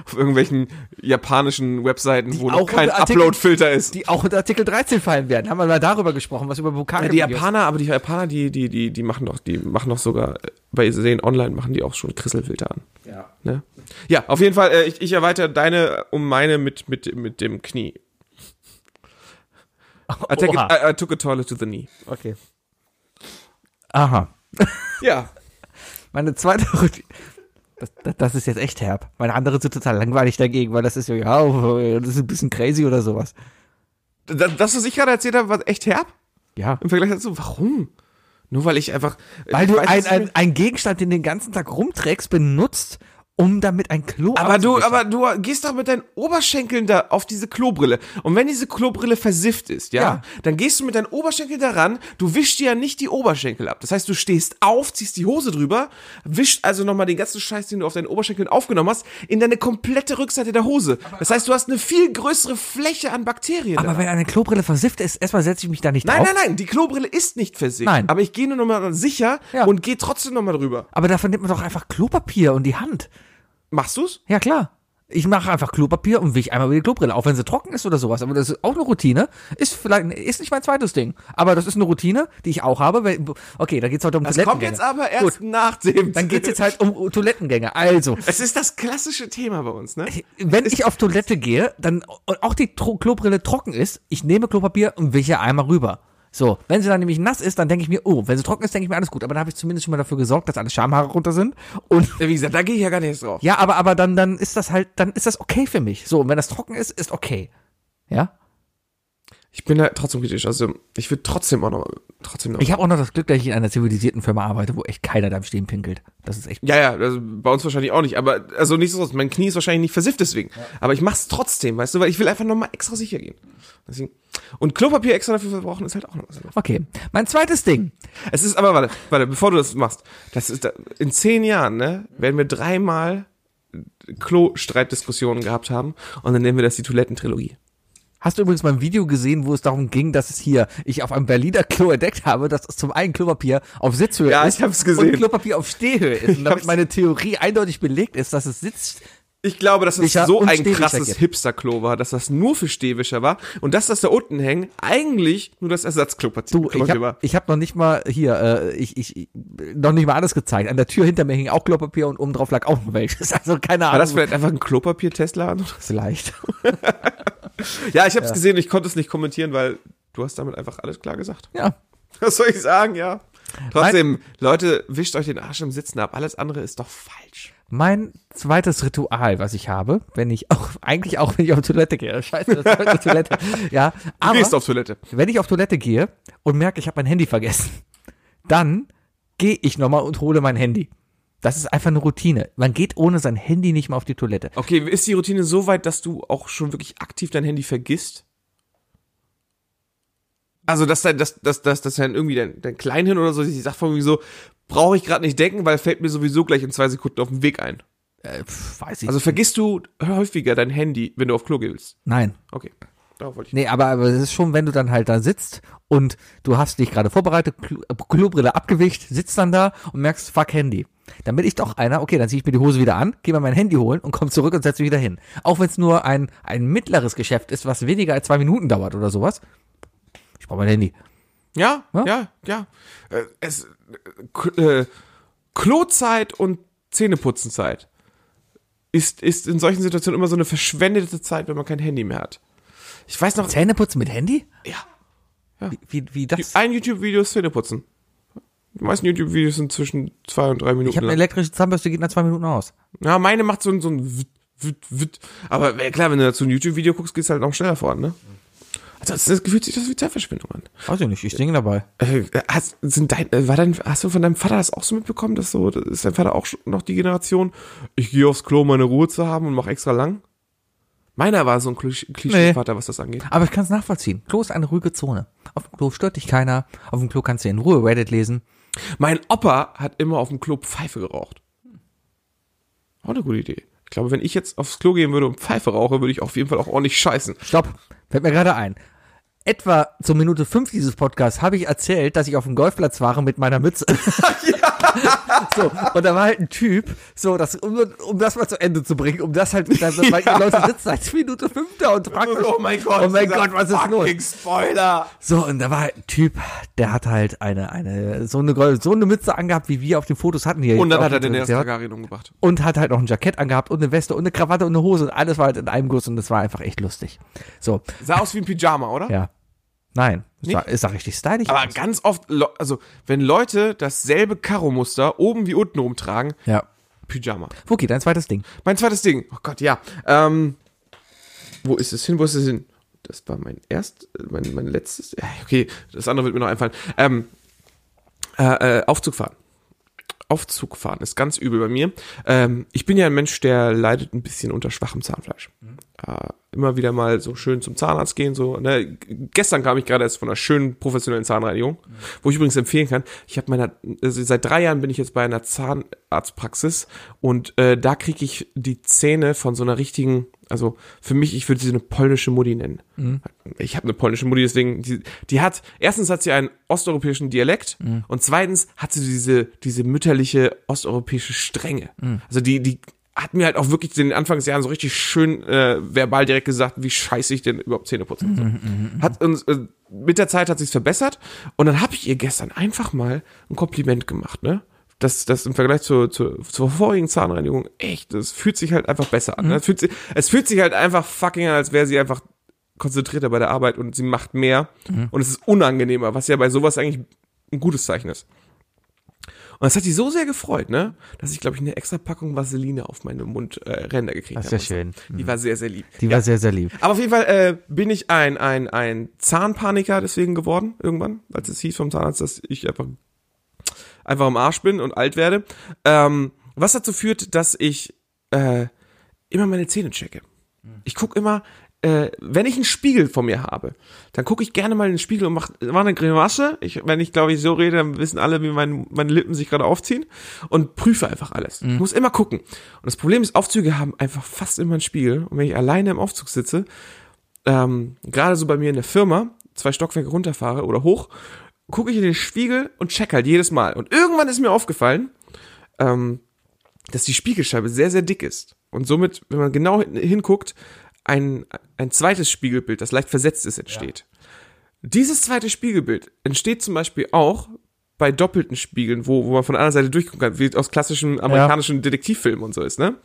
[SPEAKER 3] auf irgendwelchen japanischen Webseiten, wo noch
[SPEAKER 2] auch
[SPEAKER 3] kein
[SPEAKER 2] unter Artikel-
[SPEAKER 3] Upload-Filter ist.
[SPEAKER 2] Die auch unter Artikel 13 fallen werden. Haben wir mal darüber gesprochen, was über Bukake
[SPEAKER 3] Ja, die Japaner, aber die Japaner, die, die, die, die machen doch, die machen doch sogar, äh, bei Sehen online machen die auch schon Krisselfilter an. Ja. Ne? Ja, auf jeden Fall, äh, ich, ich erweitere deine um meine mit, mit, mit dem Knie. I, take it,
[SPEAKER 2] Oha.
[SPEAKER 3] I, I took a toilet to the knee.
[SPEAKER 2] Okay. Aha.
[SPEAKER 3] Ja.
[SPEAKER 2] Meine zweite Routine. Das, das, das ist jetzt echt herb. Meine anderen sind total langweilig dagegen, weil das ist ja, ja, das ist ein bisschen crazy oder sowas.
[SPEAKER 3] Das, das, was ich gerade erzählt habe, war echt herb
[SPEAKER 2] Ja.
[SPEAKER 3] im Vergleich dazu. Warum? Nur weil ich einfach. äh,
[SPEAKER 2] Weil
[SPEAKER 3] ich
[SPEAKER 2] du
[SPEAKER 3] weiß,
[SPEAKER 2] ein,
[SPEAKER 3] dass ich
[SPEAKER 2] ein,
[SPEAKER 3] mir-
[SPEAKER 2] ein Gegenstand, den du den ganzen Tag rumträgst, benutzt, um damit ein Klo
[SPEAKER 3] aber du,
[SPEAKER 2] abzuwischen.
[SPEAKER 3] aber du gehst doch mit deinen Oberschenkeln da auf diese Klobrille. Und wenn diese Klobrille versifft ist, ja,
[SPEAKER 2] Ja.
[SPEAKER 3] dann gehst du mit deinen Oberschenkeln daran. Du wischst dir ja nicht die Oberschenkel ab. Das heißt, du stehst auf, ziehst die Hose drüber, wischst also nochmal den ganzen Scheiß, den du auf deinen Oberschenkeln aufgenommen hast, in deine komplette Rückseite der Hose. Das heißt, du hast eine viel größere Fläche an Bakterien.
[SPEAKER 2] Aber
[SPEAKER 3] danach.
[SPEAKER 2] wenn eine Klobrille versifft ist, erstmal setze ich mich da nicht
[SPEAKER 3] Nein,
[SPEAKER 2] drauf.
[SPEAKER 3] nein, nein, die Klobrille ist nicht versifft.
[SPEAKER 2] Nein.
[SPEAKER 3] Aber ich gehe nur nochmal sicher
[SPEAKER 2] Ja.
[SPEAKER 3] und gehe trotzdem nochmal drüber.
[SPEAKER 2] Aber dafür nimmt man doch einfach Klopapier und die Hand.
[SPEAKER 3] Machst du's?
[SPEAKER 2] Ja, klar. Ich mache einfach Klopapier und wisch einmal über die Klobrille, auch wenn sie trocken ist oder sowas. Aber das ist auch eine Routine. Ist vielleicht, ist nicht mein zweites Ding. Aber das ist eine Routine, die ich auch habe. Wenn, okay, da geht's heute um
[SPEAKER 3] Das kommt
[SPEAKER 2] Toilettengänge.
[SPEAKER 3] jetzt aber erst nach dem.
[SPEAKER 2] Dann geht's jetzt halt um Toilettengänge. Also,
[SPEAKER 3] Es ist das klassische Thema bei uns, ne?
[SPEAKER 2] wenn ich auf Toilette gehe, dann und auch die Tro Klobrille trocken ist, ich nehme Klopapier und wische einmal rüber. So, wenn sie dann nämlich nass ist, dann denke ich mir, oh, wenn sie trocken ist, denke ich mir alles gut. Aber dann habe ich zumindest schon mal dafür gesorgt, dass alle Schamhaare runter sind. Und
[SPEAKER 3] Ja, wie gesagt, da gehe ich ja gar nicht erst drauf.
[SPEAKER 2] ja, aber aber dann dann ist das halt, dann ist das okay für mich. So, und wenn das trocken ist, ist okay. Ja.
[SPEAKER 3] Ich bin da trotzdem kritisch. Also ich würde trotzdem auch noch, trotzdem noch.
[SPEAKER 2] Ich habe auch noch das Glück, dass ich in einer zivilisierten Firma arbeite, wo echt keiner da im Stehen pinkelt. Das ist echt.
[SPEAKER 3] ja, ja, also bei uns wahrscheinlich auch nicht. Aber also nichtsdestotrotz, mein Knie ist wahrscheinlich nicht versifft deswegen. Aber ich mach's trotzdem, weißt du, weil ich will einfach nochmal extra sicher gehen. Deswegen. Und Klopapier extra dafür verbrauchen ist halt auch noch was. anderes.
[SPEAKER 2] Okay. Mein zweites Ding.
[SPEAKER 3] Es ist aber, warte, warte, bevor du das machst, das ist da- in zehn Jahren, ne, werden wir dreimal Klo-Streitdiskussionen gehabt haben und dann nennen wir das die Toilettentrilogie.
[SPEAKER 2] Hast du übrigens mal ein Video gesehen, wo es darum ging, dass es hier, ich auf einem Berliner Klo entdeckt habe, dass es zum einen Klopapier auf Sitzhöhe
[SPEAKER 3] Ja,
[SPEAKER 2] ist
[SPEAKER 3] ich hab's gesehen.
[SPEAKER 2] und Klopapier auf Stehhöhe ist. Und damit
[SPEAKER 3] hab's-
[SPEAKER 2] meine Theorie eindeutig belegt ist, dass es sitzt.
[SPEAKER 3] Ich glaube, dass es
[SPEAKER 2] Stehwischer
[SPEAKER 3] so
[SPEAKER 2] und
[SPEAKER 3] ein
[SPEAKER 2] Stehwischer
[SPEAKER 3] krasses
[SPEAKER 2] gibt.
[SPEAKER 3] Hipster-Klo war, dass das nur für Stehwischer war und dass das da unten hängen eigentlich nur das Ersatzklopapier
[SPEAKER 2] Du, ich
[SPEAKER 3] Klopapier war.
[SPEAKER 2] habe ich hab noch nicht mal hier, äh, ich, ich, ich, noch nicht mal alles gezeigt. An der Tür hinter mir hing auch Klopapier und oben drauf lag auch noch welches. Also keine Ahnung.
[SPEAKER 3] War das vielleicht einfach ein Klopapier-Tesla?
[SPEAKER 2] vielleicht.
[SPEAKER 3] Ja, ich habe es gesehen, ich konnte es nicht kommentieren, weil du hast damit einfach alles klar gesagt.
[SPEAKER 2] Ja.
[SPEAKER 3] Was soll ich sagen, ja. Trotzdem, Leute, wischt euch den Arsch im Sitzen ab. Alles andere ist doch falsch.
[SPEAKER 2] Mein zweites Ritual, was ich habe, wenn ich auch, eigentlich auch, wenn ich auf Toilette gehe. Scheiße, das ist heute Toilette. Ja,
[SPEAKER 3] Du
[SPEAKER 2] aber.
[SPEAKER 3] gehst auf Toilette.
[SPEAKER 2] wenn ich auf Toilette gehe und merke, ich habe mein Handy vergessen, dann gehe ich nochmal und hole mein Handy. Das ist einfach eine Routine. Man geht ohne sein Handy nicht mehr auf die Toilette.
[SPEAKER 3] Okay, ist die Routine so weit, dass du auch schon wirklich aktiv dein Handy vergisst? Also, dass dein, dass, dass, dass, dass dein irgendwie dein, dein Kleinhirn oder so, ich sag von irgendwie so, brauche ich gerade nicht denken, weil fällt mir sowieso gleich in zwei Sekunden auf den Weg ein.
[SPEAKER 2] Äh, pf, weiß ich.
[SPEAKER 3] Also
[SPEAKER 2] Also,
[SPEAKER 3] vergisst du häufiger dein Handy, wenn du auf Klo gehst.
[SPEAKER 2] Nein.
[SPEAKER 3] Okay. Darauf wollte ich.
[SPEAKER 2] Nee, aber, aber es ist schon, wenn du dann halt da sitzt und du hast dich gerade vorbereitet, Klo- äh, Klobrille abgewicht, sitzt dann da und merkst, fuck Handy. Dann bin ich doch einer, okay, dann ziehe ich mir die Hose wieder an, gehe mal mein Handy holen und komme zurück und setze mich wieder hin. Auch wenn es nur ein, ein mittleres Geschäft ist, was weniger als zwei Minuten dauert oder sowas. Ich brauche mein Handy.
[SPEAKER 3] Ja, ja,
[SPEAKER 2] Ja?
[SPEAKER 3] ja. Äh, Es, äh, K- äh, Klozeit und Zähneputzenzeit ist, ist in solchen Situationen immer so eine verschwendete Zeit, wenn man kein Handy mehr hat. Ich weiß noch,
[SPEAKER 2] Zähneputzen mit Handy?
[SPEAKER 3] Ja.
[SPEAKER 2] Wie, wie, wie das?
[SPEAKER 3] ein YouTube-Video ist Zähneputzen. Die meisten YouTube-Videos sind zwischen zwei und drei
[SPEAKER 2] Ich
[SPEAKER 3] Minuten
[SPEAKER 2] habe eine
[SPEAKER 3] lang.
[SPEAKER 2] elektrische Zahnbürste, geht nach zwei Minuten aus.
[SPEAKER 3] Ja, meine macht so ein, so ein Witt, Witt, Witt. Aber äh, klar, wenn du dazu ein YouTube-Video guckst, geht's halt noch schneller voran, ne? Ansonsten fühlt sich das wie Zeitverschwendung an.
[SPEAKER 2] Weiß ich nicht, ich singe dabei.
[SPEAKER 3] Äh, Hast, sind dein, äh, war dein, hast du von deinem Vater das auch so mitbekommen, dass so, das ist dein Vater auch schon noch die Generation, ich gehe aufs Klo, um meine Ruhe zu haben und mach extra lang? Meiner war so ein Klisch- Klischee-Vater, was das angeht.
[SPEAKER 2] Aber ich kann es nachvollziehen. Klo ist eine ruhige Zone. Auf dem Klo stört dich keiner. Auf dem Klo kannst du in Ruhe Reddit lesen.
[SPEAKER 3] Mein Opa hat immer auf dem Klo Pfeife geraucht. Auch eine gute Idee. Ich glaube, wenn ich jetzt aufs Klo gehen würde und Pfeife rauche, würde ich auf jeden Fall auch ordentlich scheißen.
[SPEAKER 2] Stopp, fällt mir gerade ein. Etwa zur Minute fünf dieses Podcasts habe ich erzählt, dass ich auf dem Golfplatz war mit meiner Mütze. so, und da war halt ein Typ, so, das, um, um das mal zu Ende zu bringen, um das halt, da, weil die Leute sitzen seit Minute fünf da und fragen mich, oh mein
[SPEAKER 3] dieser
[SPEAKER 2] Gott, was ist los?
[SPEAKER 3] fucking Spoiler.
[SPEAKER 2] So, und da war halt ein Typ, der hat halt eine, eine, so eine, Gold- so eine Mütze angehabt, wie wir auf den Fotos hatten hier.
[SPEAKER 3] Und dann
[SPEAKER 2] Auf
[SPEAKER 3] hat er
[SPEAKER 2] dem
[SPEAKER 3] den ersten
[SPEAKER 2] Fernseher.
[SPEAKER 3] Targaryen umgebracht.
[SPEAKER 2] Und hat halt noch ein Jackett angehabt und eine Weste und eine Krawatte und eine Hose und alles war halt in einem Guss und das war einfach echt lustig. So,
[SPEAKER 3] Sah aus wie ein Pyjama, oder?
[SPEAKER 2] ja. Nein, es
[SPEAKER 3] Nicht?
[SPEAKER 2] war, es sah richtig stylisch
[SPEAKER 3] Aber
[SPEAKER 2] aus.
[SPEAKER 3] ganz oft, Le- also wenn Leute dasselbe Karo-Muster oben wie unten rumtragen,
[SPEAKER 2] Ja.
[SPEAKER 3] Pyjama.
[SPEAKER 2] Wookie, dein zweites Ding.
[SPEAKER 3] Mein zweites Ding. Oh Gott, ja. Ähm, wo ist es hin? Wo ist es hin? Das war mein erst, äh, mein, mein letztes. Ja, Okay, das andere wird mir noch einfallen. Ähm, äh, äh, Aufzug fahren. Aufzug fahren ist ganz übel bei mir. Ähm, ich bin ja ein Mensch, der leidet ein bisschen unter schwachem Zahnfleisch. Äh, immer wieder mal so schön zum Zahnarzt gehen. So, ne? G- Gestern kam ich gerade erst von einer schönen professionellen Zahnreinigung, wo ich übrigens empfehlen kann. Ich habe meiner, also seit drei Jahren bin ich jetzt bei einer Zahnarztpraxis und äh, da kriege ich die Zähne von so einer richtigen, also für mich, ich würde sie eine polnische Mutti nennen. Ich habe eine polnische Mutti, deswegen, die, die hat, erstens hat sie einen osteuropäischen Dialekt und zweitens hat sie diese, diese mütterliche osteuropäische Strenge. Also die, die hat mir halt auch wirklich in den Anfangsjahren so richtig schön äh, verbal direkt gesagt, wie scheiße ich denn überhaupt Zähne putzen soll. Hat uns, äh, mit der Zeit hat sich's verbessert und dann habe ich ihr gestern einfach mal ein Kompliment gemacht, ne? Das, das im Vergleich zur, zur, zur vorigen Zahnreinigung, echt, es fühlt sich halt einfach besser an. Ne? Es, fühlt sich, es fühlt sich halt einfach fucking an, als wäre sie einfach konzentrierter bei der Arbeit und sie macht mehr und es ist unangenehmer, was ja bei sowas eigentlich ein gutes Zeichen ist. Und das hat sie so sehr gefreut, ne, dass ich glaube ich eine extra Packung Vaseline auf meine Mundränder gekriegt habe.
[SPEAKER 2] Das ist ja schön. Mhm.
[SPEAKER 3] Die war sehr sehr lieb.
[SPEAKER 2] Die war sehr, sehr lieb.
[SPEAKER 3] Aber auf jeden Fall äh, bin ich ein, ein, ein Zahnpaniker deswegen geworden, irgendwann, als es hieß vom Zahnarzt, dass ich einfach, einfach im Arsch bin und alt werde. Ähm, was dazu führt, dass ich äh, immer meine Zähne checke. Ich gucke immer, äh, wenn ich einen Spiegel vor mir habe, dann gucke ich gerne mal in den Spiegel und mache mach eine Grimasse. Ich, wenn ich, glaube ich, so rede, dann wissen alle, wie mein, meine Lippen sich gerade aufziehen und prüfe einfach alles. Ich muss immer gucken. Und das Problem ist, Aufzüge haben einfach fast immer einen Spiegel. Und wenn ich alleine im Aufzug sitze, ähm, gerade so bei mir in der Firma zwei Stockwerke runterfahre oder hoch, gucke ich in den Spiegel und check halt jedes Mal. Und irgendwann ist mir aufgefallen, ähm, dass die Spiegelscheibe sehr, sehr dick ist. Und somit, wenn man genau hin- hinguckt, ein, ein zweites Spiegelbild, das leicht versetzt ist, entsteht. Dieses zweite Spiegelbild entsteht zum Beispiel auch bei doppelten Spiegeln, wo, wo man von der anderen Seite durchgucken kann, wie aus klassischen amerikanischen Detektivfilmen und so ist, ne?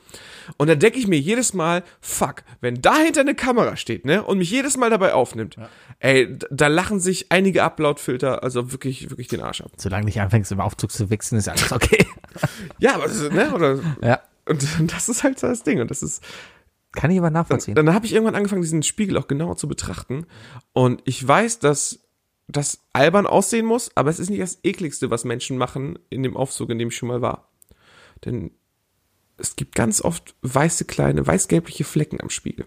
[SPEAKER 3] Und dann denke ich mir jedes Mal, fuck, wenn dahinter eine Kamera steht, ne, und mich jedes Mal dabei aufnimmt, ey, d- da lachen sich einige Upload-Filter also wirklich, wirklich den Arsch ab.
[SPEAKER 2] Solange nicht anfängst, im Aufzug zu wichsen, ist alles okay.
[SPEAKER 3] Ja, aber, das ist, ne, oder,
[SPEAKER 2] ja.
[SPEAKER 3] und das ist halt so das Ding und das ist,
[SPEAKER 2] Kann ich aber nachvollziehen.
[SPEAKER 3] dann habe ich irgendwann angefangen, diesen Spiegel auch genauer zu betrachten. Und ich weiß, dass das albern aussehen muss, aber es ist nicht das ekligste, was Menschen machen in dem Aufzug, in dem ich schon mal war. Denn es gibt ganz oft weiße kleine, weißgelbliche Flecken am Spiegel.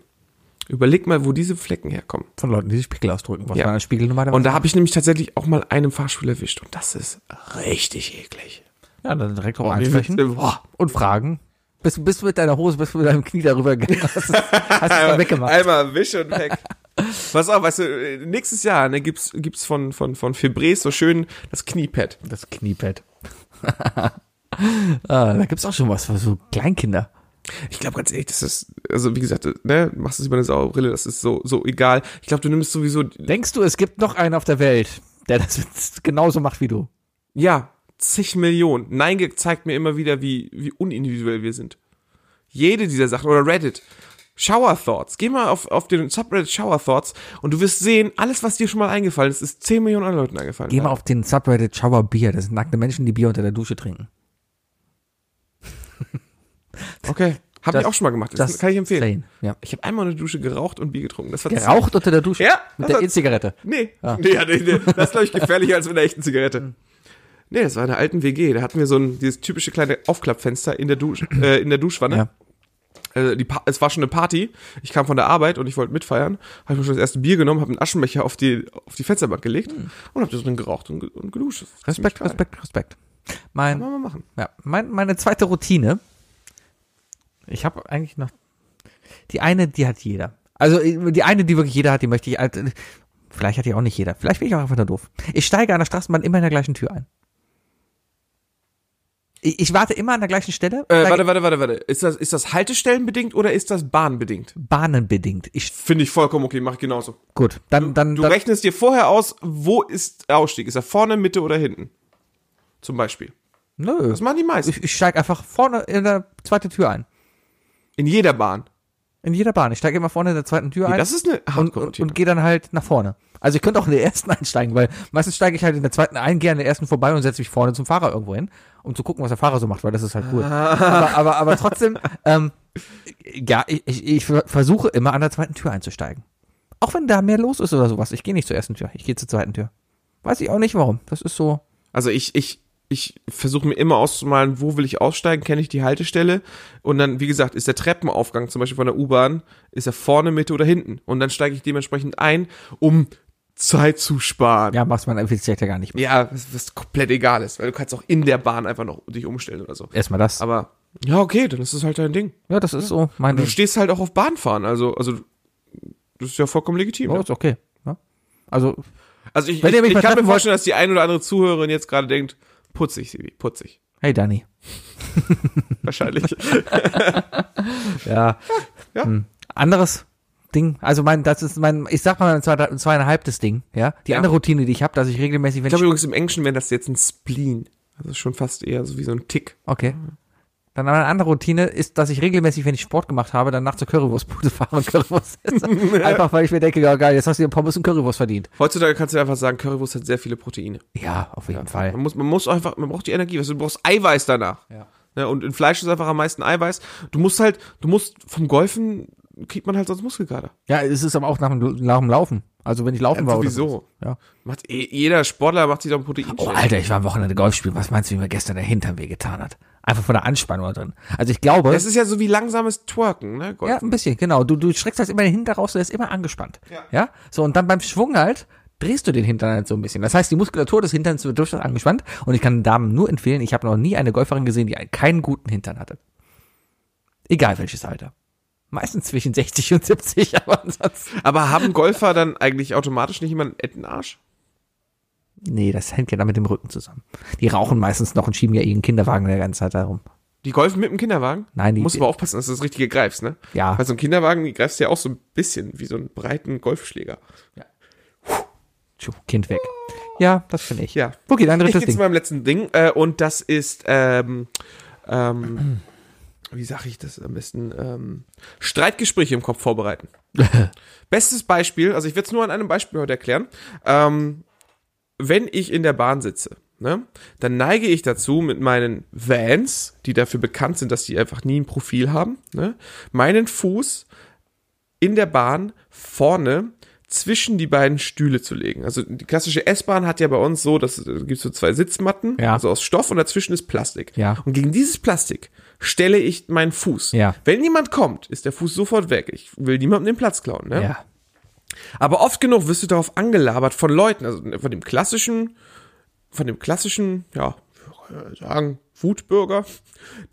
[SPEAKER 3] Überleg mal, wo diese Flecken herkommen.
[SPEAKER 2] Von Leuten, die sich Pickel ausdrücken. Was
[SPEAKER 3] Ja.
[SPEAKER 2] war eine Spiegelnummer dabei?
[SPEAKER 3] Und da habe ich nämlich tatsächlich auch mal einen im Fahrstuhl erwischt. Und das ist richtig eklig.
[SPEAKER 2] ja, dann direkt drauf
[SPEAKER 3] Wie
[SPEAKER 2] ansprechen.
[SPEAKER 3] willst du- boah.
[SPEAKER 2] und fragen. Bist, bist du mit deiner Hose, bist du mit deinem Knie darüber gegangen? Hast du hast es dann weggemacht?
[SPEAKER 3] Einmal wisch und weg. Pass auf, weißt du, nächstes Jahr ne, gibt's, gibt's von, von, von Febrés so schön das Kniepad.
[SPEAKER 2] Das Kniepad. ah, da gibt's auch schon was für so Kleinkinder.
[SPEAKER 3] Ich glaube ganz ehrlich, das ist, also wie gesagt, ne, machst es über eine saure Brille, das ist so, so egal. Ich glaube, du nimmst sowieso,
[SPEAKER 2] Denkst du, es gibt noch einen auf der Welt, der das genauso macht wie du?
[SPEAKER 3] ja, zig Millionen. Nein Gag zeigt mir immer wieder, wie, wie unindividuell wir sind. Jede dieser Sachen oder Reddit. Shower Thoughts. Geh mal auf, auf den Subreddit Shower Thoughts und du wirst sehen, alles, was dir schon mal eingefallen ist, ist 10 Millionen anderen Leuten eingefallen.
[SPEAKER 2] Geh mal auf den Subreddit Shower Bier. Das sind nackte Menschen, die Bier unter der Dusche trinken.
[SPEAKER 3] Okay. Hab
[SPEAKER 2] Das-
[SPEAKER 3] ich auch schon mal gemacht. Das, kann ich empfehlen.
[SPEAKER 2] Sane, Ja.
[SPEAKER 3] Ich habe einmal eine Dusche geraucht und Bier getrunken. Das war
[SPEAKER 2] Geraucht unter der Dusche?
[SPEAKER 3] Ja,
[SPEAKER 2] Mit
[SPEAKER 3] das
[SPEAKER 2] der
[SPEAKER 3] hat-
[SPEAKER 2] E-Zigarette.
[SPEAKER 3] Nee.
[SPEAKER 2] Ah.
[SPEAKER 3] nee, ja, nee, nee. das ist, glaube ich, gefährlicher als mit einer echten
[SPEAKER 2] Hm.
[SPEAKER 3] Zigarette. Nee, das war in der alten WG. Da hatten wir so ein, dieses typische kleine Aufklappfenster in der, Dusch, äh, in der Duschwanne.
[SPEAKER 2] Ja.
[SPEAKER 3] Also die pa es war schon eine Party. Ich kam von der Arbeit und ich wollte mitfeiern. Habe mir schon das erste Bier genommen, habe einen Aschenbecher auf die, auf die Fensterbank gelegt und habe da drin geraucht und, ge- und geduscht. Das ist ziemlich
[SPEAKER 2] Hm. Respekt,
[SPEAKER 3] geil.
[SPEAKER 2] Respekt, Respekt. Mein,
[SPEAKER 3] Kann man mal machen.
[SPEAKER 2] Ja, mein, meine zweite Routine. Ich habe eigentlich noch die eine, die hat jeder. Also die eine, die wirklich jeder hat, die möchte ich. als- Vielleicht hat die auch nicht jeder. Vielleicht bin ich auch einfach nur doof. Ich steige an der Straßenbahn immer in der gleichen Tür ein. Ich, ich warte immer an der gleichen Stelle.
[SPEAKER 3] Äh,
[SPEAKER 2] Steige-
[SPEAKER 3] warte, warte, warte, warte. Ist das, ist das haltestellenbedingt oder ist das bahnbedingt?
[SPEAKER 2] Bahnenbedingt. Ich
[SPEAKER 3] Finde ich vollkommen okay, mach ich genauso.
[SPEAKER 2] gut. Dann dann,
[SPEAKER 3] Du
[SPEAKER 2] dann
[SPEAKER 3] rechnest dir vorher aus, wo ist der Ausstieg? Ist er vorne, Mitte oder hinten? Zum Beispiel.
[SPEAKER 2] nö.
[SPEAKER 3] Das machen die meisten.
[SPEAKER 2] Ich, ich steige einfach vorne in der zweiten Tür ein.
[SPEAKER 3] In jeder Bahn.
[SPEAKER 2] In jeder Bahn. Ich steige immer vorne in der zweiten Tür ein.
[SPEAKER 3] Nee, das ist eine
[SPEAKER 2] und,
[SPEAKER 3] hardcore
[SPEAKER 2] und, und gehe dann halt nach vorne. Also ich könnte auch in der ersten einsteigen, weil meistens steige ich halt in der zweiten ein, gehe an der ersten vorbei und setze mich vorne zum Fahrer irgendwo hin, um zu gucken, was der Fahrer so macht, weil das ist halt cool. Aber, aber, aber trotzdem, ähm, ja, ich, ich, ich ver- versuche immer an der zweiten Tür einzusteigen. Auch wenn da mehr los ist oder sowas. Ich gehe nicht zur ersten Tür, ich gehe zur zweiten Tür. Weiß ich auch nicht warum. Das ist so.
[SPEAKER 3] Also ich, ich, ich versuche mir immer auszumalen, wo will ich aussteigen, kenne ich die Haltestelle. Und dann, wie gesagt, ist der Treppenaufgang zum Beispiel von der U-Bahn, ist er vorne, Mitte oder hinten. Und dann steige ich dementsprechend ein, um Zeit zu sparen.
[SPEAKER 2] Ja, macht man effizient ja gar nicht mehr.
[SPEAKER 3] Ja, was, was komplett egal ist, weil du kannst auch in der Bahn einfach noch dich umstellen oder so.
[SPEAKER 2] Erstmal das.
[SPEAKER 3] Aber ja, okay, dann ist es halt dein Ding.
[SPEAKER 2] ja, das ist so mein
[SPEAKER 3] Du stehst halt auch auf Bahnfahren, also, also das ist ja vollkommen legitim.
[SPEAKER 2] Oh, ist okay. Ja. Also,
[SPEAKER 3] Also ich,
[SPEAKER 2] Wenn ihr
[SPEAKER 3] ich,
[SPEAKER 2] mich
[SPEAKER 3] ich
[SPEAKER 2] mal
[SPEAKER 3] kann mir
[SPEAKER 2] treffen wollt-
[SPEAKER 3] vorstellen, dass die ein oder andere Zuhörerin jetzt gerade denkt, putzig, Sibi, putzig.
[SPEAKER 2] hey Dani.
[SPEAKER 3] Wahrscheinlich.
[SPEAKER 2] Ja.
[SPEAKER 3] Ja.
[SPEAKER 2] Hm. Anderes Ding, also mein, das ist mein, ich sag mal mein zweite- zweieinhalbtes Ding, ja. Die
[SPEAKER 3] Ja.
[SPEAKER 2] andere Routine, die ich habe, dass ich regelmäßig, wenn
[SPEAKER 3] Ich glaube übrigens, im Englischen wäre das jetzt ein Spleen. Also schon fast eher so wie so ein Tick.
[SPEAKER 2] okay. Dann eine andere Routine ist, dass ich regelmäßig, wenn ich Sport gemacht habe, danach zur Currywurstbude fahre und Currywurst esse. Einfach, weil ich mir denke, ja geil, jetzt hast du dir Pommes und Currywurst verdient.
[SPEAKER 3] Heutzutage kannst du einfach sagen, Currywurst hat sehr viele Proteine.
[SPEAKER 2] Ja, auf jeden Fall.
[SPEAKER 3] Man muss, man muss einfach, man braucht die Energie, weißt du, du brauchst Eiweiß danach.
[SPEAKER 2] Ja.
[SPEAKER 3] Ne, und in Fleisch ist einfach am meisten Eiweiß. Du musst halt, du musst vom Golfen kriegt man halt sonst Muskelkater.
[SPEAKER 2] Ja, es ist aber auch nach dem, nach dem Laufen. Also wenn ich laufen war oder
[SPEAKER 3] sowieso.
[SPEAKER 2] so. Ja.
[SPEAKER 3] Macht, eh- jeder Sportler macht sich doch ein Protein.
[SPEAKER 2] Oh, Alter, ich war am Wochenende Golf spielen. Was meinst du, wie mir gestern der Hintern wehgetan hat? Einfach von der Anspannung da drin. Also ich glaube.
[SPEAKER 3] Das ist ja so wie langsames Twerken, ne? Golf.
[SPEAKER 2] Ja, ein bisschen, genau. Du, du streckst das immer den Hintern raus, der ist immer angespannt. Ja. So, und dann beim Schwung halt drehst du den Hintern halt so ein bisschen. Das heißt, die Muskulatur des Hinterns wird durchaus angespannt. Und ich kann den Damen nur empfehlen, ich habe noch nie eine Golferin gesehen, die einen- keinen guten Hintern hatte. Egal welches Alter. Meistens zwischen 60 und 70, aber ansonsten.
[SPEAKER 3] Aber haben Golfer dann eigentlich automatisch nicht immer einen netten Arsch?
[SPEAKER 2] Nee, das hängt ja dann mit dem Rücken zusammen. Die rauchen meistens noch und schieben ja ihren Kinderwagen der ganze Zeit herum.
[SPEAKER 3] Die golfen mit dem Kinderwagen?
[SPEAKER 2] Nein, die-
[SPEAKER 3] die. Musst aber aufpassen, dass du das Richtige greifst, ne?
[SPEAKER 2] Ja.
[SPEAKER 3] Weil so ein Kinderwagen, die greifst du ja auch so ein bisschen wie so einen breiten Golfschläger.
[SPEAKER 2] Tschu, Kind weg. Ja, das finde ich.
[SPEAKER 3] Ja.
[SPEAKER 2] Okay, dein
[SPEAKER 3] Ich
[SPEAKER 2] drittes
[SPEAKER 3] gehe zu
[SPEAKER 2] Ding.
[SPEAKER 3] meinem letzten Ding äh, und das ist, ähm, ähm, wie sage ich das am besten? Ähm, Streitgespräche im Kopf vorbereiten. Bestes Beispiel, also ich werde es nur an einem Beispiel heute erklären. Ähm, wenn ich in der Bahn sitze, ne, dann neige ich dazu, mit meinen Vans, die dafür bekannt sind, dass die einfach nie ein Profil haben, ne, meinen Fuß in der Bahn vorne zwischen die beiden Stühle zu legen. Also die klassische S-Bahn hat ja bei uns so, dass da gibt's so zwei Sitzmatten,
[SPEAKER 2] Ja.
[SPEAKER 3] also aus Stoff und dazwischen ist Plastik.
[SPEAKER 2] Ja.
[SPEAKER 3] Und gegen dieses Plastik stelle ich meinen Fuß.
[SPEAKER 2] Ja.
[SPEAKER 3] Wenn jemand kommt, ist der Fuß sofort weg. Ich will niemandem den Platz klauen. Ne?
[SPEAKER 2] Ja.
[SPEAKER 3] Aber oft genug wirst du darauf angelabert von Leuten, also von dem klassischen, von dem klassischen, ja, wie kann man sagen, Wutbürger,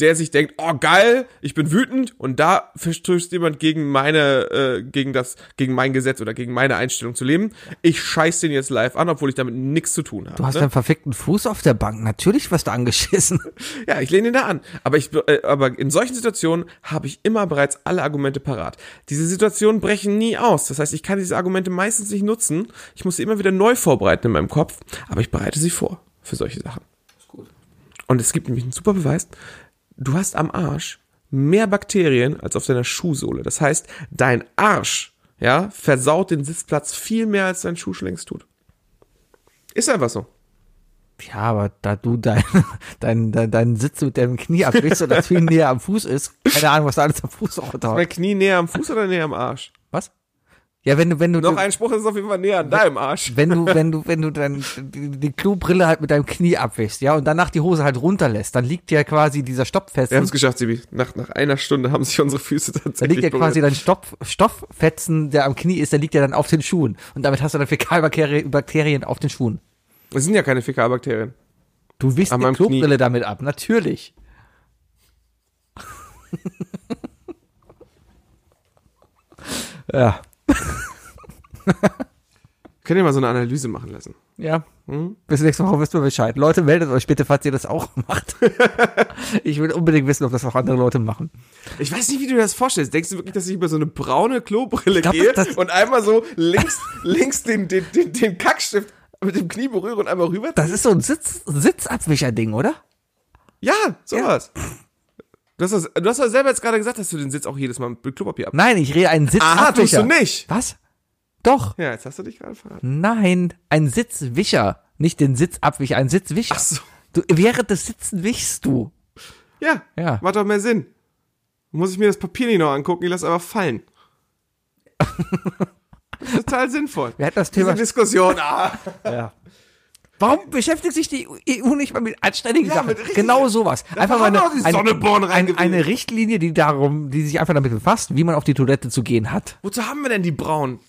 [SPEAKER 3] der sich denkt, oh geil, ich bin wütend und da verstößt jemand gegen meine, äh, gegen das, gegen mein Gesetz oder gegen meine Einstellung zu leben. Ich scheiß den jetzt live an, obwohl ich damit nichts zu tun habe. Ne?
[SPEAKER 2] Du hast einen verfickten Fuß auf der Bank. Natürlich wirst du angeschissen.
[SPEAKER 3] Ja, ich lehne ihn da an. Aber, ich, äh, aber in solchen Situationen habe ich immer bereits alle Argumente parat. Diese Situationen brechen nie aus. Das heißt, ich kann diese Argumente meistens nicht nutzen. Ich muss sie immer wieder neu vorbereiten in meinem Kopf. Aber ich bereite sie vor für solche Sachen. Und es gibt nämlich einen super Beweis. Du hast am Arsch mehr Bakterien als auf deiner Schuhsohle. Das heißt, dein Arsch ja, versaut den Sitzplatz viel mehr, als dein Schuh schon längst tut. Ist einfach so.
[SPEAKER 2] Ja, aber da du deinen dein, dein, dein Sitz mit deinem Knie abwischst und das viel näher am Fuß ist, keine Ahnung, was da alles am Fuß auch
[SPEAKER 3] Mein
[SPEAKER 2] dauert.
[SPEAKER 3] Knie näher am Fuß oder näher am Arsch?
[SPEAKER 2] Was? Ja, wenn du, wenn du,
[SPEAKER 3] Noch ein Spruch ist auf jeden Fall näher an deinem Arsch.
[SPEAKER 2] wenn du, wenn du, wenn du dann die, die Klobrille halt mit deinem Knie abwischst, ja, und danach die Hose halt runterlässt, dann liegt ja quasi dieser Stopp fest.
[SPEAKER 3] Wir haben es geschafft, Sibi. Nach, nach einer Stunde haben sich unsere Füße
[SPEAKER 2] Da
[SPEAKER 3] tatsächlich
[SPEAKER 2] liegt ja quasi
[SPEAKER 3] berührt.
[SPEAKER 2] dein Stoff, Stofffetzen, der am Knie ist, der liegt ja dann auf den Schuhen. Und damit hast du dann Fäkalbakterien Bakterien auf den Schuhen.
[SPEAKER 3] Es sind ja keine Fäkalbakterien.
[SPEAKER 2] Du wischst
[SPEAKER 3] An
[SPEAKER 2] die
[SPEAKER 3] meinem
[SPEAKER 2] Klobrille damit ab, natürlich. ja,
[SPEAKER 3] Könnt ihr mal so eine Analyse machen lassen?
[SPEAKER 2] ja.
[SPEAKER 3] Hm?
[SPEAKER 2] Bis nächste Woche wisst ihr Bescheid. Leute, meldet euch bitte, falls ihr das auch macht. ich will unbedingt wissen, ob das auch andere Leute machen.
[SPEAKER 3] Ich weiß nicht, wie du dir das vorstellst. Denkst du wirklich, dass ich über so eine braune Klobrille
[SPEAKER 2] glaub,
[SPEAKER 3] gehe
[SPEAKER 2] das-
[SPEAKER 3] und einmal so links, links den, den, den, den Kackstift mit dem Knie berühre und einmal rüber?
[SPEAKER 2] Das ist so ein Sitz, Sitzabwischer-Ding, oder?
[SPEAKER 3] ja, sowas. Du, hast das, du hast doch selber jetzt gerade gesagt, dass du den Sitz auch jedes Mal mit Klopapier ab.
[SPEAKER 2] Nein, ich rede einen Sitzabwischer.
[SPEAKER 3] Aha, tust du nicht.
[SPEAKER 2] Was? Doch.
[SPEAKER 3] Ja, jetzt hast du dich gerade verraten.
[SPEAKER 2] Nein, ein Sitzwischer. Nicht den Sitzabwischer, ein Sitzwischer.
[SPEAKER 3] Ach so.
[SPEAKER 2] Du, während des Sitzen wischst du.
[SPEAKER 3] Ja,
[SPEAKER 2] Ja.
[SPEAKER 3] macht doch mehr Sinn. Muss ich mir das Papier nicht noch angucken, ich lasse einfach fallen. Total sinnvoll.
[SPEAKER 2] Wir hatten das
[SPEAKER 3] Diese
[SPEAKER 2] Thema.
[SPEAKER 3] Diskussion. Ah.
[SPEAKER 2] Warum beschäftigt sich die EU nicht mal mit anständigen
[SPEAKER 3] Ja,
[SPEAKER 2] Sachen?
[SPEAKER 3] mit richtig-
[SPEAKER 2] Genau sowas. Einfach mal
[SPEAKER 3] haben
[SPEAKER 2] eine,
[SPEAKER 3] wir auch die Sonneborn
[SPEAKER 2] eine, eine,
[SPEAKER 3] reingewählt.
[SPEAKER 2] eine Richtlinie, die darum, die sich einfach damit befasst, wie man auf die Toilette zu gehen hat.
[SPEAKER 3] Wozu haben wir denn die Braunen?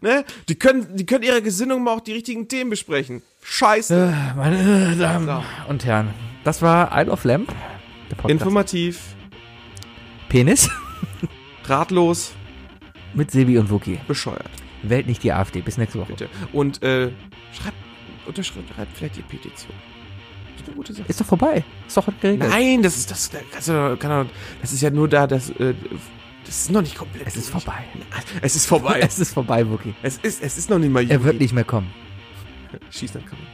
[SPEAKER 3] Ne? Die, können, die können ihre Gesinnung mal auch die richtigen Themen besprechen. Scheiße.
[SPEAKER 2] Meine Damen und Herren, das war Isle of Lamp. Der
[SPEAKER 3] Äh.
[SPEAKER 2] Podcast.
[SPEAKER 3] Informativ,
[SPEAKER 2] Penis
[SPEAKER 3] ratlos,
[SPEAKER 2] mit Sebi und Wookie.
[SPEAKER 3] bescheuert.
[SPEAKER 2] Wählt nicht die AfD. Bis nächste Woche.
[SPEAKER 3] Bitte. Und äh, schreibt, unterschreibt vielleicht die Petition. Das ist eine gute Sache.
[SPEAKER 2] Ist doch vorbei. Ist doch geregelt.
[SPEAKER 3] Nein, das ist das, das, kann, doch- das ist ja nur da, das, äh, das ist noch nicht komplett.
[SPEAKER 2] Es ist
[SPEAKER 3] durch.
[SPEAKER 2] vorbei.
[SPEAKER 3] Es ist vorbei.
[SPEAKER 2] Es ist vorbei, Wookie.
[SPEAKER 3] es ist, es ist noch nicht mal
[SPEAKER 2] Er
[SPEAKER 3] Juli.
[SPEAKER 2] wird nicht mehr kommen.
[SPEAKER 3] Schieß dann Kamin.